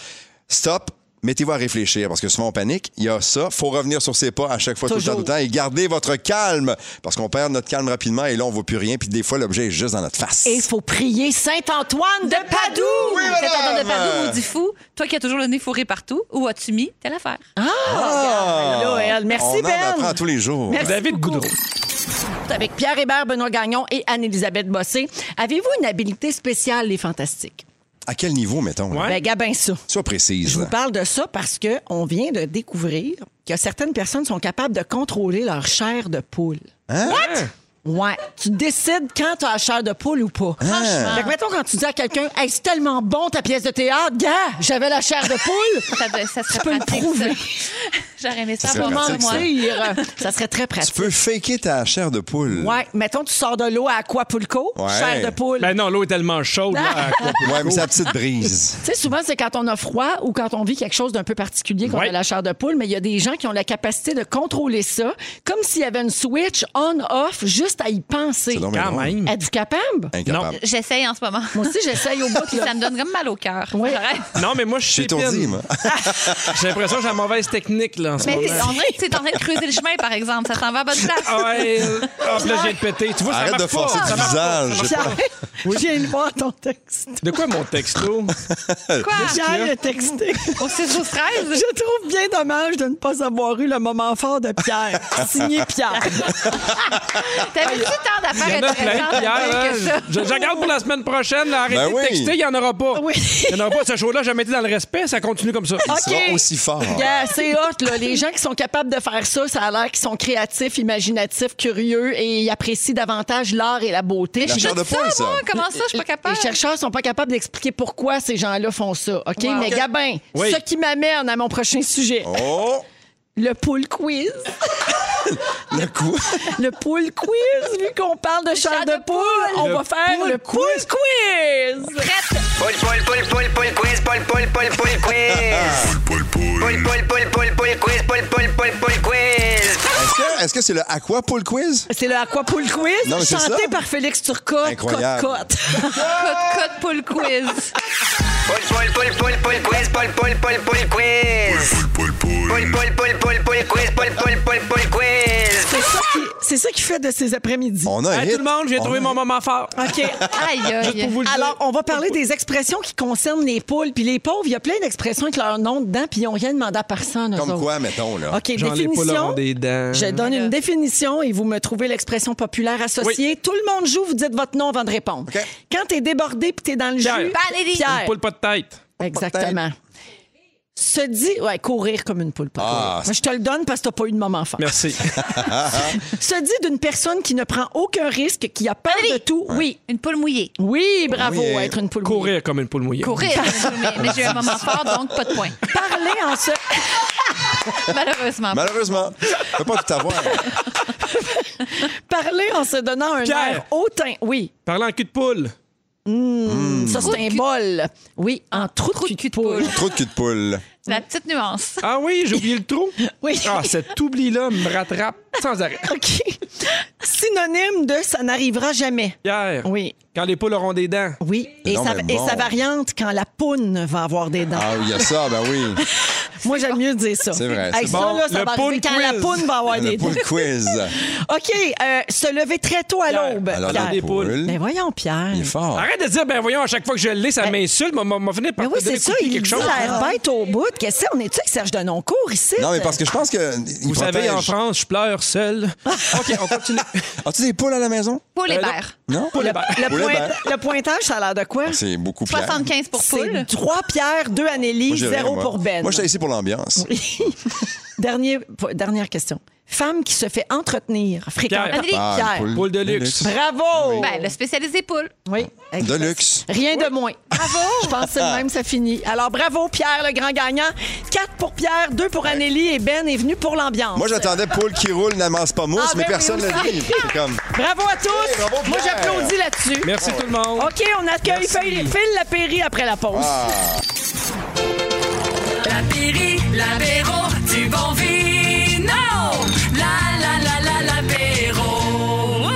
Speaker 2: stop. Mettez-vous à réfléchir parce que souvent on panique. Il y a ça. faut revenir sur ses pas à chaque fois, tout le temps,
Speaker 1: Toujours.
Speaker 2: tout le temps. Et garder votre calme parce qu'on perd notre calme rapidement et là, on ne voit plus rien. Puis des fois, l'objet est juste dans notre face.
Speaker 1: Et il faut prier Saint-Antoine de Padoue!
Speaker 4: Cet endroit de
Speaker 2: madame.
Speaker 4: Padoue ou du fou. Toi qui as toujours le nez fourré partout, où as-tu mis telle affaire?
Speaker 1: Ah, là, elle. Merci,
Speaker 2: on
Speaker 1: Ben.
Speaker 2: en apprend tous les jours.
Speaker 1: Merci.
Speaker 3: David Goudreau.
Speaker 1: Avec Pierre Hébert, Benoît Gagnon et Anne-Élisabeth Bossé. Avez-vous une habilité spéciale, les fantastiques?
Speaker 2: À quel niveau, mettons? là?
Speaker 3: Ouais.
Speaker 1: Ben, gabin ça.
Speaker 2: Sois précise.
Speaker 1: Je vous parle de ça parce que on vient de découvrir que certaines personnes sont capables de contrôler leur chair de poule.
Speaker 2: Hein?
Speaker 1: Ouais. Tu décides quand tu as la chair de poule ou pas.
Speaker 2: Hein?
Speaker 1: Fait que mettons quand tu dis à quelqu'un Hey, c'est tellement bon ta pièce de théâtre, gars, j'avais la chair de poule.
Speaker 4: Ça, doit- ça serait
Speaker 1: peux le
Speaker 4: pratique,
Speaker 1: prouver.
Speaker 4: ça. J'aurais aimé ça
Speaker 2: serait
Speaker 4: avoir
Speaker 1: Comment
Speaker 4: ça,
Speaker 2: pratique,
Speaker 4: moi.
Speaker 1: dire? Ça serait très
Speaker 2: Tu
Speaker 1: pratique.
Speaker 2: peux faker ta chair de poule.
Speaker 1: Ouais, mettons tu sors de l'eau à Acapulco,
Speaker 2: Ouais.
Speaker 1: chair de poule.
Speaker 3: Ben non, l'eau est tellement chaude.
Speaker 4: Ah!
Speaker 3: là, à quoi-
Speaker 2: Ouais, mais sa petite brise.
Speaker 1: Tu sais, souvent, c'est quand on a froid ou quand on vit quelque chose d'un peu particulier, qu'on
Speaker 3: Ouais.
Speaker 1: a la chair de poule, mais il y a des gens qui ont la capacité de contrôler ça, comme s'il y avait une switch on-off juste à y penser.
Speaker 2: C'est Ben, donc bien
Speaker 3: Quand
Speaker 2: drôle.
Speaker 3: même.
Speaker 1: Êtes-vous capable?
Speaker 2: Incapable.
Speaker 4: J'essaye en ce moment.
Speaker 1: Moi aussi, j'essaye au bout.
Speaker 4: Puis
Speaker 1: là.
Speaker 4: ça me donne comme mal au cœur.
Speaker 1: Ouais.
Speaker 4: J'aurais-
Speaker 3: Non, mais moi, je suis
Speaker 2: J'ai dit,
Speaker 3: épine.
Speaker 2: moi.
Speaker 3: J'ai l'impression que j'ai la mauvaise technique, là, en ce
Speaker 4: Mais
Speaker 3: moment.
Speaker 4: t'es- on dirait que t'es en train de creuser le chemin, par exemple. Ça s'en va à bonne place.
Speaker 3: Ouais. Ah, puis là, j'ai pété. Tu vois, ça
Speaker 2: Arrête de
Speaker 3: marche pas.
Speaker 2: forcer
Speaker 3: Ça
Speaker 2: du
Speaker 3: marche pas.
Speaker 2: visage.
Speaker 1: Pierre, je viens de voir ton texte.
Speaker 3: De quoi mon texto?
Speaker 4: Quoi?
Speaker 1: Pierre a texté.
Speaker 4: Au 6 12 13?
Speaker 1: Je trouve bien dommage de ne pas avoir eu le moment fort de Pierre. Signé Pierre.
Speaker 4: T'avais-tu tant
Speaker 3: Il y en
Speaker 4: d'affaires
Speaker 3: a plein hein.
Speaker 4: intéressantes
Speaker 3: de
Speaker 4: à dire que ça?
Speaker 3: bières. Je, je regarde pour la semaine prochaine. là, arrêtez
Speaker 2: Ben
Speaker 3: de
Speaker 2: oui.
Speaker 3: texter, il n'y en aura pas.
Speaker 1: Oui.
Speaker 3: Il n'y en aura pas. Ce show-là, j'ai jamais été dans le respect. Ça continue comme ça.
Speaker 1: OK.
Speaker 2: sera aussi fort.
Speaker 1: Gars, c'est hot, là. Les gens qui sont capables de faire ça, ça a l'air qu'ils sont créatifs, imaginatifs, curieux et ils apprécient davantage l'art et la beauté.
Speaker 2: La chair de poule, ça.
Speaker 4: Moi, comment ça, je suis pas capable?
Speaker 1: Les chercheurs sont pas capables d'expliquer pourquoi ces gens-là font ça. OK? Mais Gabin,
Speaker 3: Oui.
Speaker 1: ce qui m'amène à mon prochain sujet,
Speaker 2: Oh!
Speaker 1: le pool quiz.
Speaker 2: Le coup.
Speaker 1: Le pool quiz, vu qu'on parle de chair de poule, on va faire le pool quiz.
Speaker 6: Paul, Paul, Paul, Paul, Paul, quiz, Paul, Paul, Paul, Paul, quiz. Paul, Paul, Paul, Paul, Paul, quiz, Paul, Paul, Paul, Paul, quiz.
Speaker 2: Est-ce que est-ce que c'est le aqua pool quiz?
Speaker 1: C'est le Aqua Pool Quiz,
Speaker 2: Non, mais c'est
Speaker 1: chanté
Speaker 2: ça.
Speaker 1: par Félix Turcotte.
Speaker 2: Incroyable.
Speaker 1: Cote, cote.
Speaker 4: Code, code pour le quiz.
Speaker 6: Paul, Paul, Paul, Paul, Paul, quiz, Paul, Paul, Paul, Paul, quiz. Paul, Paul, Paul, Paul, Paul, quiz, Paul, Paul, Paul, Paul, quiz.
Speaker 1: C'est ça qui- C'est ça qui fait de ces après-midi.
Speaker 2: On a un
Speaker 3: Hey,
Speaker 2: hit.
Speaker 3: tout le monde, j'ai
Speaker 2: On
Speaker 3: trouvé
Speaker 2: a-
Speaker 3: mon moment fort.
Speaker 1: OK.
Speaker 4: Aïe,
Speaker 3: Juste pour
Speaker 4: aïe.
Speaker 3: vous le dire.
Speaker 1: Alors, on va parler des expressions qui concernent les poules. Puis les pauvres, il y a plein d'expressions avec leur nom dedans, puis ils n'ont rien demandé à personne. eux
Speaker 2: Comme
Speaker 1: autres.
Speaker 2: quoi, mettons, là?
Speaker 1: OK,
Speaker 3: Genre, les poules
Speaker 1: définition.
Speaker 3: auront des dents.
Speaker 2: Euh,
Speaker 1: Je donne une définition et vous me trouvez l'expression populaire associée. Tout le monde joue, vous dites votre nom avant de répondre.
Speaker 2: OK.
Speaker 1: Quand t'es débordé puis t'es dans le
Speaker 3: Pierre.
Speaker 1: jus.
Speaker 4: Valérie.
Speaker 1: Pierre.
Speaker 3: Une poule pas de tête.
Speaker 1: Exactement. se dit, ouais, courir comme une poule. pas
Speaker 2: Ah,
Speaker 1: courir.
Speaker 2: c'est-
Speaker 1: Mais je te le donne parce que t'as pas eu de moment enfant.
Speaker 3: Merci.
Speaker 1: Se dit d'une personne qui ne prend aucun risque, qui a peur de tout. Oui.
Speaker 4: Une poule mouillée.
Speaker 1: Oui, bravo,
Speaker 2: Oui, hein.
Speaker 1: être une poule. mouillée.
Speaker 3: Courir comme une poule mouillée.
Speaker 4: Courir.
Speaker 1: Bah.
Speaker 4: mais mais j'ai eu un moment fort, donc pas de point.
Speaker 1: Parler en se...
Speaker 4: Malheureusement.
Speaker 3: Bah.
Speaker 2: Malheureusement, je peux pas tout avoir.
Speaker 1: Parler en se donnant un
Speaker 3: Pierre.
Speaker 1: air hautain. Oui.
Speaker 3: Parlant en cul de poule.
Speaker 1: Ça, c'est un bol. Oui, en trou, de cul de poule.
Speaker 2: Trop de cul de poule.
Speaker 4: La petite nuance.
Speaker 3: Ah oui, j'ai oublié le trou.
Speaker 1: Oui.
Speaker 3: Ah, cet oubli-là me rattrape sans arrêt.
Speaker 1: OK. Synonyme de ça n'arrivera jamais.
Speaker 3: Pierre,
Speaker 1: Oui.
Speaker 3: quand les poules auront des dents.
Speaker 1: Oui, et,
Speaker 2: Non,
Speaker 1: sa,
Speaker 2: mais
Speaker 1: et
Speaker 2: bon.
Speaker 1: sa variante quand la poune va avoir des dents.
Speaker 2: Ah, il y a ça, ben oui.
Speaker 1: Moi, j'aime mieux dire ça.
Speaker 2: C'est vrai,
Speaker 1: Hey,
Speaker 2: c'est
Speaker 1: ça,
Speaker 3: bon.
Speaker 1: là, ça
Speaker 3: Le
Speaker 1: va arriver
Speaker 3: poune
Speaker 1: quand la
Speaker 3: quiz.
Speaker 1: poune va avoir
Speaker 2: Le
Speaker 1: des dents.
Speaker 2: poule quiz.
Speaker 1: OK, euh, se lever très tôt à
Speaker 3: Pierre.
Speaker 1: l'aube.
Speaker 2: Alors, la
Speaker 3: des
Speaker 1: Pierre.
Speaker 3: poules.
Speaker 2: poule,
Speaker 1: Ben voyons, Pierre.
Speaker 2: il est fort.
Speaker 3: Arrête de dire, ben voyons, à chaque fois que je l'ai, ça m'insulte. M'a m'a- m'a fini par
Speaker 1: Mais Ben oui,
Speaker 3: te donner
Speaker 1: c'est ça,
Speaker 3: couper
Speaker 1: il
Speaker 3: quelque
Speaker 1: dit
Speaker 3: chose.
Speaker 1: l'air bête au bout. Qu'est-ce que c'est? On est-tu avec Serge Denoncourt ici?
Speaker 2: Non, mais parce que je pense que. il
Speaker 3: Vous savez, en
Speaker 2: protège.
Speaker 3: France, je pleure seul. OK, on continue.
Speaker 2: As-tu des poules à la maison?
Speaker 4: Poule et
Speaker 3: Euh, non.
Speaker 4: beurre.
Speaker 2: Non?
Speaker 3: Poule et
Speaker 2: Ben,
Speaker 3: beurre.
Speaker 1: Le,
Speaker 2: Poulet,
Speaker 1: point-
Speaker 2: ben. Ah,
Speaker 1: le pointage, ça a l'air de quoi?
Speaker 2: C'est beaucoup plus.
Speaker 4: 75 pour poule.
Speaker 1: C'est trois Pierre, deux Anneli, zéro pour Ben.
Speaker 2: Moi, j'étais ici pour l'ambiance.
Speaker 1: Dernier- po- dernière question. Femme qui se fait entretenir fréquemment.
Speaker 4: Anneli.
Speaker 2: Ah,
Speaker 1: Pierre.
Speaker 2: une
Speaker 3: Poule de luxe.
Speaker 1: Bravo!
Speaker 4: Ben, le spécialisé poule.
Speaker 1: Oui.
Speaker 2: De luxe.
Speaker 1: Rien de moins. Bravo! Je pense que c'est le même, ça finit. Alors, bravo, Pierre, le grand gagnant. Quatre pour Pierre, deux pour Anneli et Ben est venu pour l'ambiance.
Speaker 2: Moi, j'attendais Poule qui roule, n'amasse pas mousse,
Speaker 1: Ah,
Speaker 2: mais
Speaker 1: ben oui,
Speaker 2: personne ne
Speaker 1: aussi.
Speaker 2: le dit. C'est comme.
Speaker 1: Bravo à tous!
Speaker 2: bravo,
Speaker 1: Moi,
Speaker 2: Pierre.
Speaker 1: j'applaudis là-dessus.
Speaker 3: Merci tout le monde.
Speaker 1: OK, on accueille
Speaker 3: Merci.
Speaker 1: Phil, Phil Lapéry après la pause.
Speaker 9: Ah.
Speaker 5: La Péri, l'apéro du bon vino. La la la la l'apéro.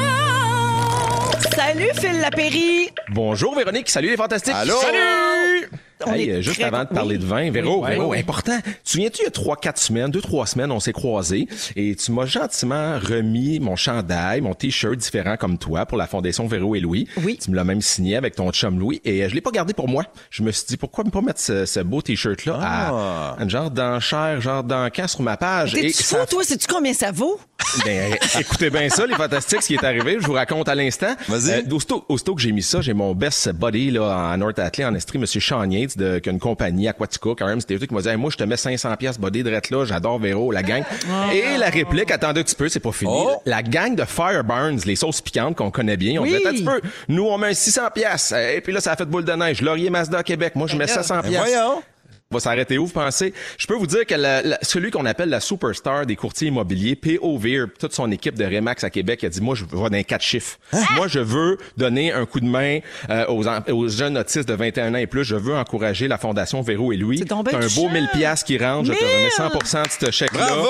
Speaker 1: Salut, Phil Lapéry.
Speaker 9: Bonjour Véronique, salut les fantastiques.
Speaker 2: Allô? Salut!
Speaker 1: On
Speaker 9: Hey,
Speaker 1: est
Speaker 9: euh, juste
Speaker 1: très-
Speaker 9: avant de parler
Speaker 1: Oui.
Speaker 9: de vin, Véro,
Speaker 3: Oui,
Speaker 9: Véro,
Speaker 3: oui.
Speaker 9: important. Tu te souviens-tu, il y a trois, quatre semaines, deux, trois semaines, on s'est croisés et tu m'as gentiment remis mon chandail, mon t-shirt différent comme toi pour la Fondation Véro et Louis.
Speaker 1: Oui.
Speaker 9: Tu me l'as même signé avec ton chum Louis et euh, je l'ai pas gardé pour moi. Je me suis dit, pourquoi pas mettre ce, ce beau t-shirt-là à, à une genre d'enchère, genre d'encan sur ma page.
Speaker 1: T'es-tu
Speaker 9: Et
Speaker 1: fou,
Speaker 9: ça
Speaker 1: toi? Sais-tu combien ça vaut?
Speaker 9: ben, euh, écoutez bien ça, les fantastiques, ce qui est arrivé. Je vous raconte à l'instant.
Speaker 2: Vas-y.
Speaker 9: aussitôt, aussitôt que j'ai mis ça, j'ai mon best buddy là, en North Atlantic, en Estrie, M. Sean Yates, de, qui a une compagnie Aquatica, quand même, c'était qui m'a dit Hey, Moi, je te mets 500$ piastres buddy de là, j'adore Véro, la gang. Et la réplique, attendez un petit peu, c'est pas fini.
Speaker 2: Oh.
Speaker 9: La gang de Fireburns, les sauces piquantes qu'on connaît bien, on
Speaker 1: Oui.
Speaker 9: dit Attends un petit peu, nous, on met un 600$. piastres. Et puis là, ça a fait boule de neige. Laurier Mazda Québec, moi, je mets 500$.
Speaker 2: Ben
Speaker 9: piastres.
Speaker 2: voyons.
Speaker 9: On va s'arrêter où, vous pensez? Je peux vous dire que la- la- celui qu'on appelle la superstar des courtiers immobiliers, P.O. Veer, toute son équipe de Remax à Québec, a dit, moi, je vais dans quatre chiffres.
Speaker 1: Hein?
Speaker 9: Moi, je veux donner un coup de main euh, aux, en- aux jeunes autistes de 21 ans et plus. Je veux encourager la Fondation Véro et Louis.
Speaker 1: C'est donc bien
Speaker 9: T'as un beau
Speaker 1: touchant.
Speaker 9: 1000 piastres qui rentre. Je te
Speaker 1: 1000!
Speaker 9: remets 100 de ce chèque-là.
Speaker 2: Bravo!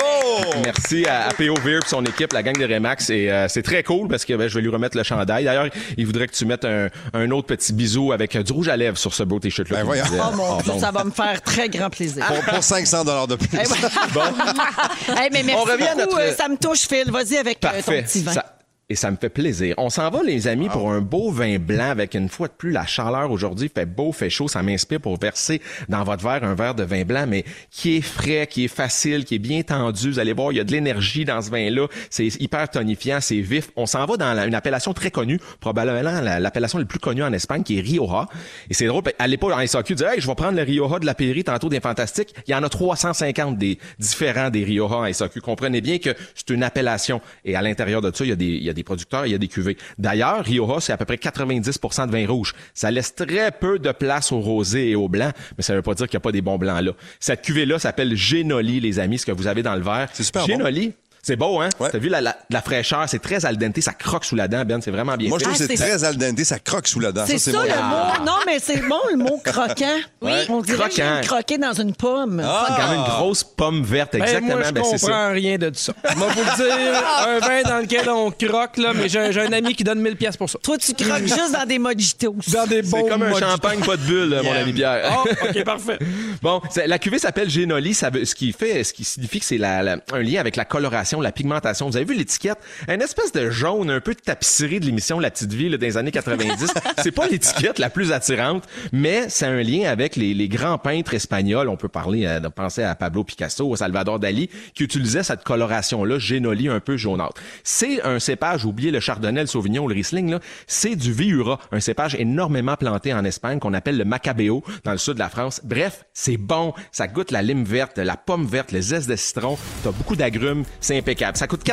Speaker 9: Merci à, à P.O. Veer et son équipe, la gang de Remax. Et euh, c'est très cool parce que ben, je vais lui remettre le chandail. D'ailleurs, il voudrait que tu mettes un, un autre petit bisou avec euh, du rouge à lèvres sur ce beau t-shirt-là.
Speaker 2: Ben
Speaker 9: qu'il
Speaker 2: voyons.
Speaker 9: disait.
Speaker 1: Oh mon
Speaker 9: Ah,
Speaker 1: Dieu,
Speaker 9: bon. Ah.
Speaker 1: ça va me faire très grand plaisir.
Speaker 2: Pour, pour 500 de
Speaker 1: Eh
Speaker 2: plus.
Speaker 1: Hey, mais merci
Speaker 9: On revient à
Speaker 1: beaucoup,
Speaker 9: notre-
Speaker 1: euh, ça me touche, Phil. Vas-y avec euh, ton
Speaker 9: Parfait.
Speaker 1: petit vin.
Speaker 9: Ça- Et ça me fait plaisir. On s'en va, les amis, pour un beau vin blanc avec une fois de plus la chaleur aujourd'hui. Fait beau, fait chaud. Ça m'inspire pour verser dans votre verre un verre de vin blanc, mais qui est frais, qui est facile, qui est bien tendu. Vous allez voir, il y a de l'énergie dans ce vin-là. C'est hyper tonifiant, c'est vif. On s'en va dans la- une appellation très connue, probablement la- l'appellation la, plus connue en Espagne, qui est Rioja. Et c'est drôle, allez pas en SAQ dire, hey, je vais prendre le Rioja de la Péri tantôt des Fantastiques. Il y en a 350 des différents des Rioja en SAQ. Comprenez bien que c'est une appellation. Et à l'intérieur de ça, il y a des, il y a des producteurs, il y a des cuvées. D'ailleurs, Rioja, c'est à peu près 90 de vin rouge. Ça laisse très peu de place aux rosés et aux blancs, mais ça veut pas dire qu'il n'y a pas des bons blancs là. Cette cuvée-là s'appelle Génoli, les amis, ce que vous avez dans le verre.
Speaker 2: C'est super bon.
Speaker 9: Génoli. C'est beau, hein?
Speaker 2: Ouais.
Speaker 9: T'as vu la, la- la fraîcheur, c'est très al dente, ça croque sous la dent, Ben, c'est vraiment bien
Speaker 2: Moi, je
Speaker 9: fait.
Speaker 2: trouve que c'est
Speaker 1: Ah, c'est-
Speaker 2: très al dente, ça croque sous la dent.
Speaker 1: C'est ça,
Speaker 2: bon.
Speaker 1: le mot. Non, mais c'est bon le mot croquant. Oui. On dirait que j'ai
Speaker 9: Croquant. Ah,
Speaker 1: une croquée dans une pomme.
Speaker 9: C'est quand
Speaker 2: Ah!
Speaker 9: même une grosse pomme verte, exactement.
Speaker 3: Ben, moi, je
Speaker 9: ben, c'est ça.
Speaker 3: comprends rien de ça. Je vais vous le dire, un vin dans lequel on croque, là, mais j'ai j'ai un ami qui donne 1000 pièces pour ça.
Speaker 1: Toi, tu croques juste dans des mojitos.
Speaker 3: Dans des bons
Speaker 9: C'est comme un
Speaker 3: mojitos.
Speaker 9: champagne, pas de bulle, mon ami Pierre.
Speaker 3: Oh, OK, parfait.
Speaker 9: Bon, c'est- la cuvée s'appelle Génoli, ça veut, ce qui fait, ce qui signifie que c'est la, la- un lien avec la coloration coloration, la pigmentation. Vous avez vu l'étiquette? Un espèce de jaune, un peu de tapisserie de l'émission La Petite Vie là, dans les années 90. C'est pas l'étiquette la plus attirante, mais c'est un lien avec les, les grands peintres espagnols. On peut parler, euh, de penser à Pablo Picasso, à Salvador Dali, qui utilisaient cette coloration-là, génolie un peu jaunâtre. C'est un cépage, oubliez le chardonnay, le sauvignon, le riesling, là, c'est du Viura, un cépage énormément planté en Espagne qu'on appelle le macabeo dans le sud de la France. Bref, c'est bon, ça goûte la lime verte, la pomme verte, le zeste de citron, t'as beaucoup d'agrumes, c'est impeccable. Ça coûte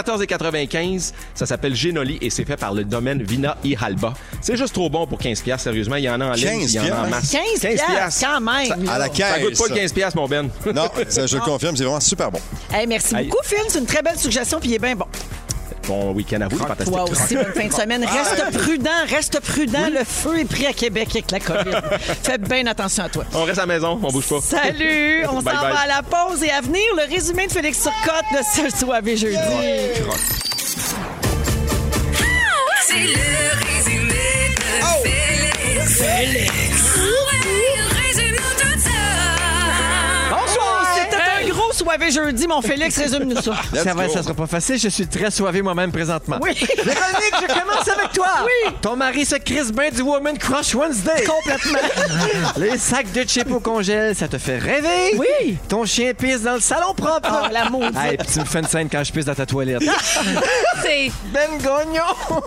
Speaker 9: 14,95, ça s'appelle Génoli et c'est fait par le domaine Vina y Halba. C'est juste trop bon pour 15 pièces sérieusement, il y en a en ligne,
Speaker 2: 15
Speaker 9: il y en a en masse.
Speaker 1: 15 piastres, quand même.
Speaker 9: Ça-
Speaker 2: À la
Speaker 9: Ça
Speaker 2: caisse.
Speaker 9: goûte pas le 15 pièces mon Ben.
Speaker 2: Non, ça, je le confirme, c'est vraiment super bon.
Speaker 1: Hey, merci
Speaker 9: Aïe.
Speaker 1: beaucoup, Phil. C'est une très belle suggestion, puis il est bien bon.
Speaker 9: Bon week-end à vous, les fantastiques.
Speaker 1: Toi aussi, bonne fin de semaine. Reste prudent, reste prudent. Le feu est pris à Québec avec la COVID. Fais bien attention à toi.
Speaker 9: On reste à la maison, on bouge pas.
Speaker 1: Salut! On s'en
Speaker 9: Bye bye.
Speaker 1: va à la pause et à venir, le résumé de Félix Turcotte de ce soir et jeudi.
Speaker 5: C'est le résumé de Félix. Ouais, il résume tout ça.
Speaker 1: Bonjour! C'était un gros soirée jeudi, mon Félix, résume-nous ça.
Speaker 2: Let's
Speaker 10: Ça va,
Speaker 2: go.
Speaker 10: ça sera pas facile. Je suis très soivé moi-même présentement.
Speaker 1: Oui.
Speaker 10: Véronique, je commence avec toi. Oui. Ton mari se crisse bien du Woman Crush Wednesday. Complètement. Les sacs de chips au congèle, ça te fait rêver.
Speaker 1: Oui.
Speaker 10: Ton chien pisse dans le salon propre.
Speaker 1: Oh, la maudite. Ah!
Speaker 10: Hey, puis tu me fais une scène quand je pisse dans ta toilette.
Speaker 4: C'est
Speaker 10: Ben Gagnon.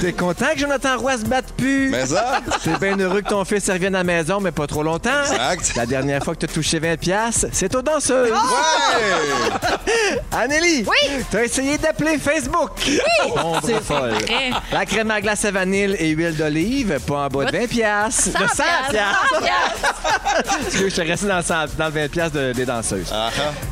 Speaker 10: T'es content que Jonathan Roy se batte plus?
Speaker 2: Mais ça,
Speaker 10: T'es bien heureux que ton fils revienne à la maison, mais pas trop longtemps.
Speaker 2: Exact.
Speaker 10: La dernière fois que t'as touché 20$, piastres, c'est aux danseuses.
Speaker 1: Oh!
Speaker 2: ouais!
Speaker 10: Anneli! Oui! T'as essayé d'appeler Facebook! Oui! Ombre folle.
Speaker 4: vrai.
Speaker 10: La crème à glace à vanille et huile d'olive, pas en bas de 20 piastres. De 100 piastres! Parce que je suis resté dans le, 100 dans le 20 piastres de- des danseuses.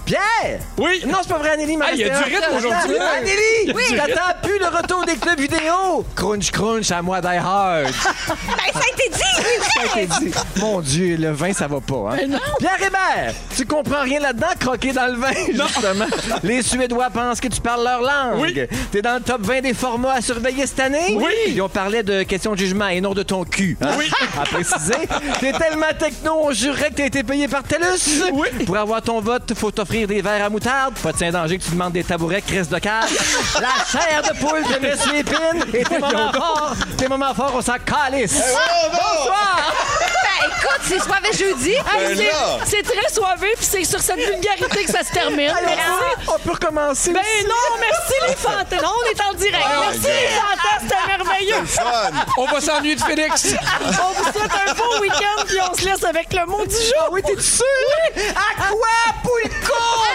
Speaker 10: Pierre!
Speaker 3: Oui.
Speaker 10: Non, c'est pas vrai, Anneli, mais
Speaker 3: Ah, il y a
Speaker 10: restez
Speaker 3: du
Speaker 10: là.
Speaker 3: rythme aujourd'hui.
Speaker 10: Attends, Anneli! Oui! T'attends plus le retour des clubs vidéo! Ben, Crunch, crunch, à moi, die hard!
Speaker 4: ça a été dit!
Speaker 10: Ça a été dit. Mon Dieu, le vin, ça va pas. Hein? Pierre Hébert, tu comprends rien là-dedans, croquer dans le vin, justement. Les Suédois pensent que tu parles leur langue.
Speaker 3: Oui.
Speaker 10: T'es dans le top 20 des formats à surveiller cette année.
Speaker 3: Oui.
Speaker 10: Ils ont parlé de questions de jugement et non de ton cul. hein,
Speaker 3: Oui.
Speaker 10: À préciser. T'es tellement techno, on jurerait que t'as été payé par TELUS.
Speaker 3: Oui.
Speaker 10: Pour avoir ton vote, faut t'offrir des verres à moutarde. Pas de saint danger que tu demandes des tabourets, crise de cave. La chair de poule de Monsieur Lépine. Et tes moments forts, tes moments forts, on s'en calisse. Bonsoir.
Speaker 4: Ben écoute, c'est soir et jeudi.
Speaker 2: Ben
Speaker 1: C'est-
Speaker 2: là!
Speaker 1: C'est très soivé, puis c'est sur cette vulgarité que ça se
Speaker 3: Eh
Speaker 1: termine.
Speaker 10: Allez,
Speaker 1: Merci.
Speaker 10: on peut- On peut recommencer.
Speaker 1: Ben
Speaker 10: aussi.
Speaker 1: non, merci les fantas. Non, on est en direct.
Speaker 2: Oh
Speaker 1: merci
Speaker 2: my God.
Speaker 1: les fantas, c'était merveilleux.
Speaker 2: Fun!
Speaker 3: On va s'ennuyer de Félix.
Speaker 1: On vous souhaite un beau week-end, puis on se laisse avec le mot du jour.
Speaker 10: Ah oui, t'es sûr? À quoi, Poulco?